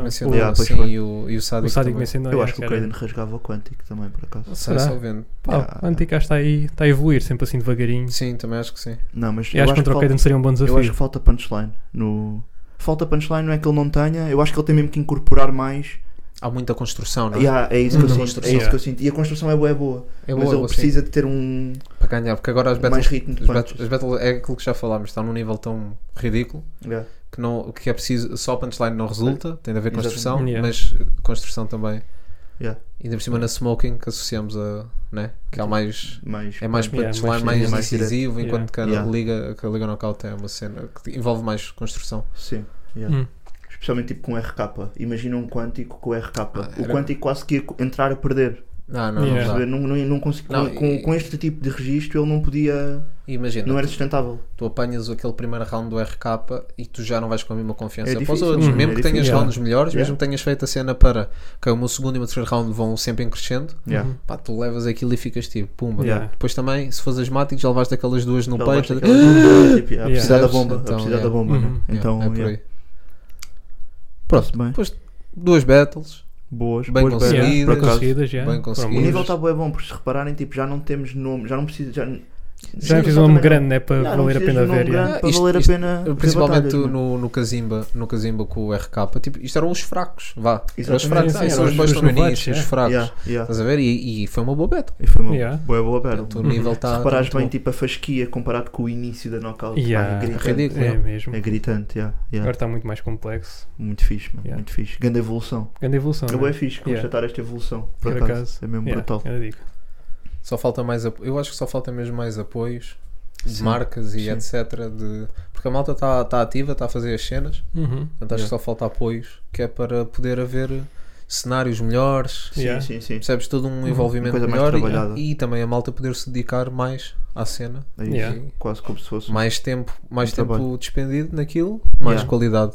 Speaker 8: o
Speaker 7: O-
Speaker 6: Yeah,
Speaker 8: Senhor,
Speaker 6: pois
Speaker 8: sim,
Speaker 6: foi.
Speaker 8: e o, e o Sádico
Speaker 7: O Sádico
Speaker 8: também.
Speaker 7: mencionou.
Speaker 6: Eu
Speaker 7: yeah,
Speaker 6: acho que o
Speaker 7: Ah, é, era-
Speaker 6: Caden rasgava o Quântico também, por acaso.
Speaker 8: Não sei,
Speaker 7: Será?
Speaker 8: só vendo.
Speaker 7: Pá,
Speaker 6: Yeah.
Speaker 7: o Antica está aí, está a evoluir sempre assim devagarinho.
Speaker 8: Sim, também acho que sim.
Speaker 6: Não, mas
Speaker 7: E
Speaker 6: eu
Speaker 7: acho
Speaker 6: acho
Speaker 7: que contra o
Speaker 6: falta-
Speaker 7: Caden seria um bom
Speaker 6: Eu acho
Speaker 7: desafio.
Speaker 6: que falta punchline. No... Falta punchline, não é que ele não tenha, eu acho que ele tem mesmo que incorporar mais.
Speaker 8: Há muita construção, não é?
Speaker 6: Yeah, é, isso que eu
Speaker 8: Muita
Speaker 6: sinto, é
Speaker 8: construção.
Speaker 6: isso que eu sinto. E a construção é boa, é boa.
Speaker 8: É
Speaker 6: mas
Speaker 8: boa,
Speaker 6: ele
Speaker 8: boa, sim,
Speaker 6: precisa de ter um
Speaker 8: para ganhar, porque agora as
Speaker 6: mais
Speaker 8: battles,
Speaker 6: ritmo de
Speaker 8: as battles,
Speaker 6: punches.
Speaker 8: as battles é aquilo que já falámos, está num nível tão ridículo
Speaker 6: Yeah.
Speaker 8: que, não, que é preciso, só punchline não
Speaker 6: É.
Speaker 8: resulta, tem de haver construção,
Speaker 7: Exatamente.
Speaker 8: mas construção também.
Speaker 6: Yeah.
Speaker 8: E ainda por cima na smoking que associamos a, né? Que é o mais
Speaker 6: Mas
Speaker 8: é mais
Speaker 7: Yeah,
Speaker 8: punchline,
Speaker 7: mais
Speaker 8: mais,
Speaker 6: direto. Mais direto.
Speaker 8: decisivo, enquanto que a
Speaker 6: Yeah.
Speaker 8: liga, que a liga knockout é uma cena que envolve mais construção.
Speaker 6: sim. yeah.
Speaker 7: Hum.
Speaker 6: Especialmente tipo com RK. Imagina um quântico com RK. o
Speaker 8: Ah, era-
Speaker 6: quântico quase que ia co- entrar a perder.
Speaker 8: Não, não,
Speaker 7: Yeah.
Speaker 8: não
Speaker 6: Perceber?
Speaker 8: dá.
Speaker 6: Não, não, não consegui-
Speaker 8: Não,
Speaker 6: com, com-
Speaker 8: e-
Speaker 6: com este tipo de registro ele não podia.
Speaker 8: Imagina,
Speaker 6: Não é- era sustentável.
Speaker 8: tu apanhas aquele primeiro round do RK e tu já não vais com a mesma confiança
Speaker 6: É
Speaker 8: para os
Speaker 6: difícil,
Speaker 8: outros.
Speaker 7: uhum,
Speaker 8: mesmo
Speaker 6: é
Speaker 8: que tenhas
Speaker 7: difícil.
Speaker 8: rounds melhores,
Speaker 6: Yeah.
Speaker 8: mesmo que tenhas feito a cena para que o meu segundo e o meu terceiro round vão sempre em crescendo,
Speaker 6: Yeah.
Speaker 8: pá, tu levas aquilo e ficas tipo, pumba.
Speaker 6: Yeah.
Speaker 8: Depois também, se fores asmático, já levas daquelas duas no
Speaker 6: Ele
Speaker 8: peito. tá-
Speaker 6: basta aquela- tipo, yeah, a
Speaker 7: Yeah.
Speaker 6: precisar da
Speaker 8: Percebes?
Speaker 6: bomba.
Speaker 8: Então,
Speaker 6: a precisar
Speaker 8: yeah.
Speaker 6: da bomba.
Speaker 7: Uhum.
Speaker 6: né? Então,
Speaker 8: Yeah, é por
Speaker 6: yeah.
Speaker 8: aí. Pronto,
Speaker 6: Bem.
Speaker 8: depois duas battles,
Speaker 6: Boas,
Speaker 8: Bem
Speaker 6: boas
Speaker 8: conseguido.
Speaker 6: battles,
Speaker 7: Yeah,
Speaker 6: por acaso.
Speaker 7: conseguidas, yeah.
Speaker 8: Bem
Speaker 7: Foram
Speaker 8: conseguidas.
Speaker 6: O
Speaker 7: muitas.
Speaker 6: nível está bem bom, porque se repararem, tipo, já não temos nome, já não precisa. Já,
Speaker 7: Já
Speaker 6: Sim,
Speaker 7: fiz um
Speaker 6: também
Speaker 7: nome
Speaker 6: não-
Speaker 7: grande, né? Para
Speaker 6: Já não
Speaker 7: valer a
Speaker 6: precisas
Speaker 7: pena
Speaker 6: de um
Speaker 7: ver.
Speaker 6: nome
Speaker 7: yeah.
Speaker 6: grande
Speaker 8: Ah,
Speaker 6: Para
Speaker 8: isto-
Speaker 6: valer a
Speaker 8: isto-
Speaker 6: pena. ver
Speaker 8: principalmente
Speaker 6: batalhas, mano.
Speaker 8: no, no Kazimba, no Kazimba com o RK. Tipo, isto eram os fracos, vá. Eram os
Speaker 6: Exatamente,
Speaker 8: fracos,
Speaker 6: sim,
Speaker 8: ah, são
Speaker 6: eram
Speaker 8: os
Speaker 6: os-
Speaker 8: boys
Speaker 7: os novatos,
Speaker 8: femininos, os
Speaker 7: yeah.
Speaker 8: fracos.
Speaker 6: Yeah, yeah.
Speaker 8: Estás a ver? E, e foi uma boa battle.
Speaker 6: E foi uma
Speaker 7: Uhum. Yeah.
Speaker 6: boa, boa battle.
Speaker 8: Portanto, O nível tá está.
Speaker 6: se reparares bem, tipo, a fasquia comparado com o início da knockout.
Speaker 7: Yeah.
Speaker 6: pá, É gritante.
Speaker 8: Ridículo.
Speaker 7: É mesmo.
Speaker 6: É gritante, yeah, yeah.
Speaker 7: Agora está muito mais complexo.
Speaker 6: Muito fixe, mano.
Speaker 7: Yeah.
Speaker 6: Muito fixe. Grande evolução.
Speaker 7: Grande evolução.
Speaker 6: É bem
Speaker 7: né?
Speaker 6: fixe
Speaker 7: Yeah.
Speaker 6: constatar esta evolução. Por,
Speaker 7: Por
Speaker 6: acaso.
Speaker 7: acaso.
Speaker 6: É mesmo
Speaker 7: Yeah,
Speaker 6: brutal.
Speaker 7: eu digo.
Speaker 8: Só falta mais apo- Eu acho que só falta mesmo mais apoios de
Speaker 6: Sim,
Speaker 8: marcas e
Speaker 6: sim.
Speaker 8: etc. De... Porque a malta está ativa, está a fazer as cenas.
Speaker 7: Uhum.
Speaker 8: Portanto, acho que só falta apoios, que é para poder haver cenários melhores.
Speaker 6: Sim,
Speaker 7: Yeah. Uhum.
Speaker 6: sim, sim.
Speaker 8: Percebes todo um envolvimento
Speaker 6: Coisa mais
Speaker 8: melhor
Speaker 6: trabalhada.
Speaker 8: e, e também a malta poder se dedicar mais à cena.
Speaker 6: É isso.
Speaker 7: Yeah.
Speaker 6: Quase como se fosse.
Speaker 8: Mais tempo, mais
Speaker 6: Um
Speaker 8: tempo
Speaker 6: trabalho.
Speaker 8: despendido naquilo, mais
Speaker 6: Yeah.
Speaker 8: qualidade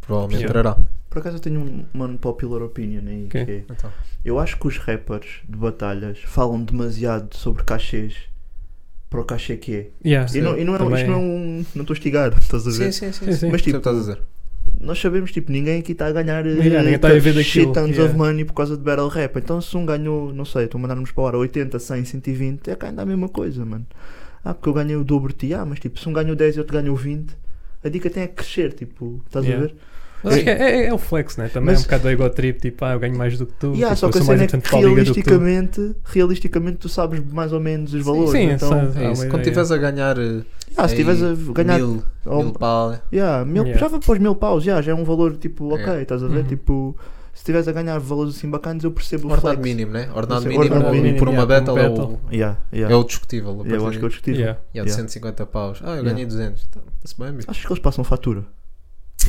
Speaker 8: provavelmente
Speaker 7: Yeah.
Speaker 8: trará.
Speaker 6: Por acaso eu tenho um- uma unpopular opinion aí.
Speaker 7: Ok.
Speaker 6: Que é,
Speaker 8: Então.
Speaker 6: eu acho que os rappers de batalhas falam demasiado sobre cachês para o cachê que é.
Speaker 7: Yeah.
Speaker 6: E não, e não é,
Speaker 7: Também-
Speaker 6: isto não é um. Não estou a estigar, estás a ver?
Speaker 8: Sim, sim, sim.
Speaker 7: Sim,
Speaker 8: sim.
Speaker 7: sim.
Speaker 6: Mas
Speaker 8: Percebo
Speaker 6: tipo,
Speaker 8: o que estás a dizer.
Speaker 6: nós sabemos, tipo, ninguém aqui está a ganhar eh,
Speaker 7: Yeah, ninguém está a ver
Speaker 6: shit
Speaker 7: daquilo,
Speaker 6: tons
Speaker 7: yeah.
Speaker 6: of money por causa de battle rap. Então se um ganhou, não sei, estou a mandar-nos para a hora 80, 100, 120, é cá ainda a mesma coisa, mano. Ah, porque eu ganhei o dobro de ti, ah, mas tipo, se um ganhou 10 e outro ganhou 20, a dica tem é que crescer, tipo, estás
Speaker 7: Yeah.
Speaker 6: a ver?
Speaker 7: Mas acho que é, é- é o flex, né? Também
Speaker 6: Mas-
Speaker 7: é um bocado do ego trip, tipo, ah, eu ganho mais do que tu,
Speaker 6: Yeah,
Speaker 7: tipo,
Speaker 6: só
Speaker 7: eu
Speaker 6: que a
Speaker 7: sou mais
Speaker 6: cena é que
Speaker 7: importante para a liga do que tu.
Speaker 6: realisticamente, realisticamente tu sabes mais ou menos os valores.
Speaker 7: sim,
Speaker 6: então,
Speaker 7: sabe.
Speaker 8: É
Speaker 7: Há
Speaker 8: isso.
Speaker 7: uma
Speaker 8: Quando
Speaker 7: ideia.
Speaker 8: estiveres a ganhar eh,
Speaker 6: ah, se
Speaker 8: aí
Speaker 6: tivesse a ganhar.
Speaker 8: mil,
Speaker 6: ou-
Speaker 8: mil pau,
Speaker 6: Yeah, mil-
Speaker 7: Yeah.
Speaker 6: Já vai para os mil paus, yeah, já é um valor tipo, ok,
Speaker 8: Yeah.
Speaker 6: estás a ver?
Speaker 7: Uhum.
Speaker 6: Tipo, se estivesse a ganhar valores assim bacanas, eu percebo o
Speaker 8: ordenado
Speaker 6: flex.
Speaker 8: mínimo, né? Ordenado
Speaker 6: Sim,
Speaker 8: mínimo,
Speaker 6: ordenado
Speaker 8: por-
Speaker 6: mínimo,
Speaker 8: por uma
Speaker 7: yeah,
Speaker 8: battle
Speaker 7: por um
Speaker 8: é
Speaker 7: uma
Speaker 8: o,
Speaker 6: Yeah, yeah.
Speaker 8: é o discutível. a
Speaker 6: Eu
Speaker 8: partir
Speaker 6: acho que é o
Speaker 8: daí.
Speaker 6: discutível.
Speaker 7: Yeah.
Speaker 8: E há de
Speaker 6: Yeah.
Speaker 8: 150 paus. Ah, eu
Speaker 6: Yeah.
Speaker 8: ganhei 200. Tá, Está-se bem, meu.
Speaker 6: Acho que eles passam fatura.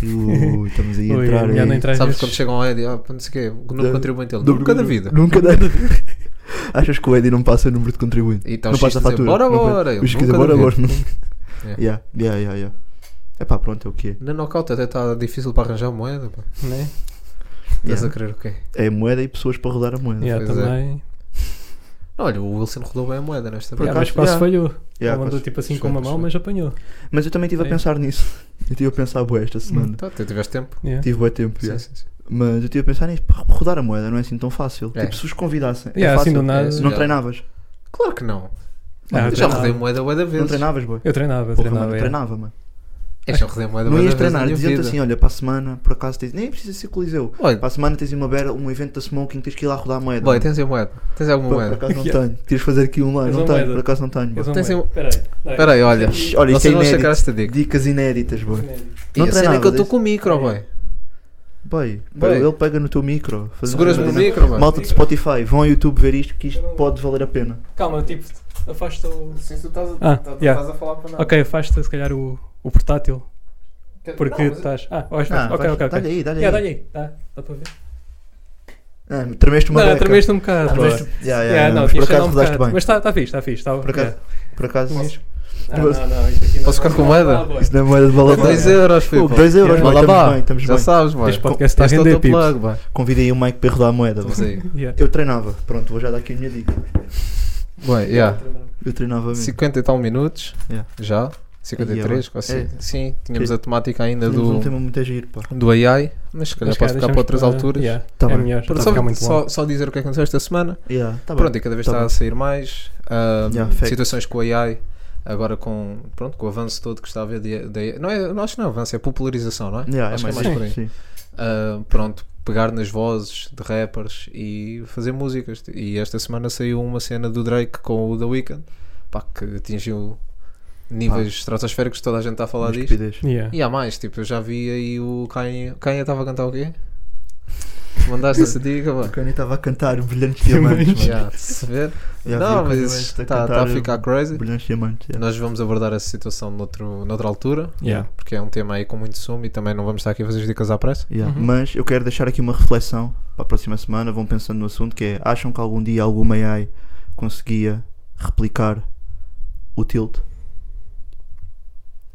Speaker 6: Ui, estamos aí a
Speaker 7: Ui,
Speaker 6: entrar.
Speaker 7: melhor
Speaker 6: aí.
Speaker 7: não entrar
Speaker 8: Sabes
Speaker 7: nesses-
Speaker 8: quando chegam ao Eddie, ah, pá, não sei o quê, o número
Speaker 6: Da-
Speaker 8: contribuinte dele.
Speaker 6: Do-
Speaker 8: Nunca da vida.
Speaker 6: Nunca da vida. Achas que o Eddie não passa o número de contribuinte?
Speaker 8: E está o
Speaker 6: não
Speaker 8: X
Speaker 6: passa
Speaker 8: dizer,
Speaker 6: a fatura.
Speaker 8: bora,
Speaker 6: Não-
Speaker 8: bora. ele
Speaker 6: Os que
Speaker 8: nunca
Speaker 6: dizem,
Speaker 8: da
Speaker 6: bora,
Speaker 8: vida. É.
Speaker 6: bora. não-
Speaker 8: Yeah.
Speaker 6: Yeah, yeah, yeah, yeah. É pá, pronto, é o que é.
Speaker 8: Na knockout até está difícil para arranjar moeda. Pá.
Speaker 7: Né?
Speaker 8: Estás a
Speaker 6: Yeah.
Speaker 8: querer o quê?
Speaker 6: É moeda e pessoas para rodar a moeda.
Speaker 7: Yeah,
Speaker 8: Pois é.
Speaker 7: também.
Speaker 8: Olha, o Wilson rodou bem a moeda nesta
Speaker 6: Por
Speaker 7: Yeah, mas
Speaker 6: acaso,
Speaker 7: quase
Speaker 6: yeah.
Speaker 7: falhou.
Speaker 6: Yeah,
Speaker 7: Ele mandou
Speaker 6: quase.
Speaker 7: tipo É. assim com
Speaker 8: Pois
Speaker 7: uma
Speaker 8: foi,
Speaker 7: mão,
Speaker 8: pois
Speaker 7: mas apanhou.
Speaker 6: Mas eu também estive a
Speaker 7: Sim.
Speaker 6: pensar nisso. Eu estive a pensar, boa, esta semana.
Speaker 7: Hum.
Speaker 8: Tá, tu tiveste tempo.
Speaker 7: Yeah.
Speaker 6: Tive bom tempo,
Speaker 8: Sim,
Speaker 6: yeah.
Speaker 8: sim, sim.
Speaker 6: mas eu estive a pensar nisso. pá, Rodar a moeda não é assim tão fácil.
Speaker 8: É.
Speaker 6: Tipo, se os convidassem, é
Speaker 7: Yeah, assim
Speaker 6: fácil.
Speaker 7: do nada.
Speaker 8: É,
Speaker 6: não
Speaker 8: já.
Speaker 6: treinavas,
Speaker 8: Claro que não.
Speaker 7: Ah,
Speaker 8: Eu já rodei moeda bué de
Speaker 6: não
Speaker 8: vezes.
Speaker 6: treinavas, boy.
Speaker 7: Eu treinava, eu
Speaker 6: Porra, mano,
Speaker 7: treinava.
Speaker 6: não
Speaker 7: yeah.
Speaker 6: treinava, mano.
Speaker 8: Eu já rodei moeda
Speaker 6: Não
Speaker 8: bué de vezes
Speaker 6: ias
Speaker 8: na
Speaker 6: treinar,
Speaker 8: minha
Speaker 6: diziam-te
Speaker 8: vida.
Speaker 6: assim: olha, para a semana, por acaso tens. Nem precisa ser Coliseu.
Speaker 8: Olha,
Speaker 6: Para a semana tens uma beira, um evento da Smoking, tens que ir lá rodar a moeda.
Speaker 8: boy,
Speaker 6: mano.
Speaker 8: tens aí moeda. Tens alguma
Speaker 6: Pô, por
Speaker 8: moeda?
Speaker 6: acaso não
Speaker 7: Yeah.
Speaker 6: tenho. Queres fazer aqui um lá?
Speaker 7: Mas
Speaker 6: Não
Speaker 7: a
Speaker 6: tenho,
Speaker 7: moeda?
Speaker 6: por acaso não tenho.
Speaker 7: Eu
Speaker 6: boy.
Speaker 7: sou
Speaker 8: Tens
Speaker 7: um-
Speaker 8: um-
Speaker 7: Peraí, dá.
Speaker 8: Espera aí, olha.
Speaker 6: Shhh, Olha, isto é
Speaker 8: Vocês vão sacar
Speaker 6: inédito.
Speaker 8: esta dica.
Speaker 6: Dicas inéditas, boy.
Speaker 7: um
Speaker 8: E
Speaker 6: Não
Speaker 8: a cena é que eu
Speaker 6: treinavas,
Speaker 8: estou com o micro, boy.
Speaker 6: Boy,
Speaker 8: Peraí.
Speaker 6: ele pega no teu micro. Faz-
Speaker 8: Seguras-me no
Speaker 6: Não.
Speaker 8: micro, mano.
Speaker 6: Malta de Spotify, vão ao YouTube ver isto, que isto pode valer a pena.
Speaker 7: Calma, tipo, afasta o.
Speaker 8: Sim, tu estás
Speaker 7: Ah, estás- yeah.
Speaker 8: a falar para
Speaker 7: tá. Ok, afasta se calhar o, o portátil. Porque estás. Ah, vais, vais.
Speaker 6: Ah,
Speaker 7: ok,
Speaker 6: faz-
Speaker 7: ok, ok.
Speaker 6: Dá-lhe aí, dá-lhe
Speaker 7: Yeah,
Speaker 6: aí.
Speaker 7: dá-lhe aí. Dá, dá para ver.
Speaker 6: Ah, me tremeste uma
Speaker 7: Não,
Speaker 6: beca.
Speaker 7: tremeste um bocado.
Speaker 6: Ah,
Speaker 7: bro.
Speaker 6: tremeste- Yeah, yeah,
Speaker 7: Yeah,
Speaker 6: yeah,
Speaker 7: não,
Speaker 6: mas por
Speaker 7: tinha que
Speaker 6: acaso
Speaker 7: andar um
Speaker 6: rodaste
Speaker 7: bocado.
Speaker 6: bem.
Speaker 7: Mas está tá fixe, está fixe. Tá,
Speaker 6: Por acaso, por acaso
Speaker 7: Mas- Ah, não, não, isto aqui não
Speaker 8: Posso
Speaker 7: é
Speaker 8: ficar com
Speaker 7: Malabar,
Speaker 8: moeda?
Speaker 7: boy.
Speaker 6: Isto não é moeda de balabá.
Speaker 8: 2 euros, Filipe.
Speaker 6: Oh, dois euros,
Speaker 8: Vai lá,
Speaker 6: vai, estamos
Speaker 8: vá.
Speaker 6: bem, estamos
Speaker 8: Já
Speaker 6: bem.
Speaker 8: sabes, vai.
Speaker 7: Este podcast está a
Speaker 8: Este é o
Speaker 7: render,
Speaker 8: teu
Speaker 7: Pips.
Speaker 8: plug, vai.
Speaker 6: Convidei o Mike para rodar a moeda.
Speaker 8: Vamos aí.
Speaker 7: Yeah.
Speaker 6: Eu treinava, pronto, vou já dar aqui a minha dica.
Speaker 8: Bem, yeah.
Speaker 6: Eu treinava mesmo.
Speaker 8: 50 e tal minutos,
Speaker 6: Yeah.
Speaker 8: já. 53,
Speaker 6: Yeah,
Speaker 8: quase.
Speaker 6: é.
Speaker 8: Sim, tínhamos
Speaker 6: Que-
Speaker 8: a temática ainda
Speaker 6: Tínhamos um
Speaker 8: é do,
Speaker 6: tema muito a giro, pá.
Speaker 8: do AI, mas se calhar pode
Speaker 7: Mas, cara,
Speaker 8: é, ficar
Speaker 7: deixamos
Speaker 8: para outras alturas.
Speaker 7: Yeah,
Speaker 6: Tá
Speaker 7: é
Speaker 6: bem.
Speaker 7: melhor, está a
Speaker 8: Para só,
Speaker 7: ficar muito
Speaker 8: só-
Speaker 7: longo.
Speaker 8: só dizer o que aconteceu esta semana.
Speaker 6: Yeah, tá
Speaker 8: pronto,
Speaker 6: bem.
Speaker 8: e cada vez
Speaker 6: tá
Speaker 8: está
Speaker 6: bem.
Speaker 8: a sair mais. ah,
Speaker 6: Yeah, fact.
Speaker 8: situações com o AI, agora com, pronto, com o avanço todo que está a haver. De, de- não é, não acho que não é avanço, é popularização, não é?
Speaker 6: Yeah,
Speaker 8: acho
Speaker 6: é mais,
Speaker 8: que é mais por aí.
Speaker 6: sim.
Speaker 8: Ah, pronto, pegar nas vozes de rappers e fazer músicas. E esta semana saiu uma cena do Drake com o The Weeknd, pá, que atingiu níveis estratosféricos, toda a gente está a falar
Speaker 6: Uma
Speaker 8: disto.
Speaker 6: estupidez.
Speaker 7: Yeah.
Speaker 8: E há mais, tipo, eu já vi aí o Kanye. Kanye estava a cantar o quê? Mandaste essa dica,
Speaker 6: O
Speaker 8: pá.
Speaker 6: Kanye estava a cantar brilhantes diamantes, mano.
Speaker 8: Já, de se ver.
Speaker 6: Já
Speaker 8: Não,
Speaker 6: vi o
Speaker 8: mas
Speaker 6: Kanye
Speaker 8: isso
Speaker 6: West
Speaker 8: está tá a
Speaker 6: cantar
Speaker 8: ficar crazy.
Speaker 6: Brilhantes diamantes, yeah.
Speaker 8: Nós vamos abordar essa situação noutro, noutra altura,
Speaker 7: Yeah.
Speaker 8: porque é um tema aí com muito sumo e também não vamos estar aqui a fazer as dicas à pressa.
Speaker 6: Yeah,
Speaker 7: Uhum.
Speaker 6: Mas eu quero deixar aqui uma reflexão para a próxima semana. Vão pensando no assunto que é: acham que algum dia alguma AI conseguia replicar o tilt?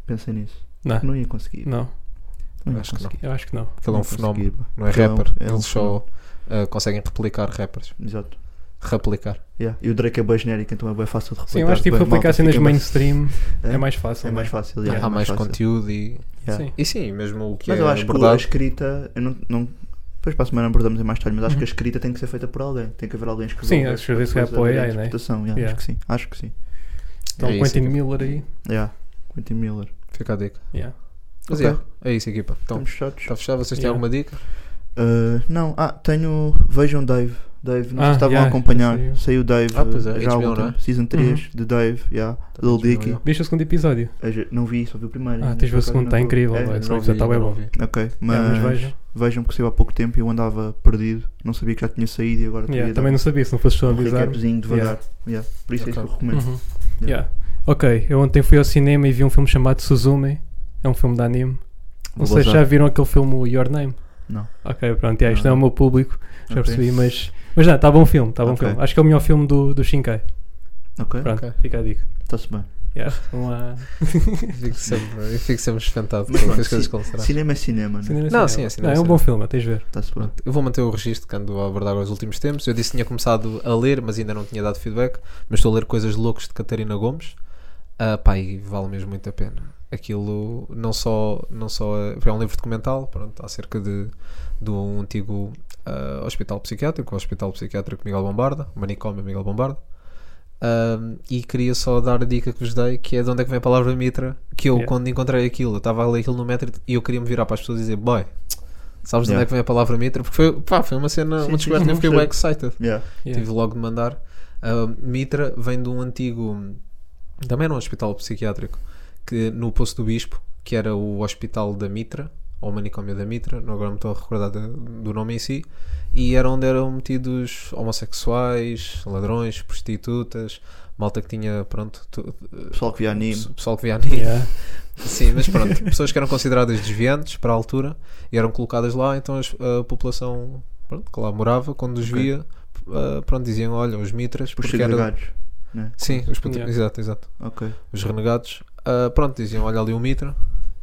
Speaker 6: Pensem nisso.
Speaker 7: Não.
Speaker 6: Não ia conseguir.
Speaker 7: Não,
Speaker 6: Não ia
Speaker 8: Ah. Acho que não.
Speaker 6: conseguir.
Speaker 7: eu acho que não.
Speaker 8: Aquilo é
Speaker 6: Não
Speaker 8: um fenómeno,
Speaker 6: conseguia, pá.
Speaker 8: não é
Speaker 6: Aquilo é um-
Speaker 8: rapper.
Speaker 6: é um
Speaker 8: Eles só ah, conseguem replicar rappers.
Speaker 6: Exato.
Speaker 8: Replicar.
Speaker 6: Yeah. E o Drake é bem genérico, então é bem fácil de replicar.
Speaker 7: Sim, eu acho que tipo,
Speaker 6: Bem, malta,
Speaker 7: replicar cenas
Speaker 6: fica mais-
Speaker 7: mainstream
Speaker 6: É?
Speaker 7: é mais fácil.
Speaker 6: É mais fácil. yeah,
Speaker 8: há
Speaker 6: é
Speaker 8: mais
Speaker 6: fácil.
Speaker 8: conteúdo e.
Speaker 6: Yeah.
Speaker 7: Sim.
Speaker 8: E sim, mesmo o que
Speaker 6: Mas
Speaker 8: é
Speaker 6: eu acho que a
Speaker 8: abordado.
Speaker 6: escrita. Eu não, não, depois para a semana abordamos em mais detalhe, mas acho que a escrita tem que ser feita por alguém. Tem que haver alguém a escrever.
Speaker 7: Uhum. Sim,
Speaker 6: o
Speaker 7: a
Speaker 6: verso,
Speaker 7: escrever se calhar para
Speaker 6: depois
Speaker 7: o
Speaker 6: haver a
Speaker 7: AI, né?
Speaker 6: interpretação, yeah,
Speaker 7: Yeah.
Speaker 6: Acho que sim. Acho que sim.
Speaker 7: Então,
Speaker 8: É isso,
Speaker 7: Quentin
Speaker 8: equipa.
Speaker 7: Miller aí.
Speaker 6: Yeah. Quentin Miller.
Speaker 8: Fica a dica.
Speaker 7: Yeah.
Speaker 8: Mas
Speaker 6: Ok.
Speaker 8: yeah, é isso, equipa. Então,
Speaker 6: Estamos fechados.
Speaker 8: está fechado? Vocês têm
Speaker 7: Yeah.
Speaker 8: alguma dica?
Speaker 6: Uh, não, ah, tenho. Vejam Dave. Dave, não sei
Speaker 7: Ah,
Speaker 6: se estavam
Speaker 7: yeah,
Speaker 6: a acompanhar.
Speaker 7: já saiu.
Speaker 6: Saiu, Dave
Speaker 8: Ah, pois é,
Speaker 6: uh, já há
Speaker 8: HBO,
Speaker 6: algum
Speaker 8: não é? Tá,
Speaker 6: tempo.
Speaker 7: Uhum.
Speaker 6: Season 3 de Dave, yeah. Lil
Speaker 8: HBO,
Speaker 6: Dicky.
Speaker 8: yeah.
Speaker 7: Viste o segundo episódio?
Speaker 6: Eu já- Não vi, só vi o primeiro.
Speaker 7: Ah,
Speaker 6: ainda,
Speaker 7: tens
Speaker 6: por
Speaker 7: o
Speaker 6: acaso
Speaker 7: segundo,
Speaker 6: não
Speaker 7: está
Speaker 6: tô-
Speaker 7: incrível.
Speaker 6: É,
Speaker 7: boy,
Speaker 8: Não
Speaker 7: Esse episódio está
Speaker 8: vi,
Speaker 7: bem
Speaker 8: não
Speaker 7: bom.
Speaker 8: vi.
Speaker 6: Ok, mas,
Speaker 7: Yeah, mas
Speaker 6: vejam.
Speaker 7: vejam.
Speaker 6: que saiu há pouco tempo e eu andava perdido. Não sabia que já tinha saído e agora
Speaker 7: Yeah,
Speaker 6: queria
Speaker 7: também não sabia se não fosse só
Speaker 6: dar um
Speaker 7: avisar.
Speaker 6: recapzinho devagar. Yeah, Por isso é isso
Speaker 8: Ok.
Speaker 6: que eu recomendo.
Speaker 7: Uhum. Yeah. Ok, eu ontem fui ao cinema e vi um filme chamado Suzume. É um filme de anime. Não
Speaker 6: Vou
Speaker 7: sei se
Speaker 6: bazar.
Speaker 7: já viram aquele filme o Your Name.
Speaker 6: Não.
Speaker 7: Ok, pronto, yeah, isto não.
Speaker 6: Não.
Speaker 7: é o meu público, já
Speaker 6: Ok.
Speaker 7: percebi, mas. Mas não, está bom filme, está bom
Speaker 6: Ok. É?
Speaker 7: filme. Acho que é o melhor filme do, do Shinkai.
Speaker 6: Ok,
Speaker 7: Pronto,
Speaker 8: Ok.
Speaker 7: fica a dica.
Speaker 6: está-se bem.
Speaker 7: Yeah, vamos lá.
Speaker 8: Fico sempre, eu fico sempre espantado
Speaker 6: Mas
Speaker 8: com
Speaker 6: pronto,
Speaker 8: as coisas
Speaker 6: ci-
Speaker 8: que ele será.
Speaker 6: Cinema é cinema, né?
Speaker 7: Cinema,
Speaker 8: Não,
Speaker 7: cinema.
Speaker 8: sim, é cinema,
Speaker 7: Não, é um
Speaker 8: cinema.
Speaker 7: bom filme, tens de ver.
Speaker 6: Está-se bem.
Speaker 8: Eu vou manter o registro que ando a abordar agora os últimos tempos. Eu disse que tinha começado a ler, mas ainda não tinha dado feedback. Mas estou a ler coisas loucas de Catarina Gomes. Ah, pá, e vale mesmo muito a pena. Aquilo não só, não só é, é um livro documental, pronto, acerca de, de um antigo ah, hospital psiquiátrico, o Hospital Psiquiátrico Miguel Bombarda, o manicômio Miguel Bombarda. Ahm, e queria só dar a dica que vos dei, que é de onde é que vem a palavra mitra, que eu
Speaker 7: Yeah.
Speaker 8: quando encontrei aquilo, eu estava a ler aquilo no metro e eu queria me virar para as pessoas e dizer, boy, sabes de onde
Speaker 6: Yeah.
Speaker 8: é que vem a palavra mitra? Porque foi, pá, foi uma cena,
Speaker 6: Sim,
Speaker 8: uma
Speaker 6: sim,
Speaker 8: descoberta,
Speaker 6: sim,
Speaker 8: eu fiquei
Speaker 6: sim.
Speaker 8: bem excited.
Speaker 6: Yeah.
Speaker 7: Yeah.
Speaker 8: Tive logo de mandar. Ahm, mitra vem de um antigo, também era um hospital psiquiátrico, que no Poço do Bispo, que era o hospital da Mitra, ou manicômio da Mitra, não agora me estou a recordar de- do nome em si, e era onde eram metidos homossexuais, ladrões, prostitutas, malta que tinha, pronto, tu-
Speaker 6: Pessoal que via anime.
Speaker 8: pessoal que via anime,
Speaker 7: Yeah.
Speaker 8: Sim, mas pronto, pessoas que eram consideradas desviantes para a altura e eram colocadas lá, então as- a população pronto, que lá morava, quando os
Speaker 6: Ok.
Speaker 8: via, ah, pronto, diziam, olha, os mitras,
Speaker 6: Os
Speaker 7: é
Speaker 8: era-
Speaker 6: segregados.
Speaker 8: Sim, os puti-
Speaker 7: Yeah.
Speaker 8: exato, exato.
Speaker 6: Ok,
Speaker 8: Os renegados, ah, pronto, diziam, olha ali o mitra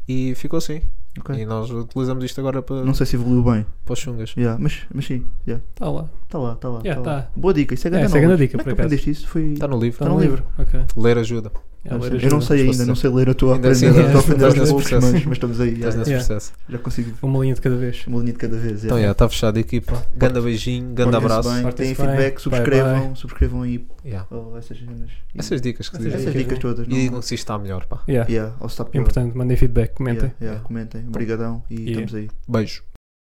Speaker 8: e ficou assim.
Speaker 6: ok.
Speaker 8: E nós utilizamos isto agora para,
Speaker 6: Não sei se evoluiu bem.
Speaker 8: para os chungas.
Speaker 6: Yeah, mas, mas sim, yeah.
Speaker 7: Está Tá lá.
Speaker 6: Está lá, está lá.
Speaker 7: Yeah,
Speaker 6: tá lá.
Speaker 7: tá.
Speaker 6: Boa dica, isso é grande
Speaker 7: essa é grande
Speaker 6: knowledge.
Speaker 7: dica,
Speaker 6: Como é
Speaker 7: por
Speaker 6: que
Speaker 7: acaso. Tá
Speaker 6: aprendeste isso? Foi...
Speaker 8: Está no livro.
Speaker 6: Está no um livro.
Speaker 7: Ok.
Speaker 8: Ler ajuda.
Speaker 7: Yeah, ler
Speaker 6: eu não
Speaker 7: ajuda.
Speaker 6: sei
Speaker 8: Se
Speaker 6: ainda, não sei ler, eu estou a
Speaker 8: Ainda
Speaker 6: aprender,
Speaker 8: assim,
Speaker 6: estou a
Speaker 7: ainda-
Speaker 6: aprender aos
Speaker 8: estás nesse
Speaker 6: poucos,
Speaker 8: processo.
Speaker 6: mas, mas estamos aí,
Speaker 8: Estás
Speaker 6: yeah,
Speaker 8: nesse
Speaker 7: Yeah.
Speaker 8: processo.
Speaker 6: já consigo
Speaker 7: Uma linha de cada vez.
Speaker 6: uma linha de cada vez.
Speaker 8: Então,
Speaker 6: yeah.
Speaker 8: yeah, está fechada a equipa. Ganda beijinho, ganda
Speaker 6: Portem-se
Speaker 8: abraço.
Speaker 6: bem,
Speaker 7: Portem-se
Speaker 6: Têm
Speaker 7: bem.
Speaker 6: feedback,
Speaker 7: Bye,
Speaker 6: subscrevam,
Speaker 7: bye.
Speaker 6: subscrevam aí
Speaker 8: Yeah.
Speaker 6: oh, essas cenas. E-
Speaker 8: Essas dicas que
Speaker 7: Essas
Speaker 8: dizem.
Speaker 6: essas
Speaker 7: dicas,
Speaker 6: dicas
Speaker 7: né?
Speaker 6: todas.
Speaker 8: E
Speaker 6: não-
Speaker 8: digam se isto está melhor. Pá.
Speaker 7: Yeah.
Speaker 6: Yeah, ou se está pior.
Speaker 7: Importante, mandem feedback, comentem.
Speaker 6: Yeah, yeah, comentem. Obrigadão e
Speaker 7: Yeah.
Speaker 6: estamos aí.
Speaker 8: Beijo.